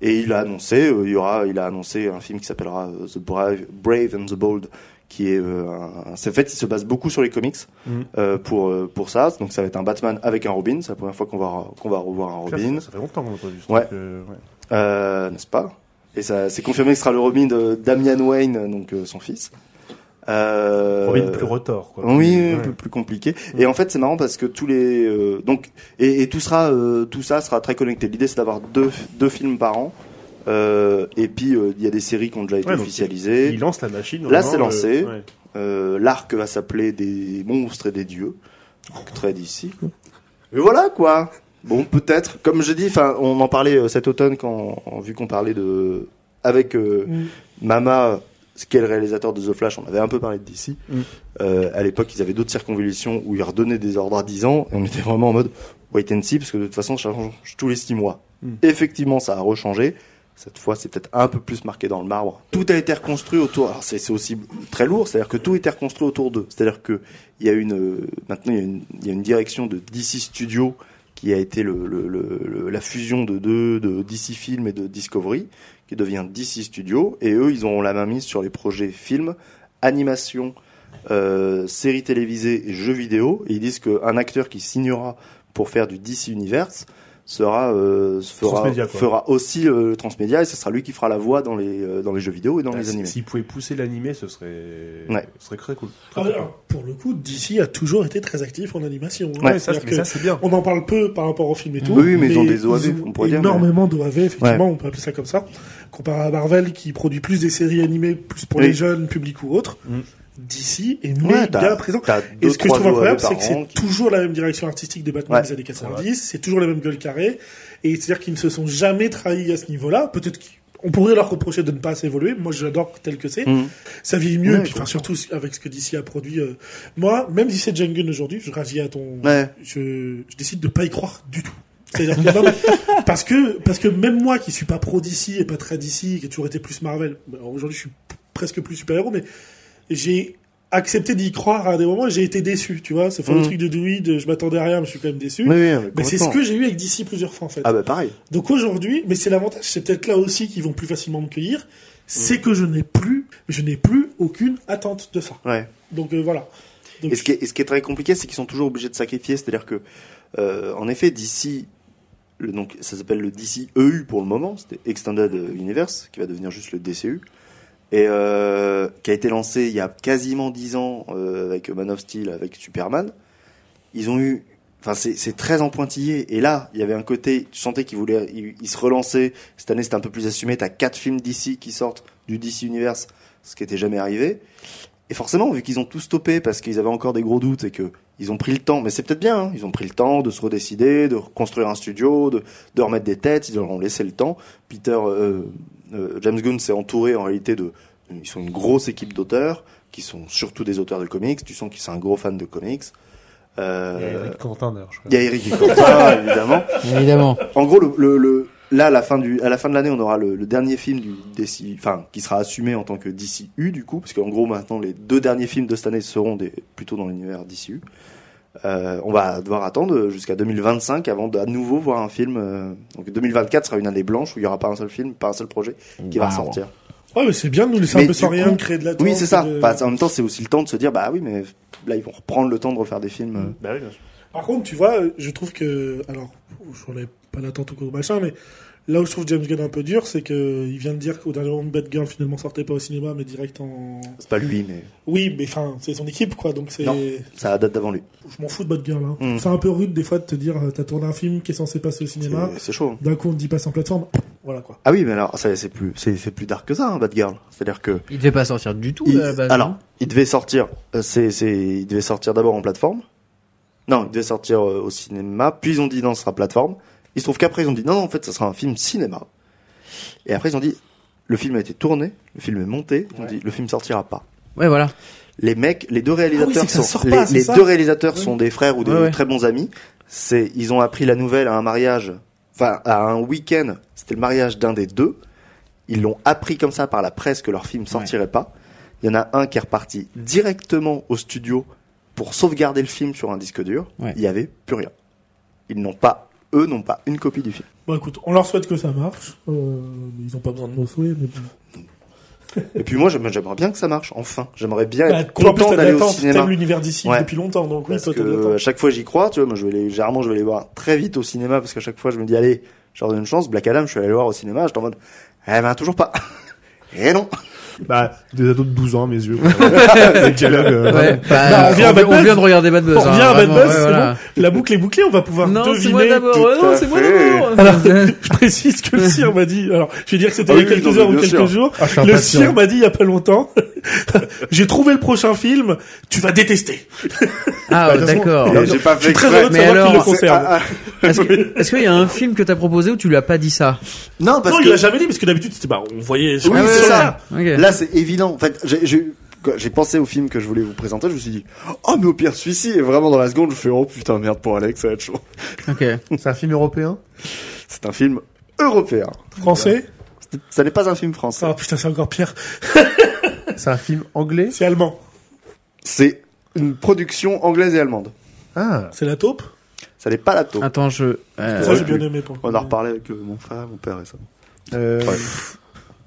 Speaker 10: Et il a annoncé, euh, il y aura, il a annoncé un film qui s'appellera euh, The Brave, Brave and the Bold, qui est, euh, un- un- c'est- en fait, il se base beaucoup sur les comics
Speaker 9: Mhm.
Speaker 10: euh, pour euh, pour ça. Donc ça va être un Batman avec un Robin. C'est la première fois qu'on va qu'on va revoir un Robin,
Speaker 9: Ça, ça fait longtemps qu'on n'a pas vu ce
Speaker 10: Ouais.
Speaker 9: truc, euh, ouais.
Speaker 10: euh, n'est-ce pas Et ça, c'est confirmé que ce sera le Robin de Damian Wayne, donc euh, son fils. Euh,
Speaker 9: Robin plus retors quoi.
Speaker 10: oui, oui,
Speaker 9: Ouais.
Speaker 10: plus, plus compliqué. Et en fait, c'est marrant parce que tous les euh, donc et, et tout sera euh, tout ça sera très connecté. L'idée, c'est d'avoir deux deux films par an. Euh, et puis euh, il y a des séries qui ont déjà été
Speaker 9: Ouais, donc,
Speaker 10: officialisées.
Speaker 9: Il lance la machine.
Speaker 10: Là,
Speaker 9: vraiment,
Speaker 10: c'est lancé.
Speaker 9: ouais.
Speaker 10: Euh, L'arc va s'appeler des monstres et des dieux. Donc, très d'ici. Mais voilà quoi. Bon, peut-être. Comme je dis, enfin, on en parlait euh, cet automne quand en- vu qu'on parlait de avec euh,
Speaker 4: Mm.
Speaker 10: Mama, ce qui est le réalisateur de The Flash, on avait un peu parlé de DC.
Speaker 9: Mm.
Speaker 10: Euh, à l'époque, ils avaient d'autres circonvolutions où ils redonnaient des ordres à 10 ans et on était vraiment en mode wait and see parce que de toute façon, ça change tous les 6 mois.
Speaker 9: Mm.
Speaker 10: Effectivement, ça a rechangé. Cette fois, c'est peut-être un peu plus marqué dans le marbre. Tout a été reconstruit autour. Alors, c'est c'est aussi très lourd, c'est-à-dire que tout a été reconstruit autour d'eux. C'est-à-dire que il y a une euh, maintenant il y a une, il y a une direction de DC Studio qui a été le, le- le- le- la fusion de deux de DC Film et de Discovery qui devient DC Studio et eux ils ont la main mise sur les projets films, animation, euh, séries télévisées et jeux vidéo et ils disent qu'un acteur qui signera pour faire du DC Universe sera euh, fera,
Speaker 9: Transmédia, quoi.
Speaker 10: fera aussi euh, le transmédia et ce sera lui qui fera la voix dans les euh, dans les jeux vidéo et
Speaker 4: Bah,
Speaker 10: dans
Speaker 9: Ah,
Speaker 10: les
Speaker 9: si-
Speaker 10: animés.
Speaker 9: S'ils pouvaient pousser l'animé, ce serait.
Speaker 10: Ouais.
Speaker 9: Ce serait très cool. Très,
Speaker 4: Ah,
Speaker 9: très
Speaker 4: alors, pour le coup, DC a toujours été très actif en animation. hein.
Speaker 9: cool. Ouais, ça,
Speaker 4: C'est-à-dire
Speaker 9: mais ça,
Speaker 4: que
Speaker 9: c'est bien.
Speaker 4: on en parle peu par rapport au film et tout.
Speaker 10: Oui, mais ils ont des OAV,
Speaker 4: ont
Speaker 10: on pourrait dire,
Speaker 4: énormément d'OAV, effectivement, on peut appeler ça comme ça. Comparé à Marvel qui produit plus des séries animées, plus pour
Speaker 10: Oui.
Speaker 4: les jeunes, public ou autre,
Speaker 9: Mm.
Speaker 4: DC est
Speaker 10: Ouais,
Speaker 4: méga
Speaker 10: t'as-
Speaker 4: présent.
Speaker 10: t'as
Speaker 4: Et
Speaker 10: deux,
Speaker 4: ce que je
Speaker 10: trois
Speaker 4: trouve incroyable,
Speaker 10: joueurs
Speaker 4: c'est que
Speaker 10: par an
Speaker 4: c'est
Speaker 10: qui-
Speaker 4: toujours la même direction artistique des Batman
Speaker 10: Ouais.
Speaker 4: des années 90, c'est toujours la même gueule carrée, et c'est-à-dire qu'ils ne se sont jamais trahis à ce niveau-là. Peut-être qu'on pourrait leur reprocher de ne pas assez évoluer, moi je l'adore tel que c'est.
Speaker 10: Mhm.
Speaker 4: Ça vieillit mieux,
Speaker 10: Ouais,
Speaker 4: et puis
Speaker 10: je
Speaker 4: enfin, surtout avec ce que DC a produit. euh, Moi, même si c'est Jungle aujourd'hui, je réagis à ton...
Speaker 10: Ouais.
Speaker 4: Je, je décide de pas y croire du tout. C'est-à-dire que non, mais- parce que parce que même moi qui suis pas pro d'ici et pas très d'ici, qui a toujours été plus Marvel, bah, aujourd'hui je suis p- presque plus super-héros, mais j'ai accepté d'y croire à des moments et j'ai été déçu, tu vois. C'est pas le
Speaker 10: Mhm.
Speaker 4: truc de Dewey, de je m'attendais à rien, mais je suis quand même
Speaker 10: Oui,
Speaker 4: déçu.
Speaker 10: oui,
Speaker 4: mais c'est ce
Speaker 10: complètement.
Speaker 4: que j'ai eu avec DC plusieurs fois en fait.
Speaker 10: Ah bah pareil.
Speaker 4: Donc aujourd'hui, mais c'est l'avantage, c'est peut-être là aussi qu'ils vont plus facilement me cueillir, c'est
Speaker 10: Mm.
Speaker 4: que je n'ai plus, je n'ai plus aucune attente de ça.
Speaker 10: Ouais.
Speaker 4: Donc euh, voilà. Donc,
Speaker 10: Et ce qui est, et ce qui est très compliqué, c'est qu'ils sont toujours obligés de sacrifier. C'est-à-dire que, euh, en effet, d'ici, le, donc ça s'appelle le DC EU pour le moment, c'était Extended Universe, qui va devenir juste le DCU, et euh, qui a été lancé il y a quasiment 10 ans euh, avec Man of Steel, avec Superman. Ils ont eu Enfin, c'est c'est très en pointillé. Et là, il y avait un côté, tu sentais qu'il voulait, il, il se relançait. Cette année, c'était un peu plus assumé. T'as quatre films d'ici qui sortent du DC Universe, ce qui était jamais arrivé. Et forcément, vu qu'ils ont tout stoppé parce qu'ils avaient encore des gros doutes et que ils ont pris le temps, mais c'est peut-être bien. hein, ils ont pris le temps de se redécider, de reconstruire un studio, de, de remettre des têtes. Ils leur ont laissé le temps. Peter, euh, euh, James Gunn s'est entouré en réalité de, ils sont une grosse équipe d'auteurs qui sont surtout des auteurs de comics. Tu sens qu'ils sont un gros fan de comics. Euh,
Speaker 9: Quentin, d'ailleurs, je
Speaker 10: il y a Eric et Quentin, évidemment.
Speaker 7: Évidemment.
Speaker 10: En gros, le, le, le- là, à la fin, du, à la fin de l'année, on aura le, le dernier film du DC, enfin, qui sera assumé en tant que DCU, du coup, parce qu'en gros, maintenant, les deux derniers films de cette année seront des, plutôt dans l'univers DCU. Euh, on va devoir attendre jusqu'à 2025 avant d'à nouveau voir un film. euh, donc 2024 sera une année blanche où il n'y aura pas un seul film, pas un seul projet qui va
Speaker 7: Wow.
Speaker 10: sortir.
Speaker 4: Ouais, ah, mais c'est bien de nous laisser
Speaker 10: Mais
Speaker 4: un peu
Speaker 10: du
Speaker 4: sans rien,
Speaker 10: coup-
Speaker 4: de créer de la
Speaker 10: Oui, c'est ça. Enfin, en même temps, c'est aussi le temps de se dire, bah oui, mais là, ils vont reprendre le temps de refaire des films. euh,
Speaker 9: Bah oui, bien sûr.
Speaker 4: Par contre, tu vois, euh, je trouve que. Alors, j'en ai pas l'attente ou quoi, machin, mais là où je trouve James Gunn un peu dur, c'est que il vient de dire qu'au dernier moment, Batgirl finalement sortait pas au cinéma, mais direct en.
Speaker 10: C'est pas lui, mais
Speaker 4: Oui, mais enfin, c'est son équipe, quoi, donc c'est.
Speaker 10: Non. ça date d'avant lui.
Speaker 4: Je m'en fous de Batgirl, hein.
Speaker 10: Mm.
Speaker 4: C'est un peu rude des fois de te dire, euh, t'as tourné un film qui est censé passer au cinéma,
Speaker 10: C'est- C'est chaud. hein.
Speaker 4: d'un coup on te dit passe en plateforme, voilà quoi.
Speaker 10: Ah oui, mais alors, ça, c'est plus, c'est, c'est plus dark que ça, hein, Batgirl. C'est-à-dire que,
Speaker 7: Il devait pas sortir du tout
Speaker 10: il-
Speaker 7: à la base.
Speaker 10: alors,
Speaker 7: non
Speaker 10: il devait sortir, euh, c'est, c'est, il devait sortir d'abord en plateforme. Non, il devait sortir euh, au cinéma, puis ils ont dit non, ce sera plateforme. Il se trouve qu'après, ils ont dit non, non, en fait, ça sera un film cinéma. Et après, ils ont dit, le film a été tourné, le film est monté, ils ont dit, le film sortira pas.
Speaker 7: Ouais, voilà.
Speaker 10: Les mecs, les deux
Speaker 4: Ah
Speaker 10: réalisateurs
Speaker 4: oui, c'est que ça
Speaker 10: sont,
Speaker 4: sort pas,
Speaker 10: les-
Speaker 4: c'est
Speaker 10: les
Speaker 4: ça
Speaker 10: deux réalisateurs sont des frères ou des
Speaker 7: Ouais, ouais.
Speaker 10: très bons amis. C'est, ils ont appris la nouvelle à un mariage, enfin, à un week-end. C'était le mariage d'un des deux. Ils l'ont appris comme ça par la presse que leur film sortirait pas. Il y en a un qui est reparti directement au studio pour sauvegarder le film sur un disque dur.
Speaker 7: Ouais.
Speaker 10: Il y avait plus rien. Ils n'ont pas, eux n'ont pas une copie du film.
Speaker 4: Bon, écoute, on leur souhaite que ça marche, euh, ils ont pas besoin de nos souhaits, mais bon.
Speaker 10: Et puis moi, j'aimerais j'aimerais bien que ça marche, enfin. J'aimerais bien
Speaker 4: Bah,
Speaker 10: être
Speaker 4: toi, en plus,
Speaker 10: content
Speaker 4: t'as de
Speaker 10: d'aller au
Speaker 4: l'attente,
Speaker 10: cinéma.
Speaker 4: t'aimes l'univers d'ici
Speaker 10: Ouais.
Speaker 4: depuis longtemps, donc oui,
Speaker 10: parce
Speaker 4: toi t'as de
Speaker 10: que
Speaker 4: l'attente.
Speaker 10: à chaque fois j'y crois, tu vois, moi je vais les, généralement je vais les voir très vite au cinéma parce qu'à chaque fois je me dis allez, je leur donne une chance. Black Adam, je suis allé le voir au cinéma, j'étais en mode eh ben toujours pas. Eh non.
Speaker 9: Bah, des ados de 12 ans à mes yeux. quoi. Les dialogues. euh,
Speaker 7: Ouais, bah,
Speaker 4: Bah, on
Speaker 7: on,
Speaker 4: vient à Bad
Speaker 7: on
Speaker 4: Buzz.
Speaker 7: vient de regarder Bad Buzz. hein,
Speaker 4: On revient à Bad
Speaker 7: vraiment,
Speaker 4: Ben Buzz,
Speaker 7: ouais,
Speaker 4: c'est
Speaker 7: voilà.
Speaker 4: La boucle est bouclée, on va pouvoir
Speaker 7: Non, c'est moi
Speaker 4: deviner.
Speaker 7: d'abord.
Speaker 10: tout
Speaker 7: Ouais,
Speaker 10: à
Speaker 7: Non, c'est moi
Speaker 10: fait.
Speaker 7: d'abord.
Speaker 4: Alors, je précise que le cire m'a dit, alors, je vais dire que c'était
Speaker 10: Ah
Speaker 4: il y a
Speaker 10: oui, oui,
Speaker 4: quelques
Speaker 10: non,
Speaker 4: heures ou
Speaker 10: bien
Speaker 4: quelques
Speaker 10: sûr.
Speaker 4: jours.
Speaker 9: Ah, je suis
Speaker 4: le
Speaker 9: impatient.
Speaker 4: cire m'a dit il y a pas longtemps, j'ai trouvé le prochain film, tu vas détester.
Speaker 7: Ah, ouais,
Speaker 9: de toute façon,
Speaker 7: d'accord.
Speaker 10: Et j'ai pas
Speaker 4: Je suis
Speaker 10: fait
Speaker 4: très
Speaker 10: exprès.
Speaker 4: heureux de
Speaker 7: Mais
Speaker 4: savoir qu'il le
Speaker 7: alors-
Speaker 4: conserve.
Speaker 10: Ah, ah.
Speaker 7: Est-ce que- est-ce qu'il y a un film que t'as proposé où tu lui as pas dit ça
Speaker 10: Non parce
Speaker 4: non, il
Speaker 10: que
Speaker 4: l'a jamais dit, parce que d'habitude, c'était, bah, on voyait sur
Speaker 10: Oui,
Speaker 7: Ah, ouais,
Speaker 10: c'est
Speaker 7: ouais,
Speaker 10: ça.
Speaker 7: ouais. Ok.
Speaker 10: là c'est évident. En fait, j'ai- j'ai quand j'ai pensé au film que je voulais vous présenter, je me suis dit oh mais au pire celui-ci et vraiment dans la seconde je fais oh putain merde pour Alex ça va être chaud.
Speaker 7: Ok.
Speaker 9: C'est un film européen
Speaker 10: C'est un film européen.
Speaker 4: français.
Speaker 10: C'était- Ça n'est pas un film français.
Speaker 4: Ah, putain, c'est encore pire.
Speaker 9: C'est un film anglais
Speaker 4: C'est allemand.
Speaker 10: C'est une production anglaise et allemande.
Speaker 9: Ah,
Speaker 4: C'est la taupe.
Speaker 10: Ça n'est pas la
Speaker 4: Ah.
Speaker 10: taupe.
Speaker 7: Attends, je. euh,
Speaker 4: ça, j'ai
Speaker 10: ouais,
Speaker 4: bien
Speaker 10: oui.
Speaker 4: aimé pour le
Speaker 10: On
Speaker 4: coup.
Speaker 10: en reparlait avec euh, mon frère, mon père et ça.
Speaker 9: euh,
Speaker 10: Ouais.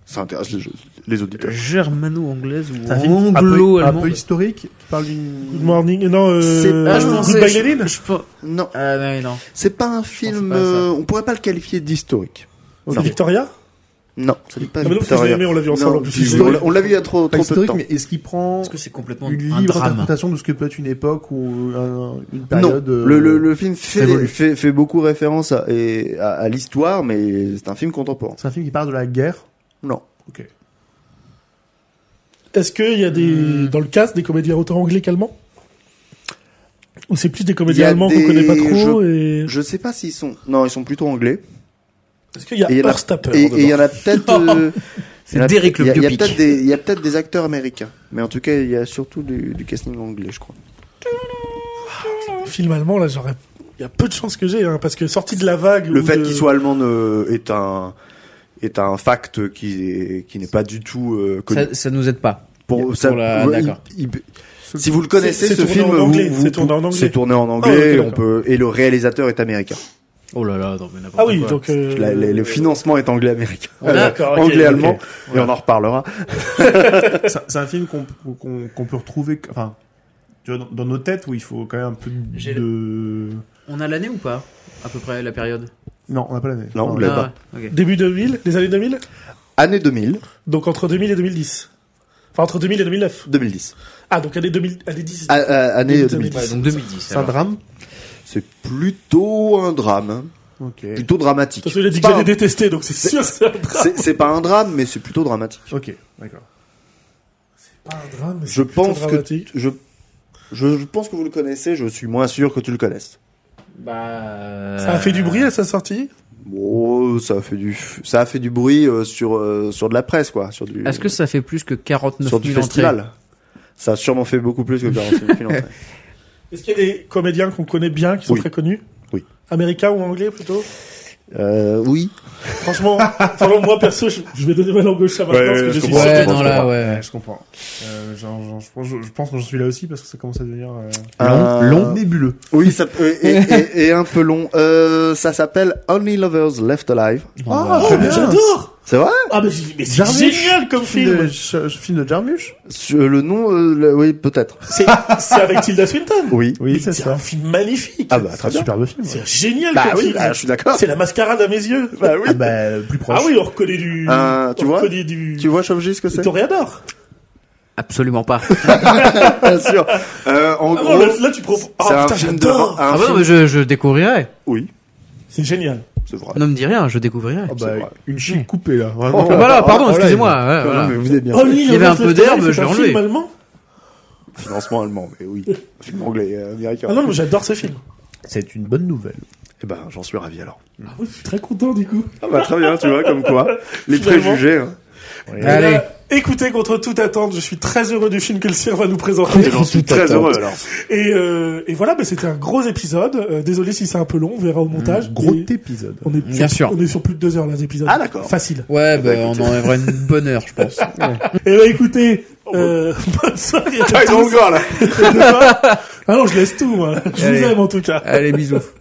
Speaker 10: Ça intéresse les, les auditeurs.
Speaker 7: Germano-anglaise ou
Speaker 9: c'est un film un peu, un
Speaker 7: anglo-allemand
Speaker 9: peu historique qui parle
Speaker 4: Good
Speaker 9: d'une.
Speaker 4: morning. Non, euh,
Speaker 10: C'est- Ah, je
Speaker 7: pensais-
Speaker 4: Goodbye Lenin.
Speaker 7: Je peux-
Speaker 10: Non,
Speaker 7: Ah, non, non.
Speaker 10: c'est pas un
Speaker 7: c'est
Speaker 10: film.
Speaker 7: pas ça.
Speaker 10: euh, on pourrait pas le qualifier d'historique.
Speaker 9: Oh
Speaker 4: C'est Oh, Victoria?
Speaker 10: Non, ça n'est pas
Speaker 4: Ah, mais non, parce que je l'ai
Speaker 10: Victoria.
Speaker 4: aimé, on l'a vu ensemble,
Speaker 10: Non,
Speaker 4: en plus.
Speaker 10: on l'a- on l'a vu il y a trop,
Speaker 9: Pas
Speaker 10: trop peu de
Speaker 9: historique,
Speaker 10: temps.
Speaker 9: mais est-ce qu'il prend
Speaker 7: Est-ce que c'est complètement
Speaker 9: une
Speaker 7: un
Speaker 9: libre
Speaker 7: drame
Speaker 9: interprétation de ce que peut être une époque ou un- une
Speaker 10: Non,
Speaker 9: période euh,
Speaker 10: le, le, le film fait,
Speaker 9: évolue.
Speaker 10: fait, fait beaucoup référence à, et à, à l'histoire, mais c'est un film contemporain.
Speaker 9: C'est un film qui parle de la guerre.
Speaker 10: Non.
Speaker 4: Est-ce qu'il y a des, dans le cast, des comédiens autant anglais qu'allemands? Ou c'est plus
Speaker 10: Il
Speaker 4: des
Speaker 10: y
Speaker 4: comédiens
Speaker 10: a
Speaker 4: allemands
Speaker 10: des-
Speaker 4: qu'on connaît pas trop et...
Speaker 10: Je sais pas s'ils sont. Non, ils sont plutôt anglais.
Speaker 4: Est-ce qu'il y a
Speaker 10: Et il y en a-
Speaker 4: Horstapper
Speaker 10: Et et
Speaker 4: dedans
Speaker 10: il y en a peut-être. euh, il y en a-
Speaker 7: C'est Derek
Speaker 10: il y
Speaker 7: le
Speaker 10: a- Il y a
Speaker 7: biopic.
Speaker 10: peut-être des, il y a peut-être des acteurs américains, mais en tout cas, il y a surtout du, du casting anglais, je crois.
Speaker 4: film allemand, là, j'aurais. Il y a peu de chances que j'ai, hein, parce que sorti de la vague.
Speaker 10: Le
Speaker 4: ou
Speaker 10: fait
Speaker 4: de-
Speaker 10: qu'il soit allemand ne- est un est un fact qui est- qui n'est pas du tout euh, connu.
Speaker 7: Ça, ça nous aide pas. pour la-
Speaker 10: ouais,
Speaker 7: d'accord.
Speaker 10: il- il- si vous le connaissez,
Speaker 4: C'est- c'est
Speaker 10: ce
Speaker 4: tourné
Speaker 10: film,
Speaker 4: en
Speaker 10: vous-
Speaker 4: anglais,
Speaker 10: vous-
Speaker 4: c'est tourné en anglais.
Speaker 10: c'est tourné en
Speaker 4: Ah,
Speaker 10: anglais.
Speaker 4: ok,
Speaker 10: on
Speaker 4: d'accord.
Speaker 10: peut et le réalisateur est américain.
Speaker 7: Oh là là, non, mais n'importe
Speaker 4: Ah oui,
Speaker 7: quoi.
Speaker 4: donc. euh,
Speaker 10: La- la- le financement est anglais américain,
Speaker 4: Ah, d'accord, ok,
Speaker 10: anglais
Speaker 4: ok.
Speaker 10: allemand, et on en reparlera.
Speaker 9: C'est un- c'est un film qu'on qu'on- qu'on peut retrouver, enfin, tu vois, dans, dans nos têtes où il faut quand même un peu
Speaker 7: J'ai-
Speaker 9: de.
Speaker 7: On a l'année ou pas À peu près la période.
Speaker 9: Non, on n'a pas l'année.
Speaker 10: Non, on
Speaker 9: on
Speaker 10: l'a
Speaker 9: l'a
Speaker 10: pas.
Speaker 7: ouais, ok.
Speaker 4: Début 2000, les années 2000
Speaker 10: Année 2000,
Speaker 4: Donc entre 2000 et 2010. Enfin, entre 2000 et 2009.
Speaker 10: 2010,
Speaker 4: Ah, donc année 2000, année 10.
Speaker 10: A- a- année
Speaker 4: Début
Speaker 10: 2010.
Speaker 7: Ouais, donc 2010.
Speaker 9: C'est un
Speaker 7: alors.
Speaker 9: drame.
Speaker 10: c'est plutôt un drame, hein.
Speaker 9: Ok.
Speaker 10: plutôt dramatique.
Speaker 4: Parce qu'il a dit
Speaker 10: C'est
Speaker 4: que
Speaker 10: pas
Speaker 4: j'allais détester, donc c'est sûr que c'est un drame.
Speaker 10: C'est c'est pas un drame, mais c'est plutôt dramatique.
Speaker 9: Ok, d'accord.
Speaker 4: Pas un drame, mais
Speaker 10: Je
Speaker 4: c'est plutôt
Speaker 10: pense que
Speaker 4: dramatique.
Speaker 10: tu- je, je je pense que vous le connaissez. Je suis moins sûr que tu le connaisses.
Speaker 7: Bah.
Speaker 4: Ça a fait du bruit à sa sortie
Speaker 10: Oh, ça a fait du f- ça a fait du bruit euh, sur euh, sur de la presse quoi, sur du
Speaker 7: euh, Est-ce que ça fait plus que 49
Speaker 10: sur
Speaker 7: 000
Speaker 10: du
Speaker 7: entrées
Speaker 10: festival. Ça a sûrement fait beaucoup plus que 45 000 entrées.
Speaker 4: Est-ce qu'il y a des comédiens qu'on connaît bien, qui sont
Speaker 10: Oui.
Speaker 4: très connus
Speaker 10: Oui.
Speaker 4: Américains ou anglais plutôt
Speaker 10: Euh, oui.
Speaker 4: Franchement, selon moi perso, je, je vais donner ma langue au chat maintenant
Speaker 10: Ouais,
Speaker 4: parce que
Speaker 10: je
Speaker 4: je suis
Speaker 10: comprends.
Speaker 7: Ouais,
Speaker 4: sûr.
Speaker 10: je pense
Speaker 7: non,
Speaker 10: que-
Speaker 7: là, ouais.
Speaker 9: je comprends. Euh, genre, genre, je, pense, je, je pense que j'en suis là aussi parce que ça commence à devenir. euh,
Speaker 10: Euh,
Speaker 9: nébuleux.
Speaker 10: Oui, ça peut- et, et- et- et un peu long. Euh, ça s'appelle Only Lovers Left Alive. Ah.
Speaker 9: Ah,
Speaker 4: Oh, mais j'adore
Speaker 10: C'est vrai
Speaker 4: Ah, mais, c'est- mais c'est
Speaker 9: Jarmusch.
Speaker 4: génial comme
Speaker 9: Film de,
Speaker 4: film
Speaker 9: ch- film de Jarmusch
Speaker 10: Sur Le nom, euh, le- oui, peut-être.
Speaker 4: C'est c'est avec Tilda Swinton
Speaker 10: Oui.
Speaker 9: Oui, c'est
Speaker 4: C'est un
Speaker 9: ça.
Speaker 4: film magnifique
Speaker 10: Ah bah, très
Speaker 9: C'est un
Speaker 10: bien.
Speaker 9: superbe film. ouais.
Speaker 4: C'est génial
Speaker 10: Bah
Speaker 4: comme
Speaker 10: oui,
Speaker 4: film
Speaker 10: bah, je suis d'accord.
Speaker 4: C'est la mascarade à mes yeux
Speaker 10: Bah oui.
Speaker 9: Ah bah, plus proche.
Speaker 4: Ah oui, on reconnaît du...
Speaker 10: Euh, tu
Speaker 4: on
Speaker 10: vois
Speaker 4: reconnaît du...
Speaker 10: Tu vois, Chauvegy, ce que c'est
Speaker 4: Toréador
Speaker 7: Absolument pas.
Speaker 10: Bien sûr. Euh, en
Speaker 4: Ah
Speaker 10: gros,
Speaker 4: non, là, là, tu proposes...
Speaker 10: c'est
Speaker 4: Ah
Speaker 10: un
Speaker 4: putain,
Speaker 10: film de...
Speaker 4: j'adore
Speaker 10: un
Speaker 7: Ah bah non,
Speaker 10: film-
Speaker 7: mais je, je découvrirai.
Speaker 10: Oui,
Speaker 4: C'est génial.
Speaker 10: c'est vrai.
Speaker 7: Ne me dis rien, je découvrirai.
Speaker 9: Ah
Speaker 10: C'est
Speaker 9: bah,
Speaker 10: vrai.
Speaker 9: une chic coupée là. Vraiment.
Speaker 10: Oh,
Speaker 7: Ah, voilà,
Speaker 10: ah,
Speaker 7: pardon,
Speaker 10: ah, là,
Speaker 7: excusez-moi.
Speaker 10: il-
Speaker 7: ouais, voilà.
Speaker 10: Non, mais vous êtes bien.
Speaker 4: Only
Speaker 7: Il y avait
Speaker 4: Lovers
Speaker 7: un peu
Speaker 4: Left
Speaker 7: d'herbe,
Speaker 4: Alive,
Speaker 7: je
Speaker 4: c'est
Speaker 7: l'ai
Speaker 4: un film
Speaker 7: enlevé.
Speaker 4: allemand
Speaker 10: Financement allemand, mais oui. film anglais, euh, américain.
Speaker 4: Ah non, mais j'adore ce film.
Speaker 9: C'est une bonne nouvelle.
Speaker 10: Eh ben, j'en suis ravi alors.
Speaker 4: Ah oui, je suis très content du coup.
Speaker 10: Ah bah, très bien, tu vois, comme quoi. Les
Speaker 4: Finalement.
Speaker 10: préjugés. hein.
Speaker 7: Allez.
Speaker 4: Là, écoutez, contre toute attente, je suis très heureux du film que le CIR va nous présenter.
Speaker 10: Et j'en suis très heureux alors.
Speaker 4: Et, euh, et voilà, bah, c'était un gros épisode. Euh, désolé si c'est un peu long, on verra au montage.
Speaker 9: Gros
Speaker 4: Et
Speaker 9: épisode.
Speaker 4: on est
Speaker 7: Bien
Speaker 4: sur,
Speaker 7: sûr.
Speaker 4: On est sur plus de deux heures là d'épisode.
Speaker 10: Ah, d'accord.
Speaker 4: Facile.
Speaker 7: Ouais, bah, on enlèvera une bonne heure, je pense.
Speaker 4: Et bah écoutez, euh, bonne soirée. à
Speaker 10: Ah, ils sont
Speaker 4: tous.
Speaker 10: encore là.
Speaker 4: Ah non, je laisse tout. Moi. Je vous
Speaker 7: Allez.
Speaker 4: aime en tout cas.
Speaker 7: Allez, bisous.